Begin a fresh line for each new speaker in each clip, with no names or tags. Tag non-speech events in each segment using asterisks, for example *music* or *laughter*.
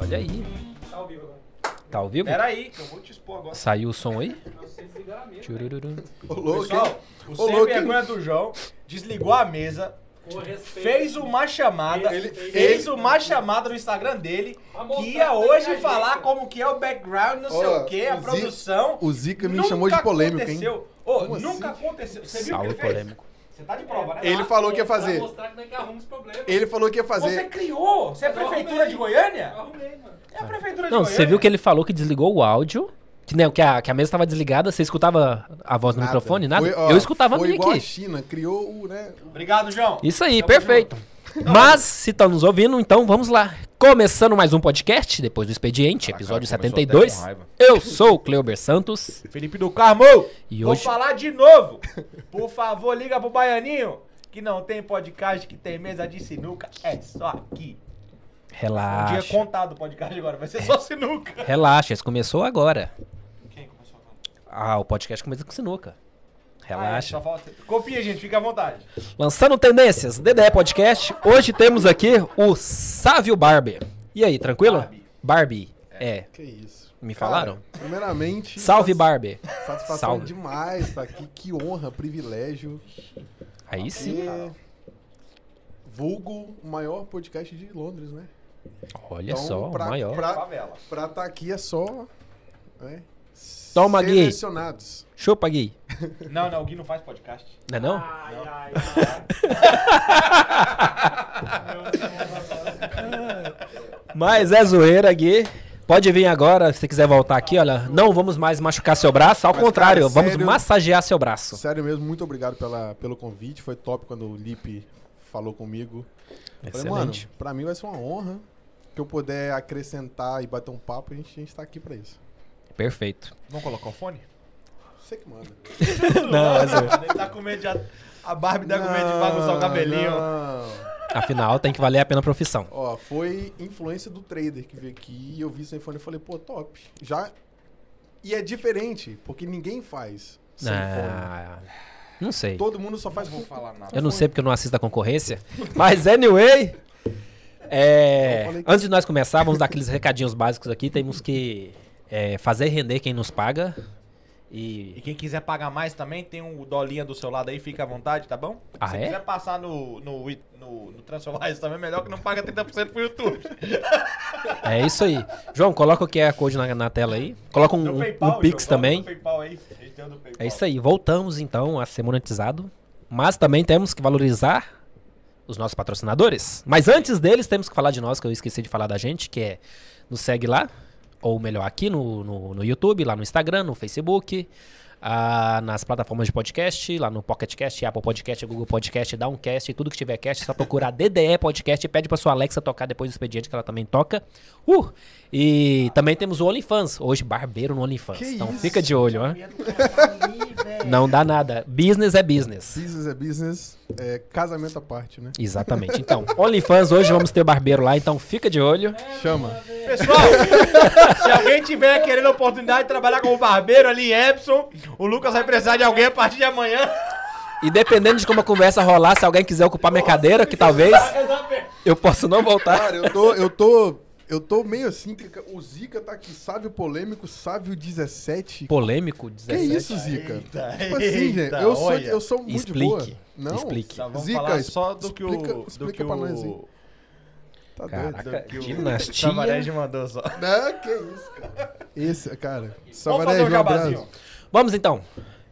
Olha aí.
Tá ao vivo agora.
Tá ao vivo?
Pera aí, que eu vou te expor agora.
Saiu o som aí?
Não sei se né? ligar a mesa.
Tchurururu.
Ô, louco, hein?
Pessoal, o
Ô,
sem
louco, hein?
vergonha do João desligou a mesa,
Com respeito.
fez uma chamada,
Ele-
fez
ele-
uma chamada no Instagram dele,
Pra mostrar
que ia
pra
hoje
gente.
falar como que é o background, não sei
Ó,
o que, a
o Zico-
produção.
O Zica me
Nunca
chamou de polêmico, hein?
aconteceu. Ô,
Como
nunca
assim?
aconteceu. Você viu o que
Salve
ele fez?
polêmico.
Você tá de prova, né?
Ele falou que ia fazer.
Pra mostrar como é que arruma os problemas.
Ele falou que ia
Você
fazer.
criou? Você é a
Eu
prefeitura
arrumei.
de
Eu
Goiânia?
arrumei, mano.
É a prefeitura de
Não,
Goiânia.
você viu que ele falou que desligou o áudio. Que, não, que, a, que a mesa estava desligada, você escutava a voz no microfone, nada?
Foi, ó,
eu escutava a
foi
minha
igual
aqui.
a China, criou o, né?
Obrigado, João.
Isso aí,
Tamo
perfeito. Mas, se estão nos ouvindo, então vamos lá. Começando mais um podcast, depois do expediente,
Caraca,
episódio
começou até com
72.
raiva.
Eu sou o Cleuber Santos
Felipe do Carmo!
e
Vou
hoje...
falar de novo! Por favor, liga pro Baianinho, que não tem podcast, que tem mesa de sinuca, é só aqui. Um dia é
Relaxa,
contado o podcast agora, vai ser só sinuca.
relaxa, esse começou agora.
Quem começou a
Ah, o podcast começa com sinuca.
Ah, é,
Relaxa.
Copia, gente, fica à vontade.
Lançando tendências, DDE Podcast. Hoje temos aqui o Sávio Barbie. E aí, tranquilo?
Barbie.
Barbie. É.
Que isso.
Me
Cara,
falaram?
primeiramente.
Salve, Barbie.
Satisfação
Salve.
demais tá aqui. Que honra, privilégio.
Aí sim.
É, Vulgo o maior podcast de Londres, né?
Olha
Então,
só,
pra-
o maior.
pra-
Favela.
Pra estar aqui é só. Né?
Toma, Gui.
Selecionados.
Chupa, Gui.
Não, não, o Gui não faz podcast.
Não é não?
Ai, ai,
Mas é zoeira, Gui. Pode vir agora, se quiser voltar aqui, olha. Não vamos mais machucar seu braço, ao
Mas,
contrário,
cara, é
vamos
sério?
massagear seu braço.
Sério mesmo, muito obrigado pela, pelo convite. Foi top quando o Lipe falou comigo. Falei, mano,
Excelente.
pra mim vai ser uma honra que eu puder acrescentar e bater um papo. A gente, a gente tá aqui pra isso.
Perfeito.
Vamos colocar o fone?
Você
*laughs*
que manda.
Não, é zoeira.
Ele tá com medo de. A Barbie tá com medo de bagunçar o cabelinho.
não.
Afinal, tem que valer a pena a profissão.
Ó, foi influência do trader que veio aqui e eu vi o Zenfone e falei, pô, top. Já. E é diferente, porque ninguém faz sem fone.
Ah, não sei.
Todo mundo só faz com-
falar nada.
Eu não sei porque eu não assisto a concorrência. Mas, anyway. é,
Eu falei que-
antes de nós começar, vamos dar aqueles recadinhos básicos aqui. Temos que é, fazer render quem nos paga.
E
E.
quem quiser pagar mais também, tem um dolinha do seu lado aí, fica à vontade, tá bom?
Ah,
Se
é?
quiser passar no, no, i- no, no Transferwise também, é melhor que não paga 30% pro
*laughs*
YouTube.
É isso aí. João, coloca o QR Code na, na tela aí. Coloca um,
Do
um-
PayPal,
um Pix
João, coloca
também.
do PayPal aí. A gente tem o do PayPal.
É isso aí. Voltamos então a ser monetizado. Mas também temos que valorizar os nossos patrocinadores. Mas antes deles, temos que falar de nós, que eu esqueci de falar da gente, que é nos segue lá, ou melhor, aqui no, no, no YouTube, lá no Instagram, no Facebook, ah, nas plataformas de podcast, lá no Pocket Cast, Apple Podcast, Google Podcast, Downcast, tudo que tiver cast, só procurar *laughs* DDE Podcast e pede pra sua Alexa tocar depois do expediente, que ela também toca. Uh! E também temos o OnlyFans, hoje barbeiro no OnlyFans.
Que
então
isso?
fica de olho, ó. Não dá nada. Business é business.
Business é business, é casamento à parte, né?
Exatamente. Então, OnlyFans, hoje vamos ter barbeiro lá, então fica de olho.
Chama.
Pessoal,
*laughs*
se alguém tiver querendo a oportunidade de trabalhar como barbeiro ali em Epson, o Lucas vai precisar de alguém a partir de amanhã.
E dependendo de como a conversa rolar, se alguém quiser ocupar minha cadeira, que talvez
*laughs*
eu possa não voltar.
Cara, eu tô, eu tô, eu tô meio assim, que o Zica tá aqui, sábio polêmico, sábio 17.
Polêmico,
que
17.
isso, Zica?
Eita,
tipo assim, gente,
eita,
eu sou,
olha.
eu sou muito
Explique.
boa. Não,
Explique.
Só vamos
Zica,
falar só do que o...
explica-
do
explica
que
pra nós aí.
o...
tá doido.
Caraca,
Do que o-
dinastia.
Savarege mandou só.
Não, que isso, cara. Esse, cara.
Vamos fazer
Savaré,
um
um abraço.
jabazinho.
Vamos então.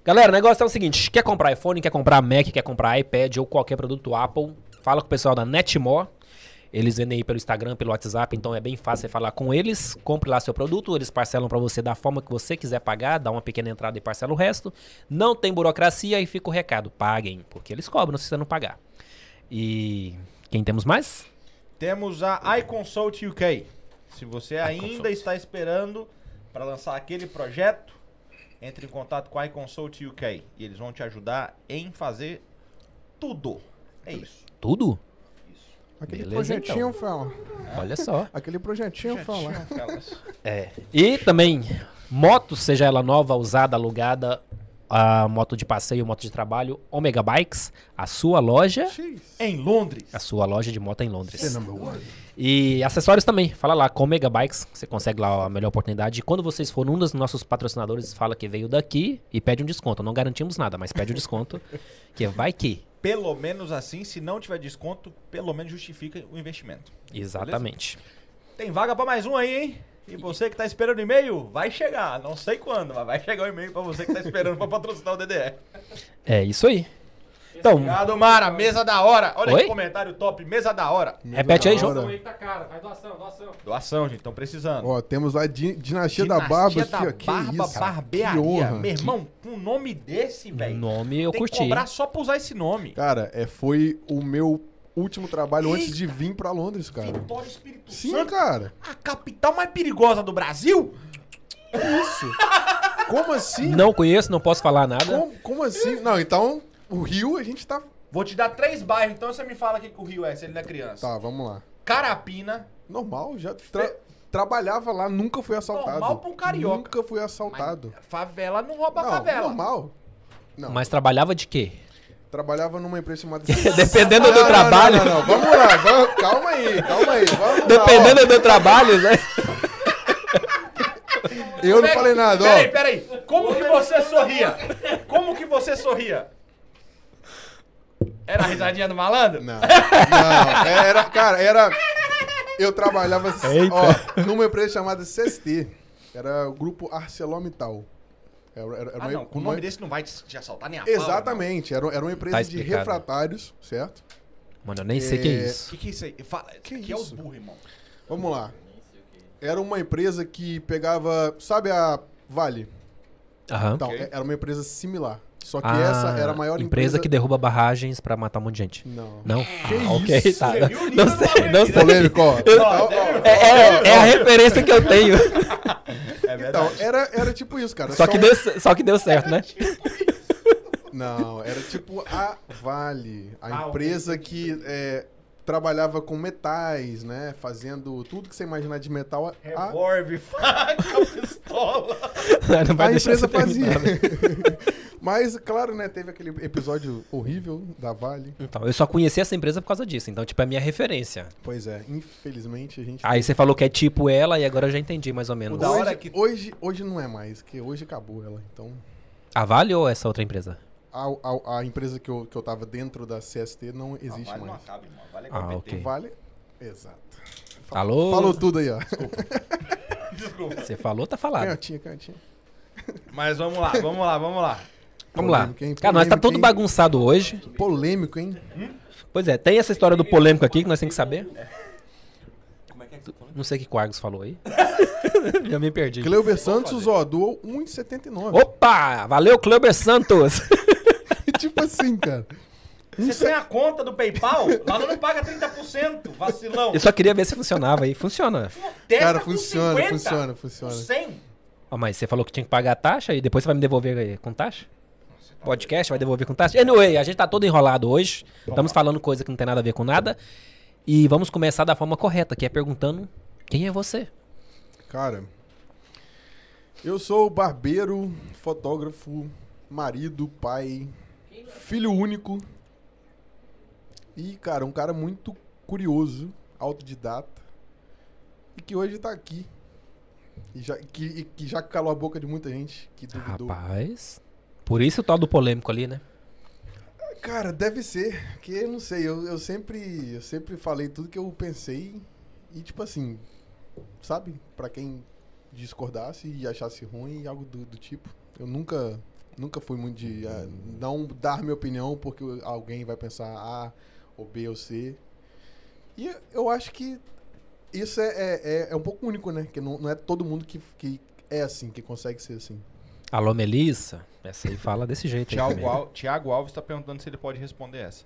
Galera, o negócio é o seguinte: quer comprar iPhone, quer comprar Mac, quer comprar iPad ou qualquer produto Apple, fala com o pessoal da Netmore. Eles vendem aí pelo Instagram, pelo WhatsApp, então é bem fácil você falar com eles. Compre lá seu produto, eles parcelam pra você da forma que você quiser pagar, dá uma pequena entrada e parcela o resto. Não tem burocracia e fica o recado: paguem, porque eles cobram se você não pagar. E quem temos mais?
Temos a iConsult UK. Se você ainda
iConsult.
está esperando para lançar aquele projeto, entre em contato com a iConsult UK e eles vão te ajudar em fazer tudo. É isso.
Tudo?
Aquele
Beleza,
projetinho,
então.
Fel.
Olha só.
Aquele projetinho, Fel. lá.
*laughs* Felas.
E também, moto, seja ela nova, usada, alugada, a moto de passeio, moto de trabalho, Omega Bikes, a sua loja,
X.
Em Londres.
a sua loja de moto em
Você é
Londres.
number one.
E acessórios também, fala lá com Omega Bikes, você consegue lá a melhor oportunidade. E quando vocês forem um dos nossos patrocinadores, fala que veio daqui e pede um desconto. Não garantimos nada, mas pede o desconto,
*laughs*
que vai que.
Pelo menos assim, se não tiver desconto, pelo menos justifica o investimento.
Exatamente.
Tem vaga pra mais um aí, hein? E você que tá esperando o e-mail, vai chegar. Não sei quando, mas vai chegar o e-mail pra você que tá esperando pra patrocinar o DDE.
É isso aí. Então,
Obrigado, Mara. Mesa da hora. Olha
Oi?
que comentário top. Mesa da hora.
repete aí,
Mesa da
João.
Doação aí que tá cara. Faz doação, doação.
Doação, gente. Estão precisando.
Ó, temos lá Di- Dinastia, da
Dinastia
Barba
da
aqui, ó. Que
Barba
isso, cara.
Barbearia.
Que honra.
Meu irmão, com um nome desse, velho.
o nome eu
Tem
curti.
que cobrar só pra usar esse nome.
Cara, é, foi o meu último trabalho antes de vir pra Londres, cara.
Vitória Espírito
Sim,
Santo,
cara.
a capital mais perigosa do Brasil?
Isso. Como assim?
Não conheço, não posso falar nada.
Como, como assim? Não, então o Rio a gente tá.
Vou te dar três bairros, então você me fala o que que o Rio é, se ele não é criança.
Tá, vamos lá.
Carapina,
Normal, já tra- trabalhava lá, nunca fui assaltado.
Normal pra um carioca.
Nunca fui assaltado.
favela não rouba
Não,
favela.
normal. Não.
Mas trabalhava de quê?
Trabalhava numa
*laughs*
empresa chamada.
*laughs* Dependendo do
Não, não,
trabalho.
Não, não, não. Vamos lá, vamos- calma aí, calma aí. Vamos
Dependendo
lá,
do trabalho, né?
ó. Eu não
Pera-
falei nada,
Peraí,
ó.
peraí. Como que você sorria? Como que você sorria? Era a risadinha do malandro?
Não, não. Era, cara, era. Eu trabalhava ó, numa empresa chamada CST. Era o grupo ArcelorMittal. Era, era, era
Ah,
uma-
não. Com o nome é desse não vai te te assaltar nem a pau,
Exatamente, era, era uma empresa
Tá
de
explicado.
refratários, certo?
Mano, eu nem sei o que é
É,
irmão.
isso.
Que que é isso aí? Fala, que é o
isso?
burro, irmão.
Vamos lá. Era uma empresa que pegava, sabe a Vale?
Aham.
Então,
Ok.
é- era uma empresa similar. Só que
Ah,
essa era a maior empresa.
empresa que derruba barragens pra matar um monte de gente.
Não.
Não? Ah, ok,
isso?
tá.
Você viu o
Não
nível do
sei,
bagulho
não
aqui,
sei.
Polêmico,
*laughs*
ó. Então, ó,
É, é- é a referência que eu tenho.
É
então, era, era tipo isso, cara.
Só que deu, só que deu certo, né?
Não, era tipo a Vale, a
Ah,
empresa que é, trabalhava com metais, né? Fazendo tudo que você imaginar de metal. a- A,
Revólver, É *laughs* faca, pistola.
Não vai
*laughs* a
deixar
empresa
você
fazia.
terminar, né?
*laughs* Mas, claro, né? Teve aquele episódio horrível da Vale.
Então, eu só conheci essa empresa por causa disso. Então, tipo, é a minha referência.
Pois é, infelizmente a gente.
Aí você falou que é tipo ela e agora eu já entendi mais ou
O
menos.
Ah, da
hoje,
hora que-
hoje, hoje não é mais, que hoje acabou ela. Então,
A Vale ou Ah, essa outra empresa?
a, a- a empresa que eu, que eu tava dentro da CST não existe
Ah, vale não
mais.
acaba, irmão. Vale é
Ah,
competente.
ok.
Vale? Exato.
Alô?
Falou tudo aí, ó.
Desculpa.
Você falou, tá falado.
Canhotinha, canhotinha.
Mas vamos lá, vamos lá, vamos lá.
Vamos lá.
Polêmica, hein?
Cara, nós tá
Polêmica,
todo
hein?
bagunçado hoje.
Polêmico, hein?
Pois é, tem essa história do polêmico aqui que nós temos que saber.
Como é que é que você falou?
Não sei o que o Argos
*laughs*
falou aí. Já me perdi.
Cleuber Santos, um ó, doou 1,79.
Opa! Valeu, Cleber Santos!
*laughs* tipo assim, cara.
Você tem a conta do PayPal? Lá não paga 30%, vacilão.
Eu só queria ver se funcionava aí. Funciona.
Testa
Cara,
com
funciona,
50,
funciona,
com
funciona.
100.
Ó, mas você falou que tinha que pagar a taxa e depois você vai me devolver aí com taxa? Podcast vai devolver com taxa? Anyway, a gente tá todo enrolado hoje. Estamos falando coisa que não tem nada a ver com nada. E vamos começar da forma correta, que é perguntando quem é você.
Cara, eu sou barbeiro, fotógrafo, marido, pai, filho único. E, cara, um cara muito curioso, autodidata. E que hoje tá aqui. E já, que, e que já calou a boca de muita gente que duvidou.
Rapaz. Por isso o tal do polêmico ali, né?
Cara, deve ser. Que eu não sei, eu, eu sempre. Eu sempre falei tudo que eu pensei. E tipo assim, sabe? Pra quem discordasse e achasse ruim, algo do, do tipo. Eu nunca. Nunca fui muito de ah, não dar minha opinião porque alguém vai pensar A ou B ou C. E eu acho que isso é, é, é- é um pouco único, né? Que não, não é todo mundo que, que é assim, que consegue ser assim.
Alô, Melissa? Essa aí fala desse jeito aí.
Tiago,
também.
Al... Tiago Alves tá perguntando se ele pode responder essa.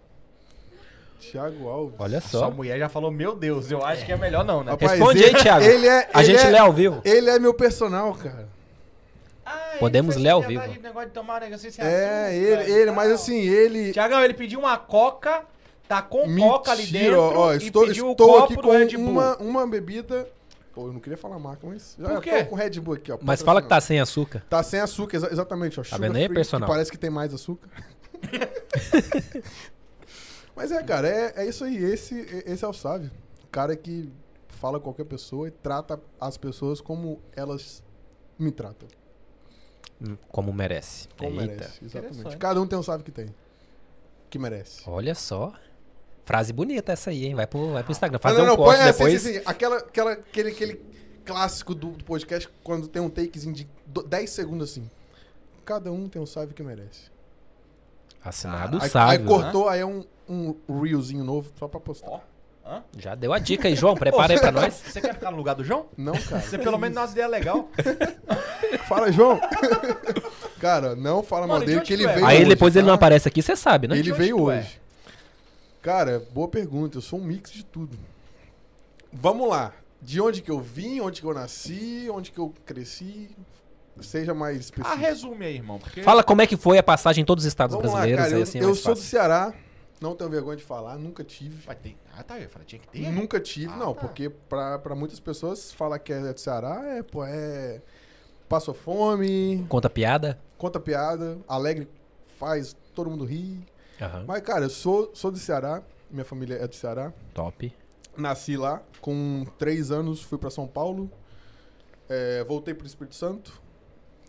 Tiago Alves.
Olha
Sua
só.
mulher já falou, meu Deus, eu acho que é melhor não, né?
Rapaz,
Responde aí,
ele-
Thiago.
Ele é,
A
ele
gente
é-
lê ao vivo.
Ele é meu personal, cara.
Ah, ele
podemos
fez
ler ao
piada
vivo.
de Negócio de tomar, negócio sem
É,
açúcar
ele,
e
ele,
tal.
mas assim, ele.
Tiagão, ele pediu uma coca, tá com
Mentira,
coca ali dentro
ó, ó,
e
estou,
pediu o
estou
copo
aqui
do
com
Red Bull.
uma, uma bebida Pô, eu não queria falar marca, mas. Já
Por
eu
quê?
tô com Red Bull aqui, ó.
Mas fala que tá
patrocinado.
sem açúcar.
Tá sem açúcar, exa- exatamente, ó. Sugar
vendo aí,
free,
personal?
que parece que tem mais açúcar. *laughs* Mas é, cara, é, é isso aí. Esse, é- esse é o sábio. O cara que fala qualquer pessoa e trata as pessoas como elas me tratam.
Hum, Como merece.
Como
Eita.
merece, exatamente.
Interessante.
Cada um tem um sábio que tem. Que merece.
Olha só. Frase bonita essa aí, hein? Vai pro, vai pro Instagram.
Ah,
Fazer um corte
põe- é, sim,
depois.
sim, sim. Aquela, aquela, aquele, aquele clássico do, do podcast, quando tem um takezinho de do- 10 segundos assim. Cada um tem um sábio que merece.
Assinado
aí,
sábio. né?
aí cortou, aí é um, um reelzinho novo só pra postar.
Ó. Hã?
Já deu a dica aí, João. Prepara
*laughs*
aí pra nós.
Você quer ficar no lugar do João?
Não, cara.
Você pelo menos dá umas ideias
É
legal.
Fala, João. *laughs* cara, não fala mal
Mano, de
dele,
onde
que ele
tu é?
veio
Aí
hoje,
depois ele não
tá?
aparece aqui, você sabe, né?
Ele
De onde
veio
tu é?
hoje. Cara, boa pergunta. Eu sou um mix de tudo. Vamos lá. De onde que eu vim, onde que eu nasci, onde que eu cresci. Seja mais específico.
Ah, resume aí, irmão. Porque
Fala como é que foi a passagem em todos os estados
Vamos lá,
brasileiros.
cara,
aí,
eu-
assim, é
eu
mais
sou do
fácil.
Ceará, não tenho vergonha de falar, nunca tive.
Vai ter- Ah, tá aí. Eu falei, tinha que ter.
Nunca tive,
Ah,
não,
tá.
porque pra, pra muitas pessoas falar que é do Ceará é, pô, é. Passou fome,
Conta piada.
conta piada, alegre, faz todo mundo rir.
Aham.
Mas, cara, eu sou, sou do Ceará, minha família é do Ceará.
Top.
Nasci lá, com três anos fui pra São Paulo, é, voltei pro Espírito Santo,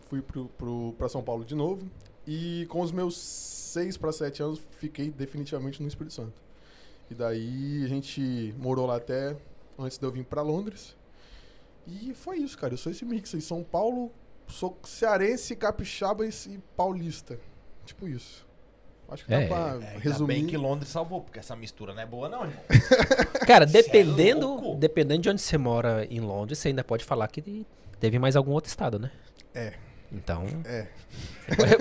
fui pro, pro, pra São Paulo de novo, e com os meus seis pra sete anos fiquei definitivamente no Espírito Santo. E daí a gente morou lá até antes de eu vir pra Londres, e foi isso, cara, eu sou esse mix aí, São Paulo, sou cearense, capixaba e e paulista, tipo isso. Acho que dá
É,
pra
É, ainda
resumir.
bem que Londres salvou, porque essa mistura não é boa, não, irmão.
Cara,
Cê é
dependendo,
louco.
dependendo de onde você mora em Londres, você ainda pode falar que teve mais algum outro estado, né?
É.
Então.
É.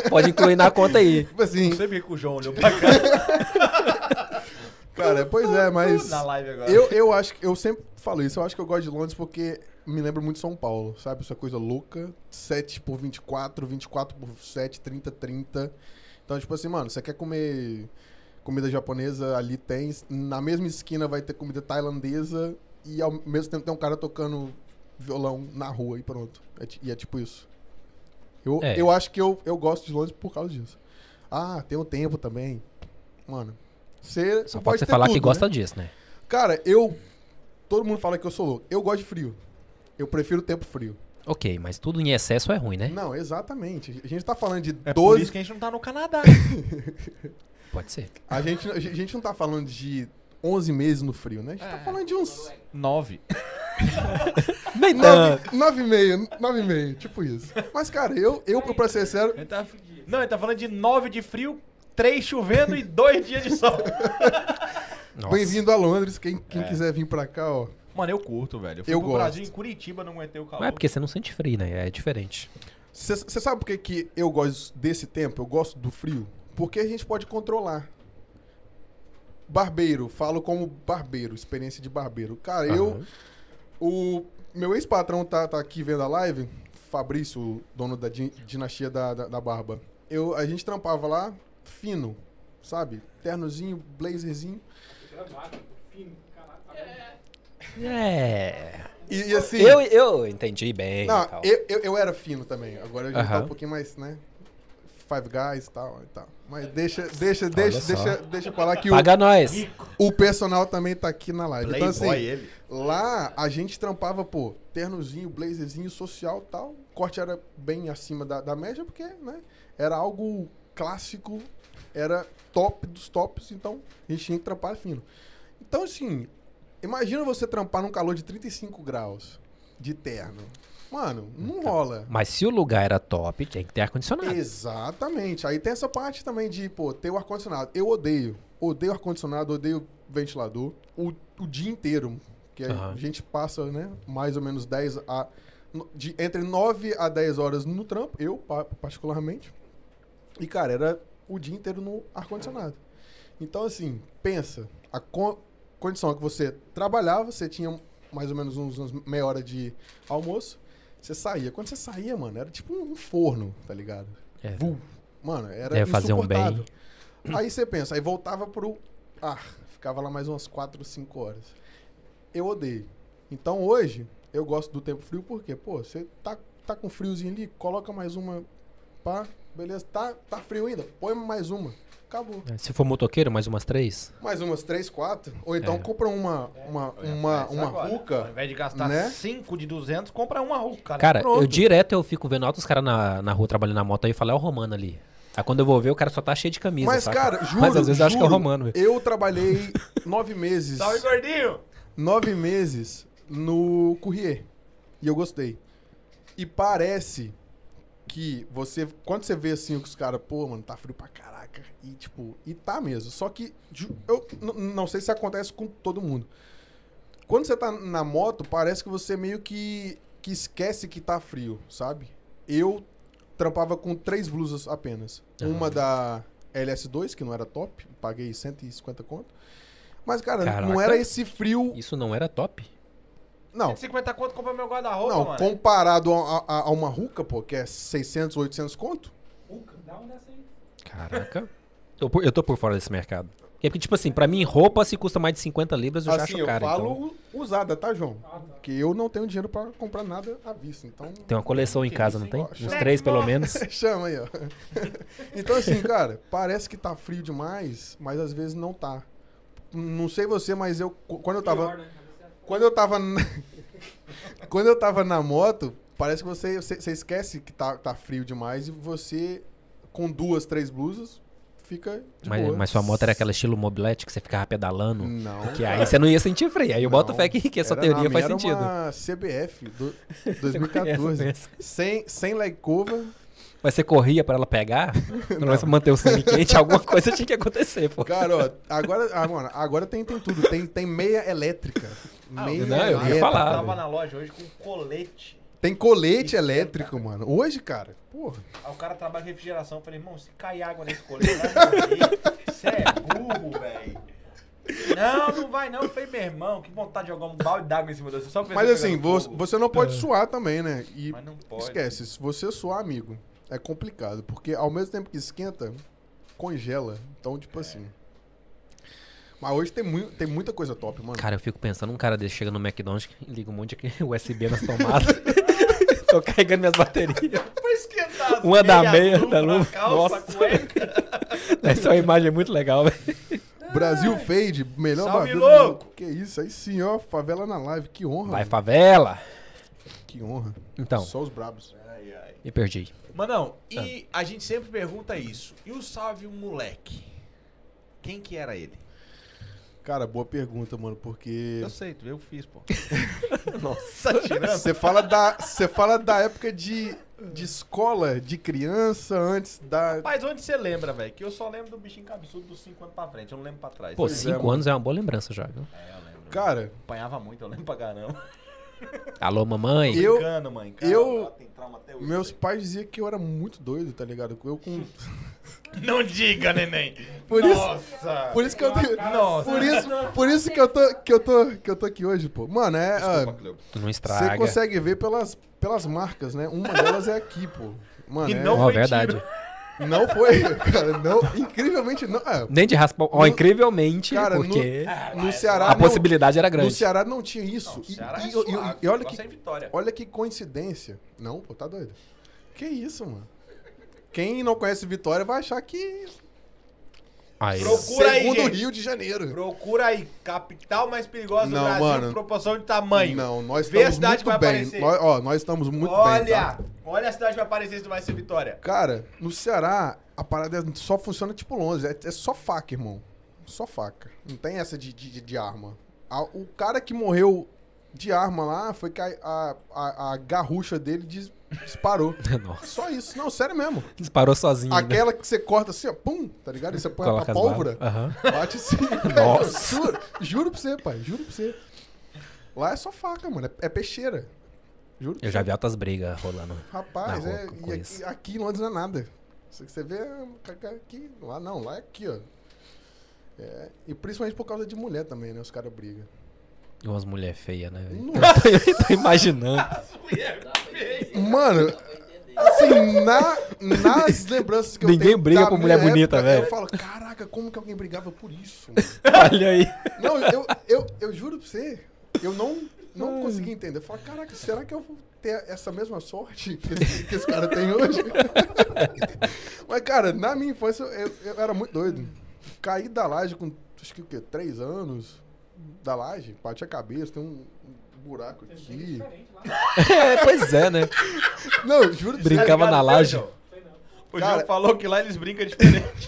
*laughs* pode incluir na conta aí.
Tipo assim,
Não sei porque que o João olhou pra cá
cara, pois é, mas...
na live agora.
Eu, eu acho que eu sempre falo isso, eu acho que eu gosto de Londres porque me lembra muito São Paulo, sabe? Essa coisa louca, 7 por 24, 24 por 7, 30, 30. Então, tipo assim, mano, você quer comer comida japonesa, ali tem, na mesma esquina vai ter comida tailandesa e ao mesmo tempo tem um cara tocando violão na rua e pronto. É ti- e é tipo isso. Eu,
É.
eu acho que eu, eu gosto de Londres por causa disso. Ah, tem o tempo também. Mano, você
Só
você
pode você
ter
falar que
tudo, né?
gosta disso, né?
Cara, eu. Todo mundo fala que eu sou louco. Eu gosto de frio. Eu prefiro o tempo frio.
Ok, mas tudo em excesso é ruim, né?
Não, exatamente. A gente tá falando de
É
12.
por isso que a gente não tá no Canadá.
Pode ser.
a, gente, a gente não tá falando de 11 meses no frio, né? A gente tá
É.
falando de uns
Nove.
Nem
Ah.
9, 9,5, 9,5. Tipo isso. Mas, cara, eu, eu pra ser sincero,
Ele tá... Não, ele tá falando de nove de frio, três chovendo e dois dias de
*laughs*
sol.
bem-vindo a Londres. Quem, quem quiser vir pra cá, ó.
Mano, eu curto, velho. Eu fui
Eu
pro
gosto.
Brasil em Curitiba, não aguentei o calor.
Mas é porque você não sente frio, né? É diferente.
Você sabe por que, que eu gosto desse tempo? Eu gosto do frio? Porque a gente pode controlar. Barbeiro, falo como barbeiro, experiência de barbeiro. Cara, eu.
Aham.
O meu ex-patrão tá, tá aqui vendo a live, Fabrício, o dono da din- dinastia da, da, da barba. Eu, a gente trampava lá, fino, sabe? Ternozinho, blazerzinho.
É.
E, e assim.
Eu, eu entendi bem. e
Não,
tal.
eu, eu, eu era fino também. Agora eu já tá
Aham.
um pouquinho mais, né? Five guys e tal, e tal. Mas deixa, deixa, deixa,
só.
deixa, deixa pra lá que o,
Paga nós.
o personal também tá aqui na live.
Playboy
então assim,
ele.
lá a gente trampava, pô, ternozinho, blazerzinho, social e tal. O corte era bem acima da, da média, porque, né? Era algo clássico, era top dos tops, então a gente tinha que trampar fino. Então, assim, imagina você trampar num calor de 35 graus de terno. Mano, não rola.
Mas se o lugar era top, tem que ter ar-condicionado.
Exatamente. Aí tem essa parte também de, pô, ter o ar-condicionado. Eu odeio. Odeio ar-condicionado, odeio ventilador. O, o dia inteiro. Que a
Aham.
gente passa, né? Mais ou menos 10 a. no- De, entre 9 a 10 horas no trampo, eu pa- particularmente. E, cara, era o dia inteiro no ar-condicionado. Então, assim, pensa. A co- condição é que você trabalhava, você tinha mais ou menos uns, uns meia hora de almoço. Você saía. Quando você saía, mano, era tipo um forno, tá ligado?
É.
Vu. Mano, era
Deve fazer um bem.
insuportável. Aí você pensa, aí voltava pro ar. Ficava lá mais umas 4, 5 horas. Eu odeio. Então hoje, Eu gosto do tempo frio porque, pô, você tá, tá com friozinho ali, coloca mais uma. Pá, beleza. Tá, tá frio ainda? Põe mais uma. Acabou.
É, Se for motoqueiro, mais umas três.
Mais umas três, quatro. Ou então
É.
compra uma, uma,
Eu ia
uma,
falar isso
uma
É, agora. Ao
ruca.
invés de gastar
né?
5 de 200, compra uma
Tá
ruca. né?
Cara,
Pronto.
eu direto eu fico vendo altos caras na, na rua trabalhando na moto aí e falo, é o Romano ali. Aí quando eu vou ver, o cara só tá cheio de camisa.
Mas,
saca?
cara, juro.
Mas às vezes eu acho que é o
juro,
Romano, velho.
Eu trabalhei nove meses.
*laughs* Salve, gordinho!
nove meses no Courrier. E eu gostei. E parece que você. Quando você vê assim os caras, pô, mano, tá frio pra caraca. E tipo, e tá mesmo. Só que ju- eu n- não sei se acontece com todo mundo. Quando você tá na moto, parece que você meio que, que esquece que tá frio, sabe? Eu trampava com três blusas apenas. Uma da LS2, que não era top, paguei 150 conto. Mas, cara, não
Caraca.
era esse frio
Isso não era top?
não,
150 conto, compra meu
não
guarda-roupa, mano.
comparado a, a- a uma ruca, pô, que é 600, 800 conto.
Dá um dessa aí.
Caraca. eu, por- eu tô por fora desse mercado. É porque, tipo assim, pra mim, roupa se custa mais de 50 libras, eu já
assim,
acho
eu
cara. então.
falo usada, tá, João?
Ah, tá.
Porque eu não tenho dinheiro pra comprar nada à vista, então... *laughs*
Tem uma coleção em
Que
casa,
isso,
não tem?
hein?
Uns três, pelo
tipo
menos.
Chama aí, ó. *laughs* então, assim, cara, parece que tá frio demais, mas às vezes não tá. Não sei você, mas eu... Quando eu tava...
Pior, né? Às vezes é-
Quando eu tava. Na... *laughs* Quando eu tava na moto, parece que você, você, você esquece que tá, tá frio demais e você, com duas, três blusas, fica de
Mas,
boa.
mas sua moto era aquela estilo mobilete que você ficava pedalando.
Não.
Que aí você não ia sentir frio. Aí eu boto
Hum. Não.
fé que, que essa
Era-
teoria
a
faz
minha
sentido.
Era uma CBF
*laughs*
do
Conheço,
2014.
conheço.
sem, sem leg cover.
Mas você corria pra ela
*laughs*
pegar? Pelo menos pra manter o sangue quente, alguma coisa tinha que acontecer, pô.
Cara, ó, agora, ah, mano, agora tem, tem tudo. Tem, tem meia elétrica.
Ah,
Meia
não, eu ia
elétrica.
falar,
Eu tava
velho.
na loja hoje com colete.
Tem colete elétrico, mano. Hoje, cara, porra.
Aí o cara trabalha com refrigeração. Eu falei, irmão, se cair água nesse colete, vai morrer. Você é burro, velho. Não, não vai não. Eu falei, meu irmão, que vontade de jogar um balde d'água em cima de você. Só
Mas assim, vo-
você.
você não
É.
pode suar também, né? E
é um Mas não pode.
Esquece, se você suar, amigo, é complicado, porque ao mesmo tempo que esquenta, congela. Então,
É.
tipo assim. Mas hoje tem, mui- tem muita coisa top, mano.
Cara, eu fico pensando, um cara desse chega no McDonald's *laughs* e liga um monte de USB nas tomadas. *laughs* Tô carregando minhas baterias.
Pra esquentar as
Uma da
meias,
meia,
luva,
da luva.
Calça,
Nossa.
cueca.
*laughs* Essa é uma imagem muito legal, velho.
Brasil Fade, melhor
Salve,
barbeiro do
louco!
mundo. Que isso, aí sim, ó, favela na live, que honra.
Vai,
mano.
favela!
Que honra.
Então,
Só os brabos.
Ai, ai.
me perdi.
Manão, e a gente sempre pergunta isso. E o Salve um Moleque? Quem que era ele?
Cara, boa pergunta, mano, porque
Eu sei, tu eu fiz,
*laughs*
pô.
Nossa.
você fala da você fala da época de, de escola, de criança, antes da
Mas onde você lembra, velho? Que eu só lembro do bichinho cabeçudo dos 5 anos pra frente, eu não lembro pra trás.
Pô,
Eu-
sim.
cinco
mano.
anos é uma boa lembrança já, viu?
É, eu lembro.
Cara,
Apanhava muito, eu lembro pra caramba.
Alô, mamãe.
Eu-
Brincando, mãe. Cara,
eu-
ela tem trauma até hoje,
meus
velho.
pais diziam que eu era muito doido, tá ligado? Eu com *laughs*
Não diga, neném.
Por isso-
Nossa.
Por isso que eu tenho.
Nossa.
Por isso, por isso que, eu tô, que, eu tô, que eu tô aqui hoje, pô. Mano, é.
Desculpa,
ah,
Cleo.
Tu não
Você
estraga.
consegue ver pelas, pelas marcas, né? Uma delas é aqui, pô. Mano,
E
é-
não-
Ó,
foi
verdade.
tiro.
não foi, cara. Não, incrivelmente não. é,
Nem de raspa. Ó,
No-
incrivelmente,
cara, no-
porque
no Ceará.
a
não,
possibilidade era
No
grande.
Ceará não tinha isso.
Ah, Não,
E-
Ceará
e,
é
e- e-
suave,
e olha,
só sem
que,
vitória.
olha que coincidência. Não, pô, tá doido. Que isso, mano. Quem não conhece Vitória vai achar que.
Aí, *laughs*
Pro- Procura aí,
segundo
gente.
Rio de Janeiro.
Procura aí, capital mais perigosa
Não,
do Brasil,
mano.
proporção de tamanho.
Não, nós
Vê a
estamos
cidade
muito
que vai
bem.
aparecer.
Nós, ó, nós estamos muito
olha,
bem. tá?
olha a cidade que vai aparecer se tu vai ser Vitória.
Cara, no Ceará, a parada só funciona tipo longe. É, é só faca, irmão. Só faca. Não tem essa de, de, de- de arma. A- o cara que morreu de arma lá foi que a, a, a- a garrucha dele dis-
*laughs*
disparou.
Nossa,
só isso. Não, sério mesmo.
disparou sozinho. né?
Aquela que você corta assim, ó, pum, tá ligado? E você põe a
Coloca as balas.
pólvora,
Aham. *laughs*
bate assim.
Nossa.
Juro, juro pra você, pai. Juro pra você. Lá é só faca, mano. É, é peixeira. Juro pra
Eu já vi altas brigas rolando.
Rapaz,
Na rua,
é,
com- com
e aqui,
isso.
aqui em Londres não é nada. Isso que você vê é caca- aqui. Lá não, lá é aqui, ó. É, e principalmente por causa de mulher também, né? Os caras brigam.
E umas mulheres feias, né? velho? *laughs*
Nossa.
Eu tô imaginando.
*laughs* Mano, assim, na- nas lembranças que eu
Ninguém
tenho.
briga
da
por mulher
minha
bonita,
época,
velho.
Eu falo, caraca, como que alguém *laughs* brigava por isso? mano?"
Olha aí.
Não, eu, eu, eu juro pra você, eu não, não consegui entender. Eu falei, caraca, será que eu vou ter essa mesma sorte que esse, que esse cara tem hoje? *laughs* Mas, cara, na minha infância eu, eu era muito doido. Caí da laje com, acho que o quê? Três anos da laje, bati a cabeça, tem um um buraco
Você chega
aqui.
diferente lá.
É, pois é, né?
Não, juro
Brinca-
Brinca.
Brincava na laje.
Sei não.
O
Cara-
João falou que lá eles brincam diferente.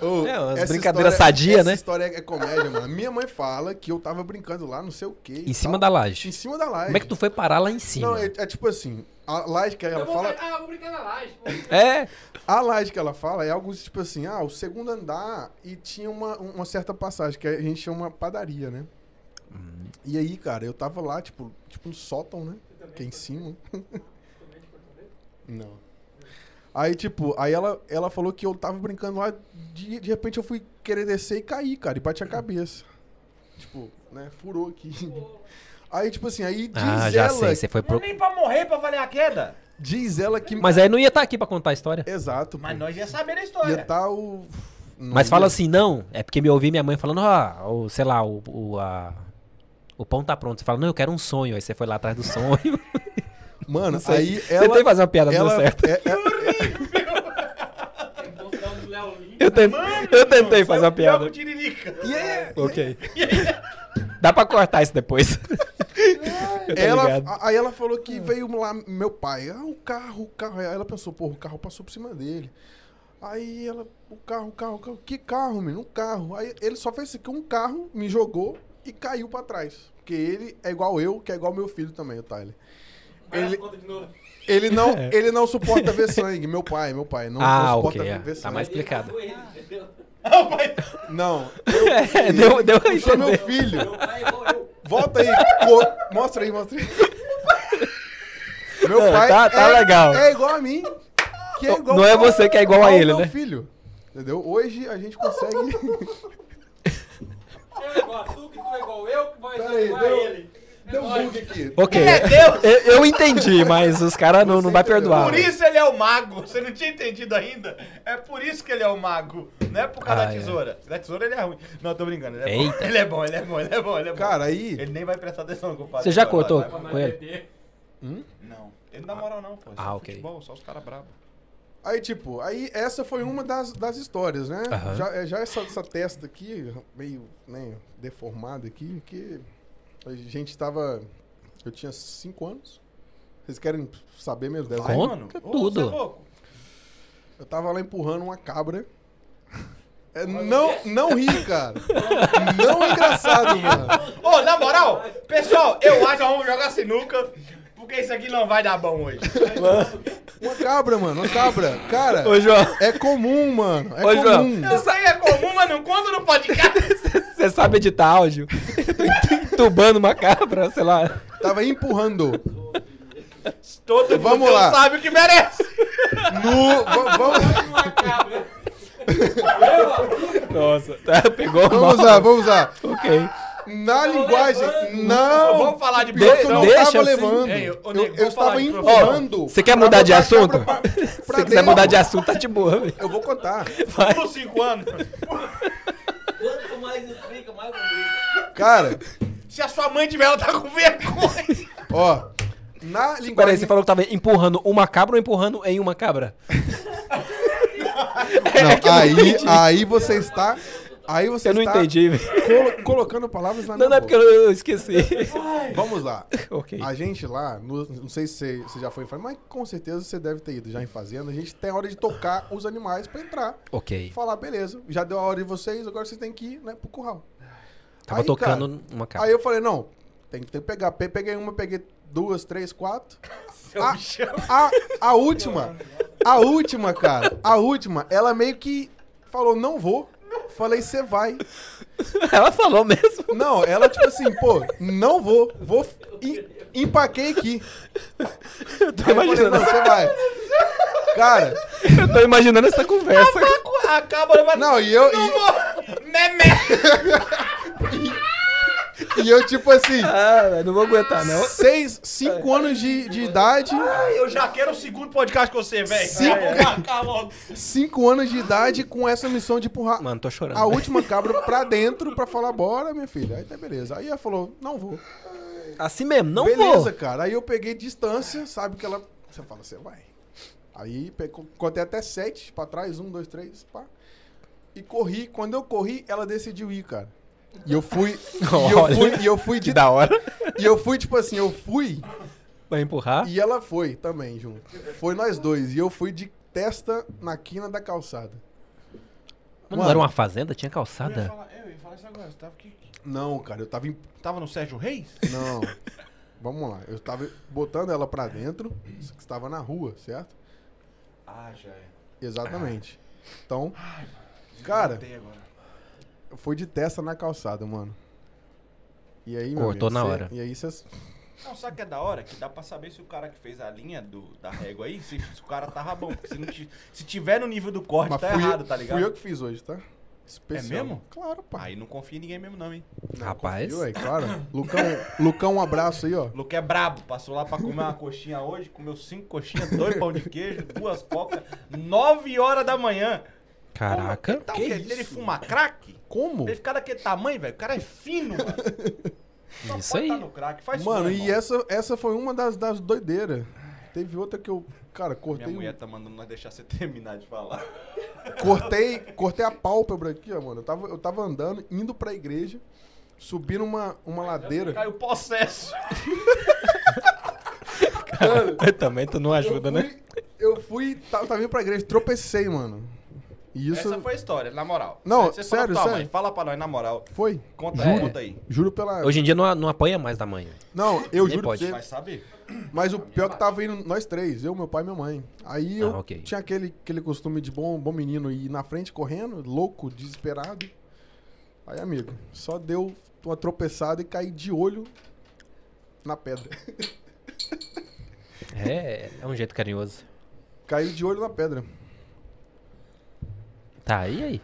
Ô,
É, umas
essa
brincadeiras
história-
sadia,
essa
né?
história é, é comédia, mano. Minha mãe fala que eu tava brincando lá, não sei o quê.
Em cima da
Em
laje.
cima da laje.
Como é que tu foi parar lá em
Não,
cima?
é, é tipo assim, a laje que ela
Eu vou
fala...
brin- Ah, vou brincar na laje. vou brincar.
É,
A laje que ela fala é algo tipo assim, ah, o segundo andar e tinha uma, uma certa passagem, que a gente chama padaria, né?
Hum.
E aí, cara, eu tava lá, tipo, tipo no sótão, né? Que é em cima. *laughs* Não. Aí, tipo, aí ela, ela falou que eu tava brincando lá, de, de repente eu fui querer descer e caí, cara, e bati a
Hum.
cabeça. Tipo, né, furou aqui. Aí, tipo assim, aí diz
Ah, já
ela,
sei, você foi
*laughs* Não é
pro...
nem pra morrer pra valer a queda.
diz ela que...
Mas aí não ia estar aqui pra contar a história.
Exato,
Mas
pô.
nós ia saber a
Ia
história.
tá o... não
Mas
ia-
fala assim, não, é porque me ouvi minha mãe falando, ah, o, sei lá, o, o, a- o pão tá pronto. Você fala, não, eu quero um sonho. Aí você foi lá atrás do sonho. *laughs*
Mano,
Não sei.
aí
eu assim, tentei
ela...
fazer uma piada, não
ela
deu certo.
é- é-
Tem que mostrar um Léo Lins.
Eu, tentei- eu tentei fazer uma
Pior que
piada.
o Tiririca.
e
*laughs*
é-
Ok. *laughs* Dá pra cortar isso depois.
Tá
Eu tô
ela-
ligado.
a- aí ela falou que veio lá meu pai. Ah, o carro, o carro. Aí ela pensou, porra, o carro passou por cima dele. Aí ela, o carro, o carro, o carro. Que carro, menino? Um carro. Aí ele só fez assim, que um carro me jogou e caiu pra trás. Porque ele é igual eu, que é igual meu filho também, o Tyler.
Vai nas
Ele-
contas de novo.
Ele
*laughs*
não, ele não suporta ver sangue. Meu pai, meu pai. Não,
É. Ah,
não
ok,
suporta
é.
ver
Tá
sangue.
mais- explicado.
Ele matou ele, entendeu?
Ah, o pai-
Não.
*laughs* É, deu, deu a
Puxou meu
entender.
filho.
Meu pai, é igual eu.
Volta aí. co- Mostra aí, mostra aí. Meu
Não,
pai
tá- tá
é,
legal.
é igual a mim. que é igual
Não é
ao-
você que é igual a
ao
ele,
meu
né?
filho. Entendeu? Hoje a gente consegue...
Eu igual a tu, que tu é igual eu, que vai
Pera
ser
aí,
igual a
deu-
ele. É
Deu um
nóis.
bug aqui.
Ok.
Deus.
Eu, eu entendi, mas os caras não, não vai
entendeu.
perdoar.
Por isso ele é o mago. Você não tinha entendido ainda? É por isso que ele é o mago. Não é por causa
Ah,
da
é.
tesoura. Da tesoura ele é ruim. Não, tô brincando. Ele é,
Eita.
bom. *laughs* ele é bom, ele é bom, ele é bom, ele é bom.
Cara, aí...
ele nem vai prestar atenção no que eu falo.
Você já
Vai,
cortou?
vai, vai, vai.
Mas
Com ele.
perder.
Não. Ele não dá moral não, pô. Isso
Ah,
é
ok.
Futebol, só os caras bravos.
Aí, tipo, aí essa foi uma das, das histórias, né?
Aham.
Já, é, já essa, essa testa aqui, meio né, deformada aqui, que a gente tava. Eu tinha cinco anos. Vocês querem saber mesmo dessa?
Vai. Conta
é
tudo.
Eu tava lá empurrando uma cabra. É, não, não ri, cara. Não é engraçado, mano.
Ô, na moral, pessoal, eu acho que nós vamos jogar sinuca, porque isso aqui não vai dar bom
*laughs*
hoje.
Uma cabra, mano, uma cabra. Cara,
Ô, João,
é comum, mano. É
Ô, João.
comum.
Isso aí é comum, mas não conta no podcast.
você sabe editar áudio? *laughs* Eu tô entubando uma cabra, sei lá.
Tava empurrando.
Todo mundo
Vamos lá.
sabe o que merece.
No. va- vamos.
Não é cabra. Eu, ó,
Nossa, tá, pegou
Vamos
mal.
lá, vamos lá.
Ok.
Na
Tô
linguagem.
levando.
Não!
Então, Vamos falar de então.
De, eu
profissão.
não
deixa
tava
assim.
levando.
Ei, ô,
eu
nego,
eu
vamos
estava
falar de
empurrando.
Você quer
pra
mudar de
botar a
assunto?
cabra pra- pra
Se quiser
dentro.
mudar de assunto, tá de boa, velho.
Eu vou contar.
Por cinco anos.
Quanto mais explica, mais
um
eu brinco.
Cara,
Se a sua mãe tiver, ela tá com vergonha. *laughs*
ó. Na
Peraí, você
linguagem.
falou que tava empurrando uma cabra ou empurrando em uma
*laughs*
cabra? É
Não, aí, aí você está. Aí você
Eu não
está
entendi, velho.
colo- colocando palavras
Não,
na minha
não é porque
boca.
eu, eu esqueci. *laughs*
Vamos lá.
ok.
A gente lá, no- não sei se você- você já foi em fazenda, mas com certeza você deve ter ido já em fazenda. A gente tem a hora de tocar os animais pra entrar.
Ok.
Falar, beleza, já deu a hora de vocês, agora vocês têm que ir né, pro curral.
Tava
Aí,
tocando
cara,
uma cabra.
Aí eu falei, não, tem que ter que pegar. Pe- Peguei uma, peguei duas, três, quatro.
*laughs* Seu
Ah.
bichão.
A, a última, a última, cara, a última, ela meio que falou, não vou. Falei, você vai.
*laughs* Ela falou mesmo.
Não, ela tipo assim, pô, não vou, vou, em- empaquei aqui.
Eu tô
Aí eu falei,
imaginando,
não, você vai. Cara,
eu tô imaginando essa conversa.
A cabra vai...
não, e eu,
Não
e,
vou. Memé.
e eu tipo assim,
Ah, velho, não vou aguentar, não.
seis, cinco anos de, de idade,
Eu já quero o segundo podcast com você, velho.
Sim.
Já vou marcar logo.
cinco anos de idade com essa missão de empurrar
Mano, tô chorando.
a última cabra pra dentro pra falar, bora, minha filha. Aí tá beleza. Aí ela falou, não vou.
Assim mesmo, não
Beleza,
vou.
cara. Aí eu peguei distância, sabe que ela. Você fala, você vai. Aí pe- co- contei até sete pra trás, um, dois, três, pá. E corri. Quando eu corri, ela decidiu ir, cara. E eu
*laughs*
fui. e, eu
Olha.
fui e eu fui de.
Que da hora.
*laughs* E eu fui, tipo assim, eu fui
Vai empurrar.
e ela foi também junto. Foi nós dois. E eu fui de testa na quina da calçada.
Mano, não
Mano.
era uma fazenda? Tinha
Eu ia
calçada?
falar, eu ia falar isso agora. Você tava, que, que-
Não, cara, eu tava em
tava no Sérgio Reis?
Não. Vamos lá. Eu tava botando ela pra dentro, que estava na rua, certo?
Ah, já é.
Exatamente. Então, Cara.
Desmontei agora.
foi de testa na calçada, mano. E aí, meu
Cortou
amigo,
na
cê-
hora.
E aí, vocês.
Não, sabe o que é da hora? Que dá pra saber se o cara que fez a linha do, da régua aí, se, se o cara tava bom. Porque se, não ti- se tiver no nível do corte, tá errado, tá ligado?
Fui eu que fiz hoje, tá? Especial.
É mesmo?
Claro, pai.
Aí não confia em ninguém mesmo, não, hein?
Rapaz.
Viu aí, claro. Lucão, Lucão, um abraço aí, ó.
O Luque é brabo, passou lá pra comer uma coxinha hoje, comeu cinco coxinhas, dois pão de queijo, duas cocas, nove horas da manhã.
Caraca.
Ele tá o
que
quê?
isso?
Ele fuma crack?
Como?
Ele fica daquele tamanho, velho? O cara é fino, mano.
*laughs*
Só
Isso
pode
aí.
tá no crack. Faz isso
Mano,
não,
e
irmão.
essa, essa foi uma das, das doideiras. Teve outra que eu. Cara,
Minha
cortei,
mulher
um-
tá mandando nós deixar você *laughs* terminar de falar.
cortei, cortei a pálpebra aqui, ó, mano. Eu tava, eu tava andando, indo pra igreja, subindo uma, uma ladeira.
Caiu o processo.
*laughs* Também tu não ajuda, né?
Eu fui, tava, tava indo pra igreja, tropecei, mano. E isso
Essa foi a história, na moral.
Não,
fala
sério,
pra tua
sério.
Mãe, fala pra nós, na moral.
foi.
Conta,
Juro.
conta aí.
Juro pela.
Hoje em dia não, não apanha mais da mãe. velho.
Não, eu
Nem
juro
pode.
pra
Vai
você.
saber.
Mas o pior é que tava indo nós três, eu, meu pai e minha mãe. Aí eu
Ah, ok.
tinha aquele, aquele costume de bom, bom menino ir na frente correndo, louco, desesperado. Aí, amigo, só deu uma tropeçada e caí de olho na pedra.
É, é um jeito carinhoso.
Caiu de olho na pedra.
Tá, e aí?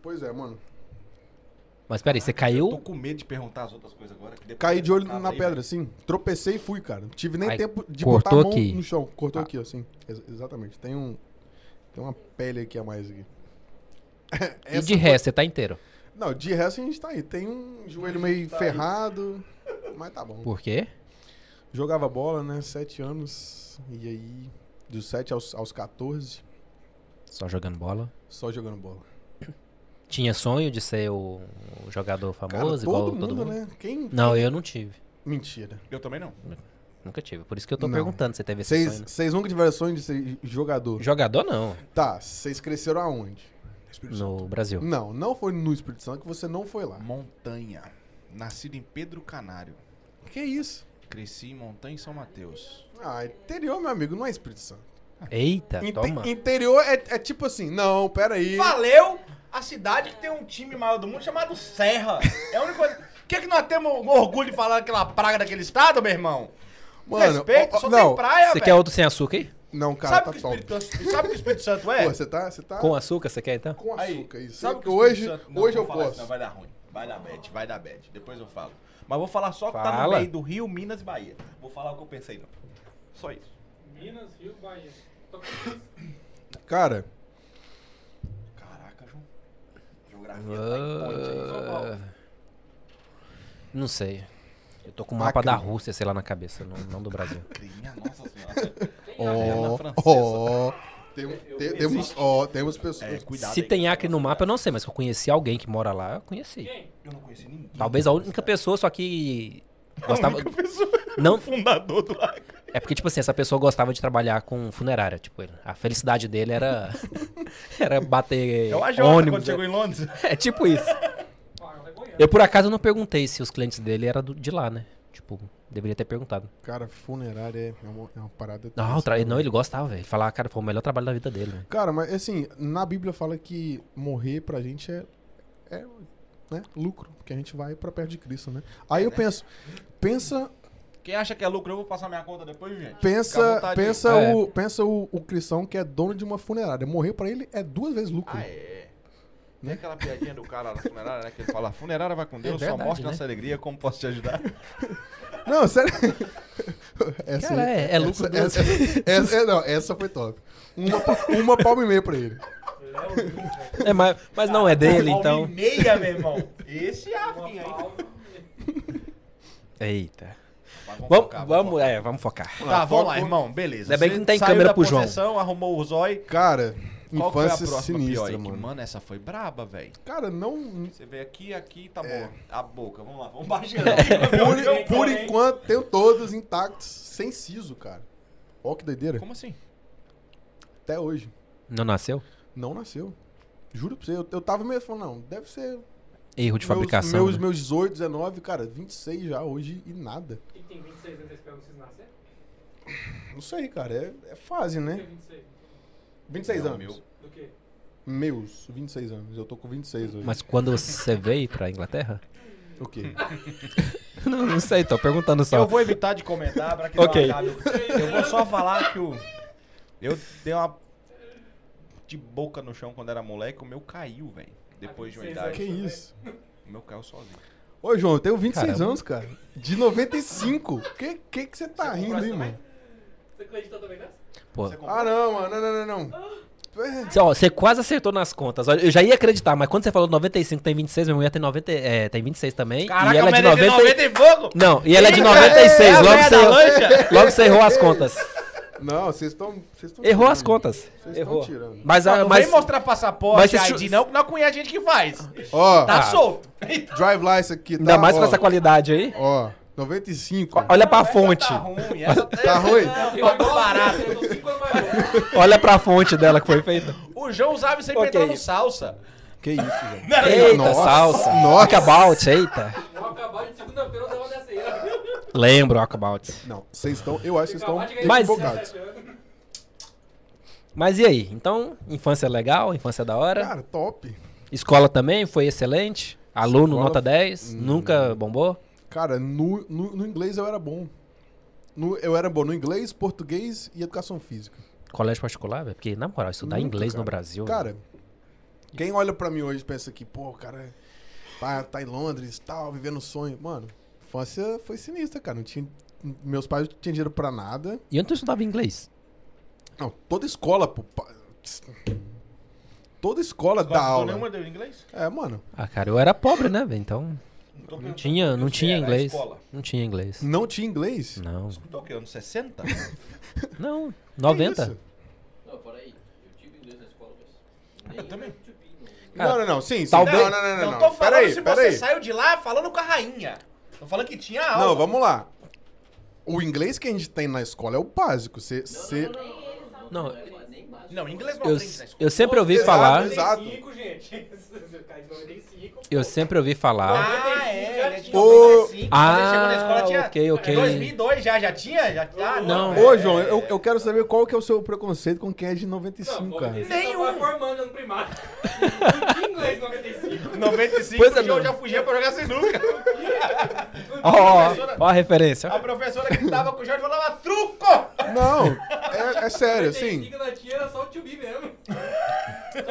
Pois é, mano.
Mas peraí,
Ah,
você
Tô
caiu.
com medo de perguntar as outras coisas agora. que depois-
Caí de olho
Nada
na
aí, né?
pedra, assim. Tropecei e fui, cara. Não tive nem
Aí,
tempo de
cortou
botar a mão
aqui.
no chão. Cortou
Ah.
aqui, assim. Ex- exatamente. Tem um. Tem uma pele aqui a mais aqui.
E de ré, você tá inteiro.
Não, de resto a gente tá aí. Tem um joelho meio
Tá
ferrado. Mas tá bom.
Por quê?
Jogava bola, né? Sete anos. E aí, dos 7 aos, aos 14,
Só jogando bola.
só jogando bola.
Tinha sonho de ser o, o jogador
Cara,
famoso, igual
todo, mundo,
todo mundo?
né? Quem.
Não, eu não tive.
Mentira.
velho. Eu também não.
Nunca tive. Por isso que eu tô
Não.
perguntando se você teve esse
Vocês
sonho. né?
vocês nunca tiveram sonho de ser jogador?
Jogador não,
Tá, vocês cresceram aonde?
no Brasil.
Não, não foi no Espírito Santo que você não foi lá.
Montanha. Nascido em Pedro Canário.
Que isso?
Cresci em Montanha e São Mateus.
Ah, interior, meu amigo, não é Espírito Santo.
Eita,
Inte-
É, toma.
Interior é, é tipo assim, não, peraí.
Valeu a cidade que tem um time maior do mundo chamado Serra. É a única coisa. Por que, que nós temos orgulho de falar aquela praga daquele estado, meu irmão?
Mano,
Respeito,
ó, ó,
só
não,
tem praia,
Você
velho.
quer outro sem açúcar aí?
Não, cara,
Sabe,
tá
o que o
top.
Espírito Santo- sabe o que o Espírito Santo é?
Pô, você tá, você tá
Com açúcar você quer então?
com
Aí,
açúcar isso.
sabe
Sabe
o
que
o
hoje,
Espírito Santo- não,
hoje
vou
eu
falar isso
posso.
não, vai dar ruim. Vai dar bad, vai dar bad. Depois eu falo. Mas vou falar só o que tá no
Fala.
meio do Rio, Minas e Bahia. Vou falar o que eu pensei, não. Só isso.
Minas, Rio, Bahia. Tô com
Cara,
Caraca, João. Geografia tá em ponte aí, São Paulo.
Ah, Não sei. Eu tô com o mapa
Acre.
da Rússia, sei lá, na cabeça, não, não do Brasil.
Minha nossa senhora.
É,
Guiana
ó,
Francesa.
ó, tem- te- temos, ó,
*laughs*
temos
É,
pessoas.
cuidado
Se
aí,
tem
cara.
Acre no mapa, eu não sei, mas se eu conheci alguém que mora lá, eu conheci.
Quem?
Eu não conheci ninguém. *laughs*
Talvez a única pessoa, só que. Gostava.
A única pessoa.
Não,
O fundador do Acre.
é porque, tipo assim, essa pessoa gostava de trabalhar com funerária. Tipo, ele- a felicidade dele era. *laughs* era bater.
É o AJ quando
ônibus.
chegou em Londres. *laughs*
É tipo isso.
Ah, ela é Goiânia.
Eu, por acaso, não perguntei se os clientes dele eram do- de lá, né? Tipo, deveria ter perguntado.
Cara, funerário é é uma, é uma parada.
Não,
tensa,
tra-
né?
não ele gostava, velho. Ele falava, "Ah, cara, foi o melhor trabalho da vida dele. né?
Cara, mas assim, na Bíblia fala que morrer pra gente é, é né, lucro, porque a gente vai pra perto de Cristo, né?
É,
Aí eu penso, pensa,
Quem acha que é lucro, eu vou passar minha conta depois, gente. Fica à
pensa,
vontade aí.
pensa,
É.
o, pensa o, o cristão que é dono de uma funerária. Morrer pra ele é duas vezes lucro.
Ah, é. Tem aquela piadinha do cara lá na funerária, né? Que ele fala, funerária vai com Deus, só
verdade,
mostra
né?
nossa alegria, como posso te ajudar?
Não,
*laughs*
sério. Essa,
Cara,
aí-
é, é lucro do...
essa, essa- é, não, essa foi top. Uma, pa- uma palma e meia pra ele.
Léo
*laughs*
Lins, velho.
É, mas, mas não é dele, então.
meia, meu irmão. Esse é a
Uma
fim, hein?
Paula.
Eita.
Mas
Vamos,
focar,
vamos,
focar.
é, vamos focar.
Tá, vamos lá,
foco-
irmão. Beleza.
Ainda bem
Você
que não tem
saiu
câmera
da
pro João.
possessão, arrumou o zói.
Cara,
Qual que foi a
infância
próxima
sinistra,
pior aí? Que,
mano.
Mano, essa foi braba, velho.
Cara, não.
Você veio aqui, aqui, tá
É.
bom. A boca, vamos lá, vamos baixando.
Por, por enquanto, tenho todos intactos, sem siso, cara. Ó que doideira.
Como assim?
Até hoje.
Não nasceu?
Não nasceu. Juro pra você. Eu, eu tava meio falando, não, deve ser
Erro de
meus,
fabricação.
meus,
né?
meus 18, 19, cara, 26 já hoje e nada.
E tem 26 anos esperando vocês nascer?
Não sei, cara. É, é fase,
Tem
né?
26.
26
Não,
anos.
É meu.
Do quê?
Meus 26 anos. Eu tô com 26 hoje.
Mas quando você veio pra Inglaterra? *laughs*
O quê?
Não, não sei, tô perguntando só.
Eu vou evitar de comentar pra que
Ok.
não acabe. o- Eu vou só falar que o. Eu dei uma. De boca no chão quando era moleque, o meu caiu, velho. Depois de uma
Vocês
Que
idade.
isso?
O meu caiu sozinho.
Ô, João, eu tenho 26
Caramba.
anos, cara. De 95. Que que que você tá rindo aí, mano?
Você acreditou também nessa?
Pô.
Você comprou?
Ah, não, mano. Não, não, não, não. É,
Você, ó, você quase acertou nas contas. Olha, Eu já ia acreditar, mas quando você falou 95 tem 26, minha mulher tem, 90, é, tem 26 também.
Caraca,
e ela é
mas
de
ele tem
90.
90 e pouco!
Não, e ela é de
Eita,
96.
é a
Logo
véia
você,
da
errou,
lancha.
logo você errou as contas.
Não, vocês estão. vocês tão
Errou
tirando.
Hum.
as contas.
Vocês estão
Errou.
tirando.
Mas,
Não,
a
não
mas
vem mostrar
mas
passaporte,
vocês
ID,
chu-
não, que não conhece gente que faz.
Ó,
Tá solto.
drive license aqui, tá?
ainda mais com
Ó,
essa qualidade aí.
Ó, 95.
Olha pra fonte.
Tá ruim, essa
Tá ruim?
tá barato.
Eu tô 5 anos mais novo.
Olha pra fonte dela que foi feita.
O João usava isso aí pra
Ok.
entrar no salsa.
Que isso, velho.
Eita,
Nossa,
salsa.
nossa.
Walkabout, eita.
Vou acabar de segunda-feira, eu tava nessa aí.
Lembro, Walkabout.
Não, vocês estão. Eu acho que vocês estão
Mas-
equivocados.
Mas e aí? Então, infância legal, infância da hora.
Cara, top.
Escola também foi excelente. Aluno,
Escola-
nota 10.
Hum.
Nunca bombou.
Cara, no, no, no inglês eu era bom. No- eu era bom no inglês, português e educação física.
Colégio particular, velho. Porque, na moral, estudar
Muito,
inglês no
cara.
Brasil.
Cara, quem olha pra mim hoje e pensa que, pô, o cara tá, tá em Londres tal, vivendo um sonho. Mano, infância foi sinistra, cara. Não tinha, meus pais não tinham dinheiro pra nada.
E onde tu estudava inglês?
Não, toda escola, pô. pa- Toda escola dá aula.
Nenhuma deu inglês?
É, mano.
Ah, cara, eu era pobre, né, velho? Então, não tinha, não tinha inglês. Não tinha inglês.
Não tinha inglês?
Não.
Tá o quê? Anos 60?
Não,
Que
90.
isso?
Não, peraí. Eu tive inglês na escola, mas.
Eu também.
Cara,
não, não, não. Sim, sim.
talvez-
Não, não, não, não.
Não
não.
tô falando
Peraí,
se
peraí.
você saiu de lá falando com a rainha. Tô falando que tinha aula.
Não, vamos lá. O inglês que a gente tem na escola é o básico. Você. você-
Não,
Nem mais.
Não, inglês não né?
eu,
aprende na escola.
eu sempre ouvi
Exato,
falar.
exato.
95, gente. Se eu cair de 95.
Eu sempre ouvi falar.
Ah, é. Ele é de
né? Ô-
95. Quando ele chegou na escola tinha...
Ah, ok, ok.
Em 2002 já, já tinha? Já, ah,
Não.
velho.
Ô, João, eu, eu quero saber qual que é o seu preconceito com quem é de 95, cara.
Nenhum.
Nenhum.
Eu formando no primário. Em inglês, 95.
95,
Pois é,
o João
não.
já fugia pra jogar sinuca.
Ó, ó, ó a referência.
A professora gritava com o João e falava, truco!
Não, é, é sério, assim.
95 da tia era só o tio B mesmo.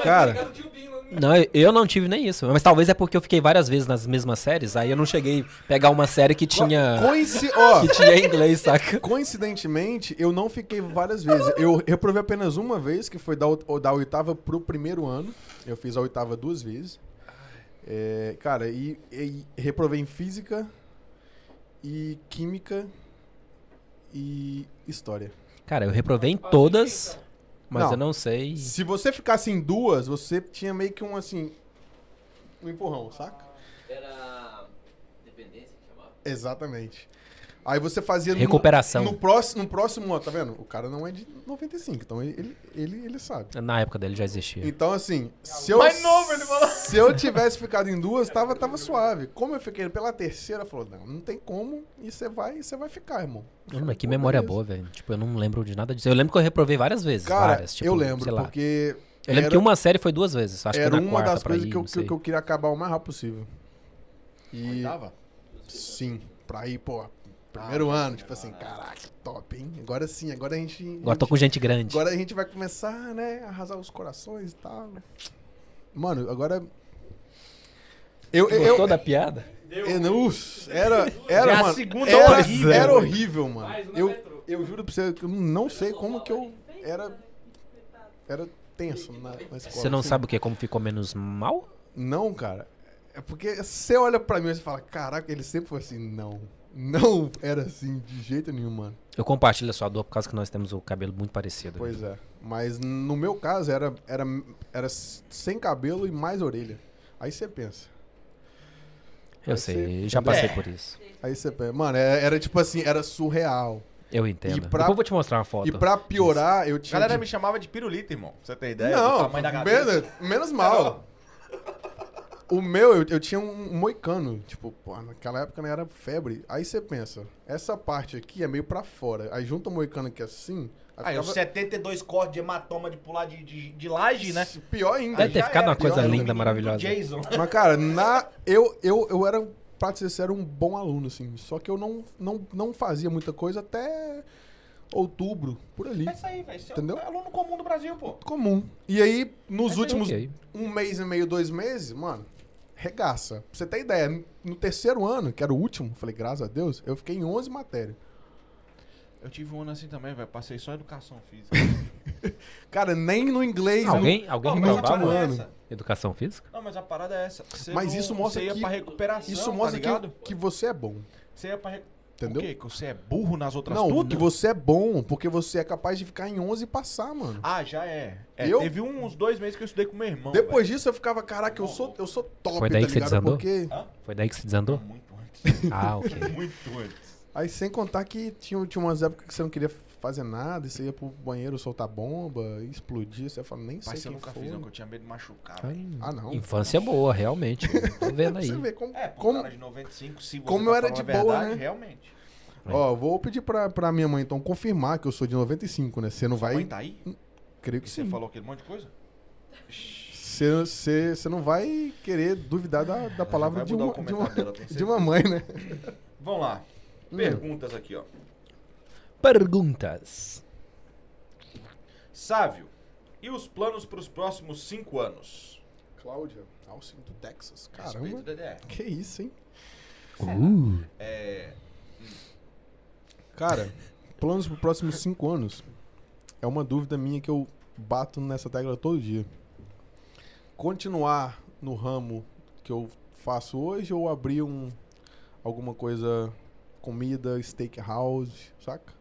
Cara.
Era o tio B, não-
Não, eu- eu não tive nem isso. Mas talvez é porque eu fiquei várias vezes nas mesmas séries. Aí eu não cheguei a pegar uma série que tinha,
Coinci... ó,
que tinha inglês, saca?
coincidentemente, eu não fiquei várias vezes. Eu reprovei apenas uma vez, que foi da, o- da oitava pro primeiro ano. Eu fiz a oitava duas vezes. É, cara, e, e reprovei em física e química e história.
Cara, eu reprovei em todas, mas
Não.
eu não sei.
Se você ficasse em duas, você tinha meio que um assim. Um empurrão, saca?
Era. Dependência que chamava.
Exatamente. Aí você fazia. no-
Recuperação.
No, próximo, no próximo ano, tá vendo? O cara não é de 95, então ele, ele, ele sabe.
Na época dele já existia.
Então, assim, se eu.
Mais novo, ele falou.
*laughs* Se eu tivesse ficado em duas, tava, tava suave. Como eu fiquei pela terceira, falou: não, não tem como, e você vai, você vai ficar, irmão.
Mano,
Eu
mas
falei,
que
"Pô,
memória
beleza."
boa, velho. Tipo, eu não lembro de nada disso. Eu lembro que eu reprovei várias vezes.
Cara,
várias, tipo,
eu lembro,
sei lá.
porque.
Eu lembro
era,
que uma série foi duas vezes. Acho que
era
na
uma
quarta
das
pra
coisas
ir,
que eu,
não sei.
que, eu queria acabar o mais rápido possível. E. Sim, pra ir, pô, primeiro
Ah, tá.
ano, tipo assim, caraca, top, hein? Agora sim, agora a gente.
Agora tô com gente grande.
Agora a gente vai começar, né, a arrasar os corações e tal. né? Mano, agora. Eu, eu, eu,
Gostou da piada?
eu não- uff, era,
É
era,
Já a
mano,
segunda
era,
horrível.
era horrível, mano.
né? Mais uma
Eu,
metrô.
eu juro pra você que eu não sei como que eu era, era tenso na, na escola.
Você não
assim.
sabe o que? Como ficou menos mal?
Não, cara. É porque você olha pra mim e você fala, caraca, ele sempre foi assim, não. Não era assim de jeito nenhum, mano.
Eu compartilho a sua dor por causa que nós temos o cabelo muito parecido.
Pois é. Mas no meu caso era, era, era sem cabelo e mais orelha. Aí você pensa.
Eu
Vai
sei,
ser-
já passei
É.
por isso.
Aí você pensa. Mano, é- era tipo assim, era surreal.
Eu entendo.
E pra-
Depois eu vou te mostrar uma foto.
E pra piorar, eu
A
tinha.
galera
de-
me chamava de pirulito, irmão. Pra você ter ideia do
Não,
tamanho da cabeça.
menos, menos mal. O meu, eu, eu tinha um moicano. Tipo, pô, naquela época não era febre. Aí você pensa, essa parte aqui é meio pra fora. Aí junta o moicano aqui assim.
Aí, é os 72 cortes de hematoma de pular de, de, de laje, né?
Pior ainda.
Deve ter
já
ficado
era,
uma coisa
já era um
linda,
menino do
maravilhosa.
Jason.
Mas, cara, na, eu, eu, eu era, pra ser sincero, um bom aluno, assim. Só que eu não, não, não fazia muita coisa até outubro, por ali.
É isso aí, velho. Você é um
Entendeu?
aluno comum do Brasil, pô.
Comum. E aí, nos
Mas é
últimos
ok.
um mês e meio, dois meses, mano, regaça. Pra você ter ideia, no terceiro ano, que era o último, falei, graças a Deus, eu fiquei em 11 matérias.
Eu tive um ano assim também, velho. Passei só educação física.
Cara, nem no inglês. no-
Alguém, *laughs* alguém
Não, mas a
reprovava
parada é
mano.
essa.
educação física?
Não, mas a parada é essa. Você
Mas
não-
isso mostra
você ia
que-
pra recuperação,
Isso
tá
mostra que,
ligado?
que você é bom,
Você ia pra recu-
entendeu?
O quê? Que você é burro nas outras
Não,
tudo?
que você é bom, porque você é capaz de ficar em 11 e passar, mano.
Ah, já é. É,
Eu-
Teve uns dois meses que eu estudei com meu irmão.
Depois disso eu ficava, caraca, eu sou, eu sou top,
Foi daí
tá
que você
ligado?
desandou?
Porque.
Foi daí que se desandou?
*laughs*
velho. Muito antes. *laughs*
Ah, ok.
Muito antes.
Aí sem contar que tinha, tinha umas épocas que você não queria fazer nada, e você ia pro banheiro soltar bomba, e explodir, você fala, nem sei
Mas eu
quem
nunca
foi.
fiz, não, que eu tinha medo de machucar,
Ai,
velho.
Ah, não.
Infância boa, realmente. Eu
*laughs*
Tô vendo aí.
Você vê como.
É, pro
como-
cara de 95, se você
como
tá
eu era
falando
de
a
boa,
verdade,
né?
realmente.
Ó, vou pedir pra, pra minha mãe então confirmar que eu sou de 95, né? Você não
Sua
vai.
mãe tá aí?
Creio
E
que
você
sim.
falou aquele monte de coisa?
Você, você, você não vai querer duvidar da, da palavra
vai
de
mudar
uma,
o
de,
comentário
uma,
dela, tenho
de uma Hum. mãe, né?
Vamos lá. Perguntas aqui, ó.
Perguntas.
Sávio, e os planos pros próximos cinco anos?
Cláudia, Alcim do Texas.
Respeito,
Caramba. *laughs*
Dedé.
Que isso, hein?
Uh,
É,
Cara, planos para os próximos cinco anos é uma dúvida minha que eu bato nessa tecla todo dia. Continuar no ramo que eu faço hoje ou abrir um alguma coisa comida, steakhouse, saca?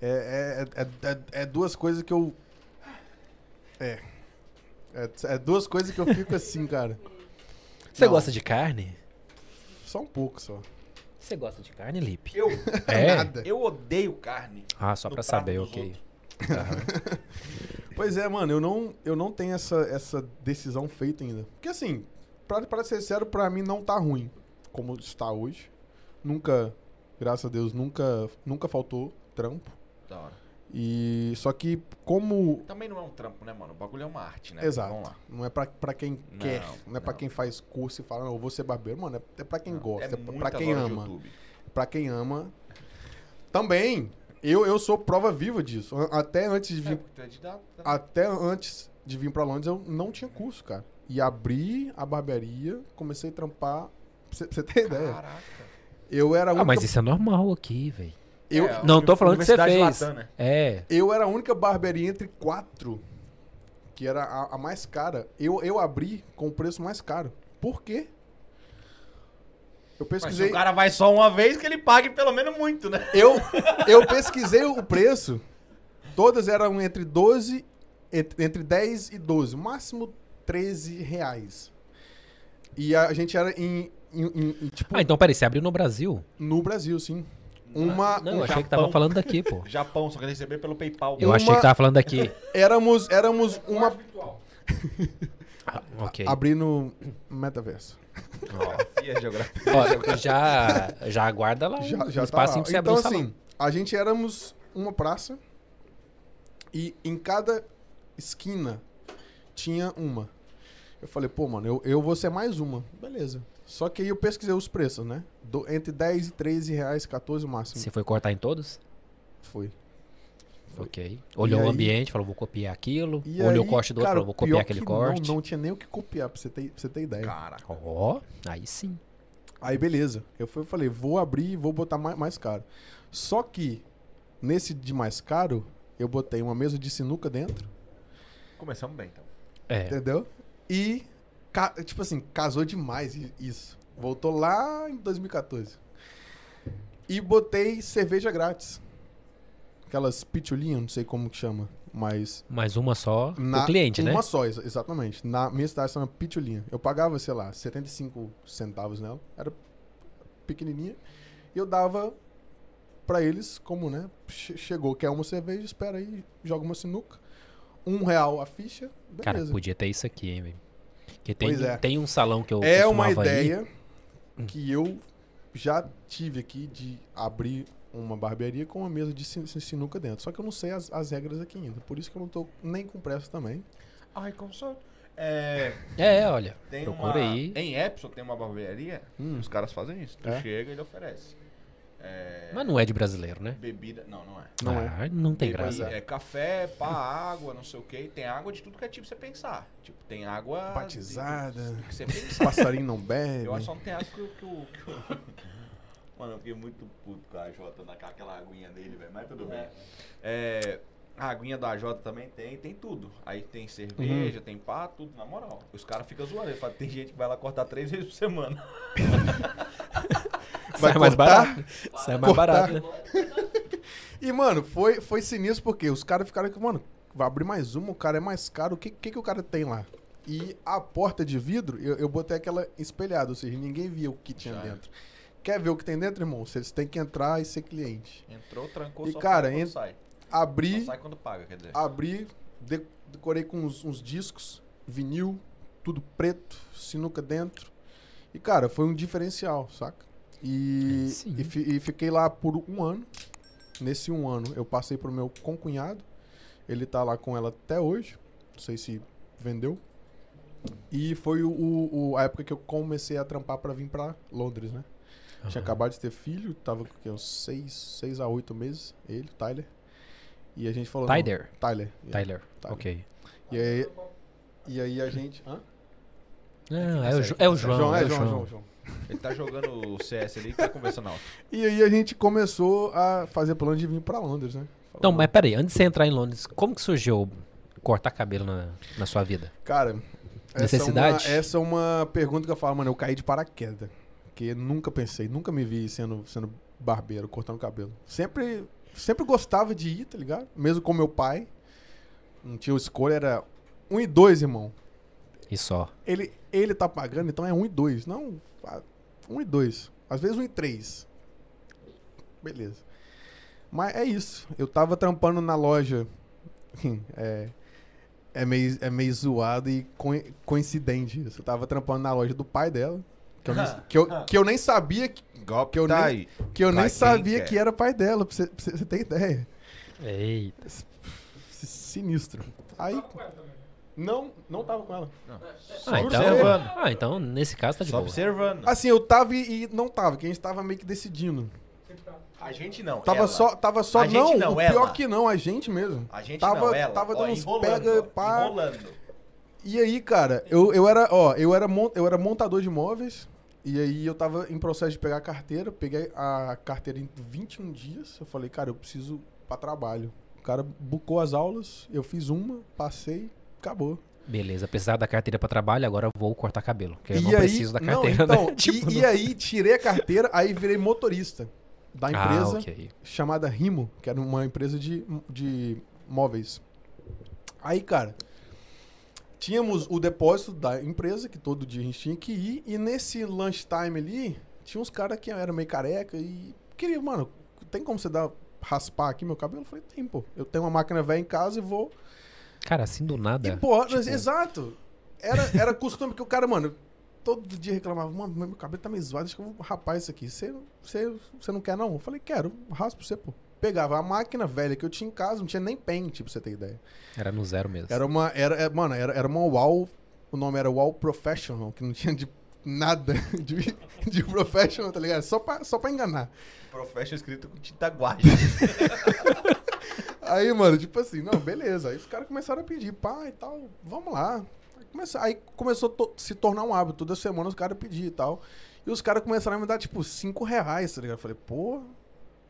É, é, é- é- é duas coisas que eu é, é é duas coisas que eu fico assim, cara.
você
Não.
gosta de carne?
Só um pouco só.
Você gosta de carne, Lipe?
eu,
É?
Nada.
eu odeio carne.
Ah, só
No
pra
prato
saber,
dos
ok.
*laughs* Pois é, mano, eu não, eu não tenho essa, essa decisão feita ainda. Porque assim, pra, pra ser sério, pra mim não tá ruim como está hoje. Nunca, graças a Deus, nunca, nunca faltou trampo.
Da hora.
E só que como...
Também não é um trampo, né, mano? O bagulho é uma arte, né? Vamos
Exato.
lá.
Não é pra, pra quem
Não,
quer, não é pra
não.
quem faz curso e fala, não, eu vou ser barbeiro. Mano, é, é pra quem
Não,
gosta, é, pra- pra
muitas
quem
horas de
ama. É,
YouTube.
Pra quem ama. Também, eu, eu sou prova viva disso. A- Até antes de
É,
vir
porque tu é didata.
até antes de vir pra Londres, eu não tinha curso, cara. E abri a barbearia, comecei a trampar. Pra você pra você ter ideia.
Caraca.
Eu era a
Ah,
única,
mas isso é normal aqui, velho.
eu,
É,
Não tô falando que você
Universidade
fez.
Latam, né?
É.
eu era a única barbearia entre quatro, que era a, a mais cara. Eu, eu abri com o preço mais caro. Por quê? Eu
Mas se
pesquisei.
o cara vai só uma vez, que ele pague pelo menos muito, né?
Eu, eu pesquisei o preço. Todas eram entre 12, ent- entre 10 e 12, máximo 13 reais. E a gente era em, em- em- em, tipo,
Ah, então peraí, você abriu no Brasil?
no Brasil, sim. Uma,
Não, eu
um-
achei que
Japão.
tava falando daqui,
*laughs*
pô.
Japão, só que ele receber pelo PayPal.
Eu
Uma-
achei que tava falando
*laughs*
daqui.
éramos, éramos uma
Ah, ok.
abrindo metaverso.
Geografia, geografia.
Ó, já, já aguarda lá
Já,
um
já tá
espacinho
lá.
pra você abrir
Então
um salão.
assim, a gente éramos uma praça e em cada esquina tinha uma. Eu falei, pô, mano, eu, eu vou ser mais uma. Beleza. Só que aí eu pesquisei os preços, né? Do- entre 10 e 13 reais, 14 o máximo.
Você foi cortar em todos?
Foi.
Ok. Olhou
E
o
aí-
ambiente, falou, vou copiar aquilo.
E
Olhou
aí,
o corte do outro,
cara,
falou, vou
pior
copiar aquele
que
corte.
Não, não tinha nem o que copiar, pra você ter, pra você ter ideia.
Caraca.
Ó, aí sim.
Aí beleza. Eu fui, falei, vou abrir e vou botar mais, mais caro. Só que nesse de mais caro, eu botei uma mesa de sinuca dentro,
Começamos bem, então.
É.
entendeu? E ca- tipo assim, casou demais i- isso. Voltou lá em 2014. E botei cerveja grátis. Aquelas pitulinhas, não sei como que chama, mas...
Mais uma só
na-
o cliente,
uma
né?
só, exa- exatamente. Na minha cidade chama pitulinha. Eu pagava, sei lá, 75 centavos nela. Era pequenininha. E eu dava pra eles, como, né? che- Chegou, quer uma cerveja, espera aí, joga uma sinuca. Um real a ficha,
Cara,
beleza.
podia ter isso aqui, hein, velho. Porque tem,
Pois é.
tem um salão que eu
é uma
costumava ir.
ideia que eu já tive aqui de abrir uma barbearia com uma mesa de sin- sin- sinuca dentro. Só que eu não sei as, as regras aqui ainda. Por isso que eu não tô nem com pressa também.
Ai, como só. É,
É, olha.
tem
Procura
uma,
aí.
Em Epson tem uma barbearia.
Hum.
Os caras fazem isso. Tu
É?
chega e ele oferece. É,
Mas não é de brasileiro, né?
bebida. Não, não é.
Não é.
ah, não tem
Tem
graça.
coisa-
É café, pá, água, não sei o que. Tem água de tudo que é tipo você pensar. Tipo, tem água. de-
Batizada. É, né?
do que você pensa.
Passarinho não bebe.
Eu acho só não tem água que o. Que, o- que o- *laughs* Mano, eu fiquei muito puto com a Jota na com aquela aguinha dele, velho. Mas tudo bem. É, a aguinha da Jota também tem, tem tudo. Aí tem cerveja,
Uhum.
tem pá, tudo, na moral. Os caras ficam zoando. Ele fala, tem gente que vai lá cortar três vezes por semana.
Sai
Vai
é mais
cortar?
barato. Sai mais
Cortar.
barato, né?
E, mano, foi, foi sinistro porque os caras ficaram aqui, mano, vai abrir mais uma, o cara é mais caro, o que, que, que o cara tem lá? E a porta de vidro, eu, eu botei aquela espelhada, ou seja, ninguém via o que tinha
Já. é.
dentro. Quer ver o que tem dentro, irmão? Vocês têm que entrar e ser cliente.
Entrou, trancou,
E,
só
cara,
paga quando
ent-
sai. Só
Abri,
sai quando paga, quer dizer.
abri, de- decorei com uns, uns discos, vinil, tudo preto, sinuca dentro. E, cara, foi um diferencial, saca? E,
É, sim.
e, fi- e fiquei lá por um ano. Nesse um ano, eu passei pro meu concunhado. Ele tá lá com ela até hoje. Não sei se vendeu. E foi o, o- o- a época que eu comecei a trampar pra vir pra Londres, né? Tinha acabado de ter filho, tava com o quê? uns 6 seis a 8 meses, ele, o Tyler. E a gente falou. não,
Tyler.
Tyler. yeah.
Tyler.
Tyler. É
Ok. Ah,
E aí, e aí a gente. Hã?
Não, é, o, Jo- é o João.
tá João,
é o
João,
João.
João, João.
Ele tá jogando o CS ali e tá conversando alto.
E aí a gente começou a fazer plano de vir pra Londres, né? Falou,
Então, mas peraí, antes de você entrar em Londres, como que surgiu cortar cabelo na, na sua vida?
Cara,
Necessidade?
Essa é, uma, essa é uma pergunta que eu falo, mano, eu caí de paraquedas. Porque nunca pensei, nunca me vi sendo, sendo barbeiro, cortando cabelo. Sempre, sempre gostava de ir, tá ligado? Mesmo com meu pai. Não tinha escolha, era um e dois, irmão.
E só.
Ele, ele tá pagando, então é 1 e 2. Não, 1 e 2. Às vezes 1 e 3. Beleza. Mas é isso. Eu tava trampando na loja. *laughs* É, é, meio, é meio zoado e coi- coincidente isso. Eu tava trampando na loja do pai dela. Que eu,
Ah.
*laughs* nem, que eu, que eu nem sabia que,
Golpe
Que eu nem-
Tá aí.
que, eu
Pra
nem
quem
sabia
quer.
que era pai dela, pra você- pra você pra você ter ideia.
Eita.
Sinistro. Aí. Não, não tava com ela.
Ah, então,
observando.
ah, então nesse caso tá de
Só
boa.
observando.
Assim, eu tava e e não tava, que a gente tava meio que decidindo.
A gente não.
Tava
ela.
só, tava só
A gente
não,
não,
o
ela.
pior que não, a gente mesmo.
A gente
tava,
não, ela.
tava
Ó,
dando uns
enrolando,
pega,
ó,
pá.
Enrolando.
E aí, cara, eu, eu era, ó, eu era, mon- eu era montador de imóveis. E aí eu tava em processo de pegar a carteira, peguei a carteira em 21 dias. Eu falei, cara, eu preciso pra trabalho. O cara bucou as aulas, eu fiz uma, passei, acabou.
Beleza, precisava da carteira pra trabalho, agora eu vou cortar cabelo. Porque eu
e
não
aí,
preciso da carteira,
não, então,
*laughs* né? Tipo,
e, e
não-
aí tirei a carteira, aí virei motorista da empresa
Ah, ok.
chamada Rimo, que era uma empresa de, de móveis. Aí, cara, tínhamos o depósito da empresa, que todo dia a gente tinha que ir, e nesse lunchtime ali, tinha uns caras que eram meio careca e queria, mano, tem como você dar, raspar aqui meu cabelo? Eu falei, tem, pô. Eu tenho uma máquina velha em casa e vou
Cara, assim do nada.
e, pô,
tipo-
exato. Era, era costume que o cara, mano, todo dia reclamava, mano, meu cabelo tá meio zoado, acho que eu vou rapar isso aqui. Você- Você você não quer, não? Eu falei, quero, raspo pra você, pô. Pegava a máquina velha que eu tinha em casa, não tinha nem pente, pra você ter ideia.
Era no zero mesmo.
Era uma, era, é, mano, era, era uma UAU, o nome era UAU Professional, que não tinha de nada *laughs* de, de professional, tá ligado? Só pra, só pra enganar.
Professional é escrito com tinta guache.
Aí, mano, tipo assim, não, beleza. Aí os caras começaram a pedir, pá e tal, vamos lá. Aí começa- Aí começou a to- se tornar um hábito. Toda semana os caras pediam e tal. E os caras começaram a me dar, tipo, 5 reais, tá ligado? Eu falei, pô.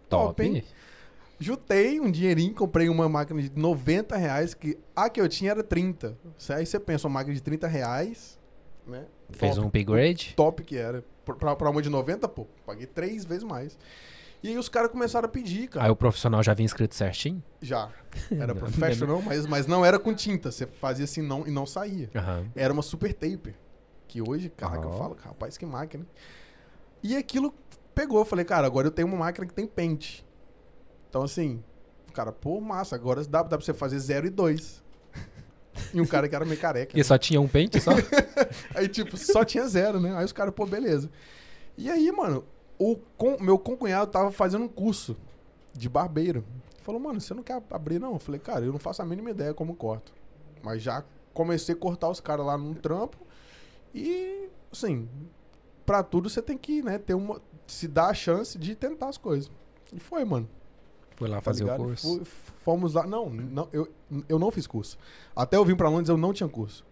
top.
um top, hein? Jutei um dinheirinho, comprei uma máquina de 90 reais, que a que eu tinha era 30. Aí você pensa, uma máquina de 30 reais, né?
Fez
Top
um upgrade.
top que era. Pra, pra uma de 90, pô, paguei três vezes mais. E aí os caras começaram a pedir, cara.
Aí o profissional já vinha escrito certinho?
Já. Era professional, mas, mas não era com tinta. Você fazia assim não, e não saía.
Aham.
Era uma super tape. Que hoje, caraca, eu
Ó.
falo, rapaz, que máquina. E aquilo pegou. Eu falei, cara, agora eu tenho uma máquina que tem pente. Então, assim, cara, pô, massa. Agora dá, dá pra você fazer 0 e 2. *laughs* E um cara que era meio careca.
E só tinha um pente
*laughs*
só?
Aí, tipo, só tinha zero, né? Aí os caras, pô, beleza. E aí, mano, o con- meu concunhado tava fazendo um curso de barbeiro. Falou, mano, você não quer abrir, não? Eu falei, cara, eu não faço a mínima ideia como corto. Mas já comecei a cortar os caras lá num trampo. E, assim, pra tudo você tem que, né, ter uma. Se dar a chance de tentar as coisas. E foi, mano.
Foi lá
Tá
fazer o
ligado?
curso.
Fu- Fomos lá. Não, não eu, eu não fiz curso. Até eu vim pra Londres, eu não tinha curso.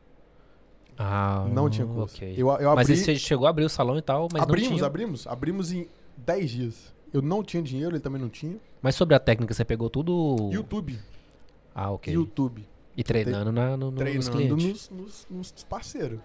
Ah,
Não tinha curso.
ok.
Eu, eu
Mas
abri...
aí você chegou a abrir o salão e tal, mas
abrimos,
não tinha.
abrimos, abrimos em 10 dias. Eu não tinha dinheiro, ele também não tinha.
Mas sobre a técnica, você pegou tudo...
YouTube.
Ah, ok.
YouTube.
E treinando na, no, no, nos
treinando
clientes.
nos, nos, nos parceiros.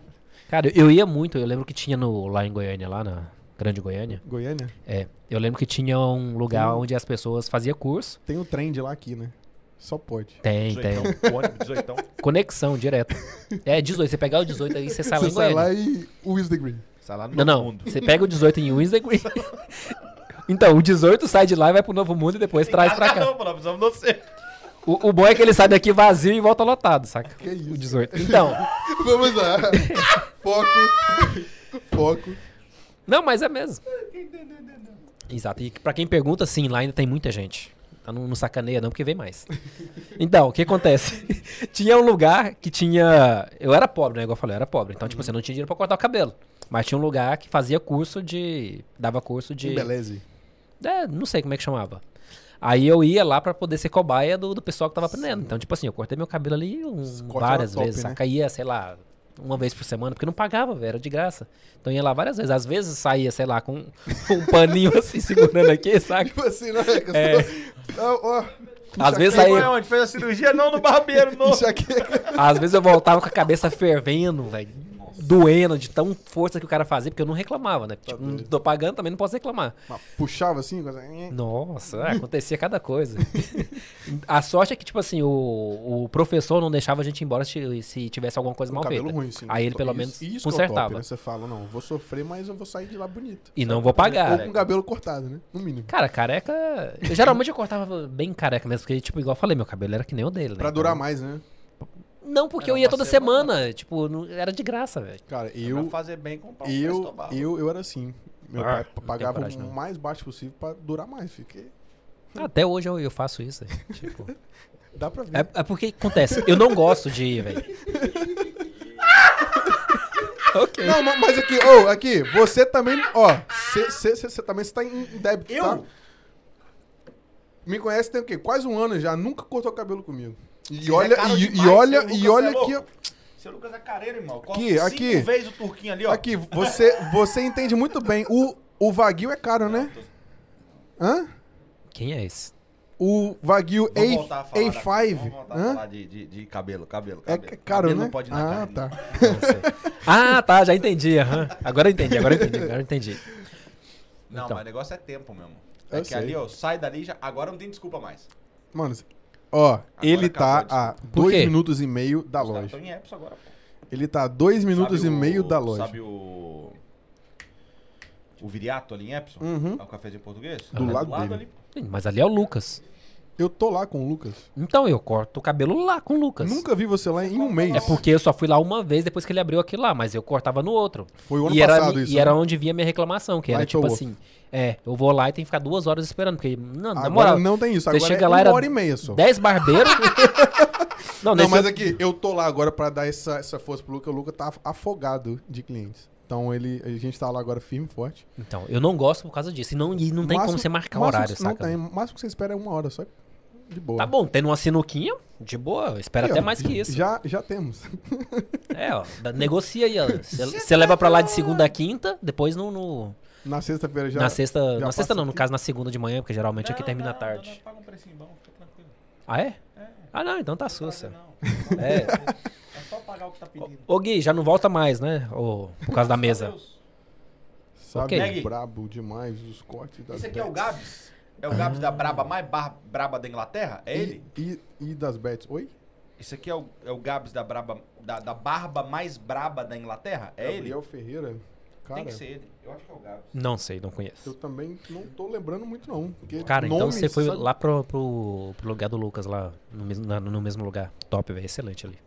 Cara, eu ia muito. Eu lembro que tinha no, lá em Goiânia, lá na Grande Goiânia.
Goiânia.
É, eu lembro que tinha um lugar
Tem um-
onde as pessoas faziam curso.
Tem o trend lá aqui, né? Só pode.
Tem, tem.
*laughs*
18,
Conexão direta. É, 18. Você pegar o 18 aí, você sai lá
Você
em
sai
Goiânia.
lá e o Is the Green.
Sai lá no
Não,
novo
não.
mundo.
Você pega o 18 em Wednesday Green. *laughs* Então, o 18 sai de lá e vai pro Novo Mundo e depois traz pra cá.
Ah, Não, pô, nós precisamos de você.
O, o bom é que ele sai daqui vazio e volta lotado, saca?
Que é isso.
O 18. Então,
*laughs*
*laughs*
Vamos lá. Foco. Foco.
não, mas é mesmo. *laughs* Exato. E pra quem pergunta, sim, lá ainda tem muita gente. Então não, não sacaneia não, porque vem *laughs* mais. Então, o que acontece? *laughs* tinha um lugar que tinha... Eu era pobre, né? Igual eu falei, eu era pobre. Então, tipo, você não tinha dinheiro pra cortar o cabelo. Mas tinha um lugar que fazia curso de... Dava curso de... *laughs*
Embeleze.
É, não sei como é que chamava. Aí eu ia lá pra poder ser cobaia do, do pessoal que tava aprendendo. Então, tipo assim, eu cortei meu cabelo ali um-
corte era
várias
top,
vezes.
né?
Saca? Ia, sei lá, uma vez por semana, porque não pagava, velho, era de graça. Então ia lá várias vezes. Às vezes saía, sei lá, com um paninho *laughs* assim segurando aqui,
*laughs*
saca?
Tipo assim, né?
É.
Ah, ó.
Às vezes
Foi
saía,
onde? Fez a cirurgia? Não, no barbeiro, não.
Enxaqueca.
às vezes eu voltava com a cabeça fervendo, velho. Doendo de tão força que o cara fazia, porque eu não reclamava, né? Tipo, não
Tá doido.
tô pagando, também não posso reclamar.
Mas Puxava assim, coisa.
Nossa, é, acontecia cada coisa. *laughs* a sorte é que, tipo assim, o, o professor não deixava a gente ir embora se, se tivesse alguma coisa
Com
mal feita.
cabelo ruim, sim.
Aí ele pelo
Isso-
menos
isso que é o top,
consertava.
né? Você fala, não, vou sofrer, mas eu vou sair de lá bonito.
E não vou pagar.
Ou com o cabelo cortado, né? No mínimo.
Cara, careca. Eu geralmente eu cortava bem careca mesmo, porque, tipo, igual eu falei, meu cabelo era que nem o dele, né?
Pra
Então-
durar mais, né?
Não, porque eu
Era
ia
uma
toda semana.
semana.
Tipo, não- era de graça, velho.
Cara,
Pra
é
eu.
fazer bem com o pau.
Eu,
Cristóvão.
eu, eu era assim. Meu
Ah,
pai
não tem
pagava
coragem,
o
não.
mais baixo possível pra durar mais. Fiquei. Hum.
Até hoje eu, eu faço isso. velho. Tipo,
Dá pra ver.
é, é porque acontece, eu não gosto de ir,
*laughs*
velho. ok.
Não, ma- mas aqui, ô, aqui, você também, ó, você também está em débito, tá? Me conhece tem o quê? Quase um ano já, nunca cortou cabelo comigo. E
Você
olha,
é caro
e,
demais,
e olha,
seu
e
Lucas
olha
é louco.
aqui, ó.
Seu Lucas é careiro, irmão. Corta
Aqui, aqui.
Cinco vezes o turquinho ali, ó.
Aqui, você, você entende muito bem. O, o Wagyu é caro, né? Hã?
Quem é esse?
O Wagyu
Vamos voltar a
A,
falar. da-
A5.
Vamos voltar a
Hã?
falar de, de, de cabelo, cabelo,
É
cabelo.
ca- caro,
cabelo
né?
não pode ir na
ah,
carne.
tá.
Não sei. Ah, tá, já entendi. aham. Agora eu entendi, agora eu entendi, agora eu entendi.
Não,
Então.
mas o negócio é tempo mesmo.
Eu
É que
sei.
ali, ó, sai dali, já, agora não tem desculpa mais.
Mano, ó, ele tá
acabou
a
a
Por quê?
dois minutos e meio da
Os caras
loja.
tão em Epson agora, pô.
Ele tá a dois Tá minutos
Sabe
e
o-
meio da loja.
Sabe o... O Viriato ali em Epson?
Uhum.
É o cafezinho português?
Do
É
lado dele.
ali, pô.
Mas ali é o Lucas.
Eu tô lá com o Lucas.
Então eu corto o cabelo lá com o Lucas.
Nunca vi você lá em um mês.
É porque eu só fui lá uma vez depois que ele abriu aquilo lá, mas eu cortava no outro.
Foi o ano
e era,
passado
mi-
isso.
E
né?
era onde vinha minha reclamação, que era
Light
tipo
off.
assim: é, eu vou lá e tenho que ficar duas horas esperando, porque, não, na
Agora
moral,
não tem isso.
você
Agora
chega
é
lá,
uma
era
hora e meia só.
10
*laughs*
barbeiros. não,
Não,
nesse
mas aqui, eu tô lá agora pra dar essa, essa força pro Lucas. O Lucas tá afogado de clientes. Então ele, a gente tá lá agora firme e forte.
Então, eu não gosto por causa disso. E não, e não tem como
Máximo-
você marcar
máximo
horário,
que- Não
saca?
tem. O máximo que você espera é uma hora, só de boa.
Tá bom, tendo uma sinuquinha, de boa, espera
Aí,
até
ó,
mais que isso.
Já, já temos. *laughs*
É, ó. da- Negocia aí, ó. Você leva pra lá de segunda a quinta, depois no. no-
Na sexta-feira já.
na sexta.
já
Na sexta
passa
não, no
aqui.
caso na segunda de manhã, porque geralmente
Ah,
aqui
Não,
termina
não,
tarde.
não, paga um precinho bom, fica tranquilo.
Ah, é?
É,
Ah, não, então tá
não
sussa.
não. Não
É.
vai fazer. É só pagar o que tá pedindo.
Ô, Gui, já não volta mais, né? Ô, por causa da mesa.
Adeus.
Sabe,
Ok.
brabo demais os cortes da
Esse aqui é o
Bex.
Gabs. É o Gabs da Braba mais bar- braba da Inglaterra? É ele?
Ah. E, e, e das bets. Oi?
Esse aqui é o, é o Gabs da Braba. Da, da barba mais braba da Inglaterra? É ele?
Gabriel Ferreira. Cara,
Tem que ser ele. Eu acho que é o Gabs.
Não sei, não
eu
conheço.
também não tô lembrando muito, não. Porque
Cara, então
nome,
você foi
sabe?
lá pro, pro- pro lugar do Lucas, lá no mesmo, na- no mesmo lugar. Top, velho. Excelente ali.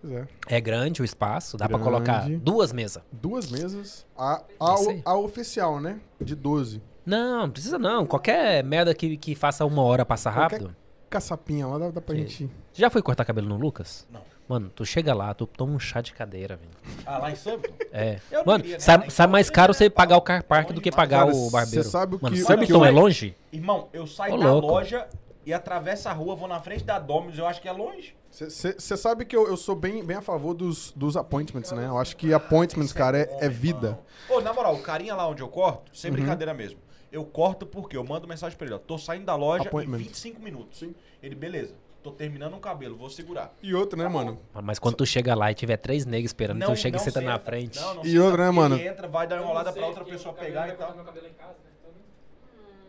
Pois é.
É grande o espaço, dá pra
Grande.
colocar duas mesas.
Duas mesas. A, a,
Isso aí.
a oficial, né? De 12.
Não, não precisa não. Qualquer merda que, que faça uma hora passar
Qualquer-
rápido.
Caçapinha lá, dá, dá pra
Que-
gente.
Já foi cortar cabelo no Lucas?
Não.
Mano, tu chega lá, tu toma um chá de cadeira, velho.
Ah, lá em
*laughs*
Sampa?
É.
*laughs* Eu não
Mano,
iria, né?
sai,
Lá em
sai mais
Sampa,
caro
né?
você pagar o car park do que
Longe
pagar
demais.
o
Cara,
barbeiro.
cê sabe o
Mano,
que-
Samington
olha
é
que-
longe?
Irmão, eu saio
Ô,
da
louco.
loja e atravesso a rua, vou na frente da Domino's, eu acho que é longe.
Você sabe que eu, eu sou bem, bem a favor dos, dos appointments, né? Eu acho que appointments, cara, é, é vida.
Ô, na moral, o carinha lá onde eu corto, sem
Uhum.
brincadeira mesmo. Eu corto porque eu mando mensagem pra ele, ó. Tô saindo da loja em
Appointment.
25 minutos. Ele, beleza, tô terminando um cabelo, vou segurar.
E outra, né, mano?
Mas quando tu chega lá e tiver três negros esperando, tu chega e senta na frente.
né? Não, não
E
senta,
outra, né,
porque
mano?
Ele entra, vai dar
Eu
uma
não
olhada
sei,
pra outra
porque
pessoa
o cabelo é
pegar
vai
e tal.
cortar meu cabelo em casa, né?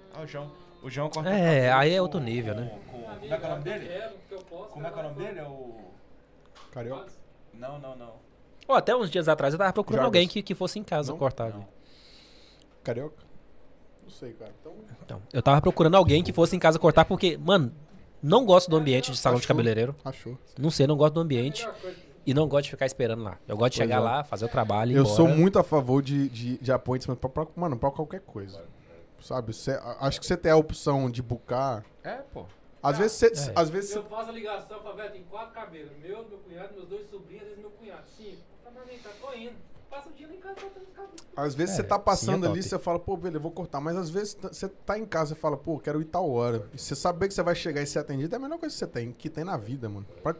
Então, eu
Ah, o João. O João corta.
É,
o cabelo
aí é
com-
outro nível,
com-
né?
com-
não
como é que é o nome dele?
quero, porque eu posso, né?
Como é que é o
cara,
nome dele? É o.
Carioca.
Não, não, não.
Ó, até uns dias atrás eu tava procurando
Jarvis.
alguém que, que fosse em casa
Não?
cortar.
Não.
velho.
Carioca? Não sei, cara. Então,
Então, eu tava procurando alguém que fosse em casa cortar porque, mano, não gosto do ambiente de salão de
Achou?
cabeleireiro.
achou.
Não sei, não gosto do ambiente
melhor coisa.
e não gosto de ficar esperando lá. Eu gosto de
Pois
chegar
é.
lá, fazer o trabalho e ir
Eu sou
embora.
muito a favor de, de, de appointment, pra, pra- mano, pra qualquer coisa. Sabe? Cê- a- acho que você tem a opção de bucar.
É, pô.
Às vezes você.
É.
Às vezes cê-
Eu faço a ligação, falo, velho, tem quatro cabelos. Meu, meu cunhado, meus dois sobrinhos, às vezes meu cunhado. Sim, tá pra mim, tá tô indo. Passa o dia lá em casa cortando cabelo.
Às vezes
É,
você tá
sim, é
passando
top.
ali, você fala, pô, velho, eu vou cortar. Mas às vezes você tá em casa e fala, pô, quero ir tal hora. E você saber que você vai chegar e ser atendido é a melhor coisa que você tem, que tem na vida, mano. Pra-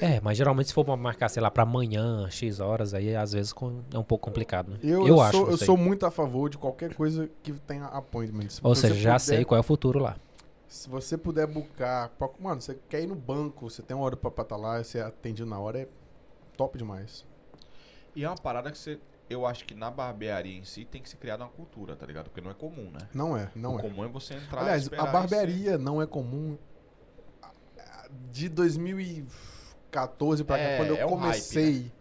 É, mas geralmente se for pra marcar, sei lá, pra amanhã, X horas, aí às vezes com- é um pouco complicado, né?
Eu, eu, sou,
acho, não
eu
sei.
sou muito a favor de qualquer coisa que tenha appointments.
Ou
Se você
seja, já
puder-
sei qual é o futuro lá.
Se você puder bucar. pra- Mano, você quer ir no banco, você tem uma hora pra estar lá, você é atendido na hora, é top demais.
E é uma parada que você. Eu acho que na barbearia em si tem que ser criada uma cultura, tá ligado? Porque não é comum, né?
Não é, não
o
é.
comum é você entrar.
Aliás,
esperar
a
e
barbearia não é comum. De 2014 pra cá,
É,
quando eu
é um hype,
comecei,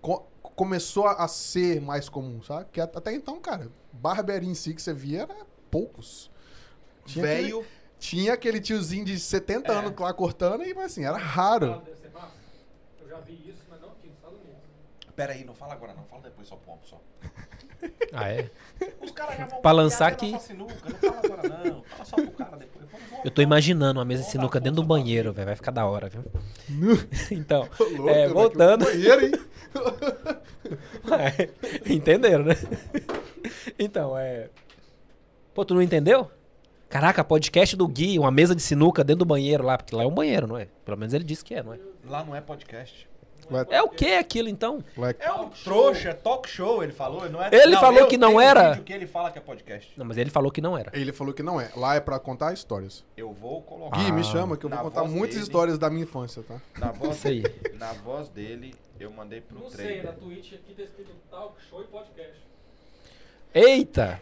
co- começou a ser mais comum, sabe? Que at- até então, cara, barbearia em si que você via era poucos.
ser-
Tinha aquele-
Velho. É.
Tinha aquele tiozinho de 70 anos lá cortando e, mas assim, era raro.
Deve ser massa. Eu já vi isso, mas não aqui nos Estados Unidos.
Pera aí, não fala agora, não. Fala depois, só pompo, só.
Ah, é?
Os caras já vão.
Pra lançar
bater na
aqui.
nossa sinuca, Não fala agora, não. Fala só pro cara depois. Vamos voltar.
Eu tô imaginando uma mesa de
Vamos
sinuca
dar
dentro do
força pra
banheiro,
mim.
velho. Vai ficar da hora,
*laughs*
viu? *laughs* então,
Ô, louco,
é,
velho, que
voltando. Ah,
Banheiro,
*laughs*
hein?
Entenderam, né? *laughs* Então, é. Pô, tu não entendeu? Caraca, podcast do Gui, uma mesa de sinuca dentro do banheiro lá, porque lá é um banheiro, não é? Pelo menos ele disse que é, não é?
Lá não é podcast.
Vai-
É o que aquilo então?
vai-
É um trouxa, é talk show, ele falou. Não é,
Ele falou
eu
que não
tenho
era.
vídeo que ele fala que é podcast.
Não, mas ele falou que não era.
Ele falou que não é. Lá é pra contar histórias.
Eu vou colocar.
Ah.
Gui, me chama que eu vou
Na
contar
voz
muitas
dele.
histórias da minha infância, tá?
Na voz,
Isso aí.
*laughs* na voz dele, eu mandei pro
Não sei,
trailer.
na Twitch aqui tá escrito talk show e podcast.
Eita!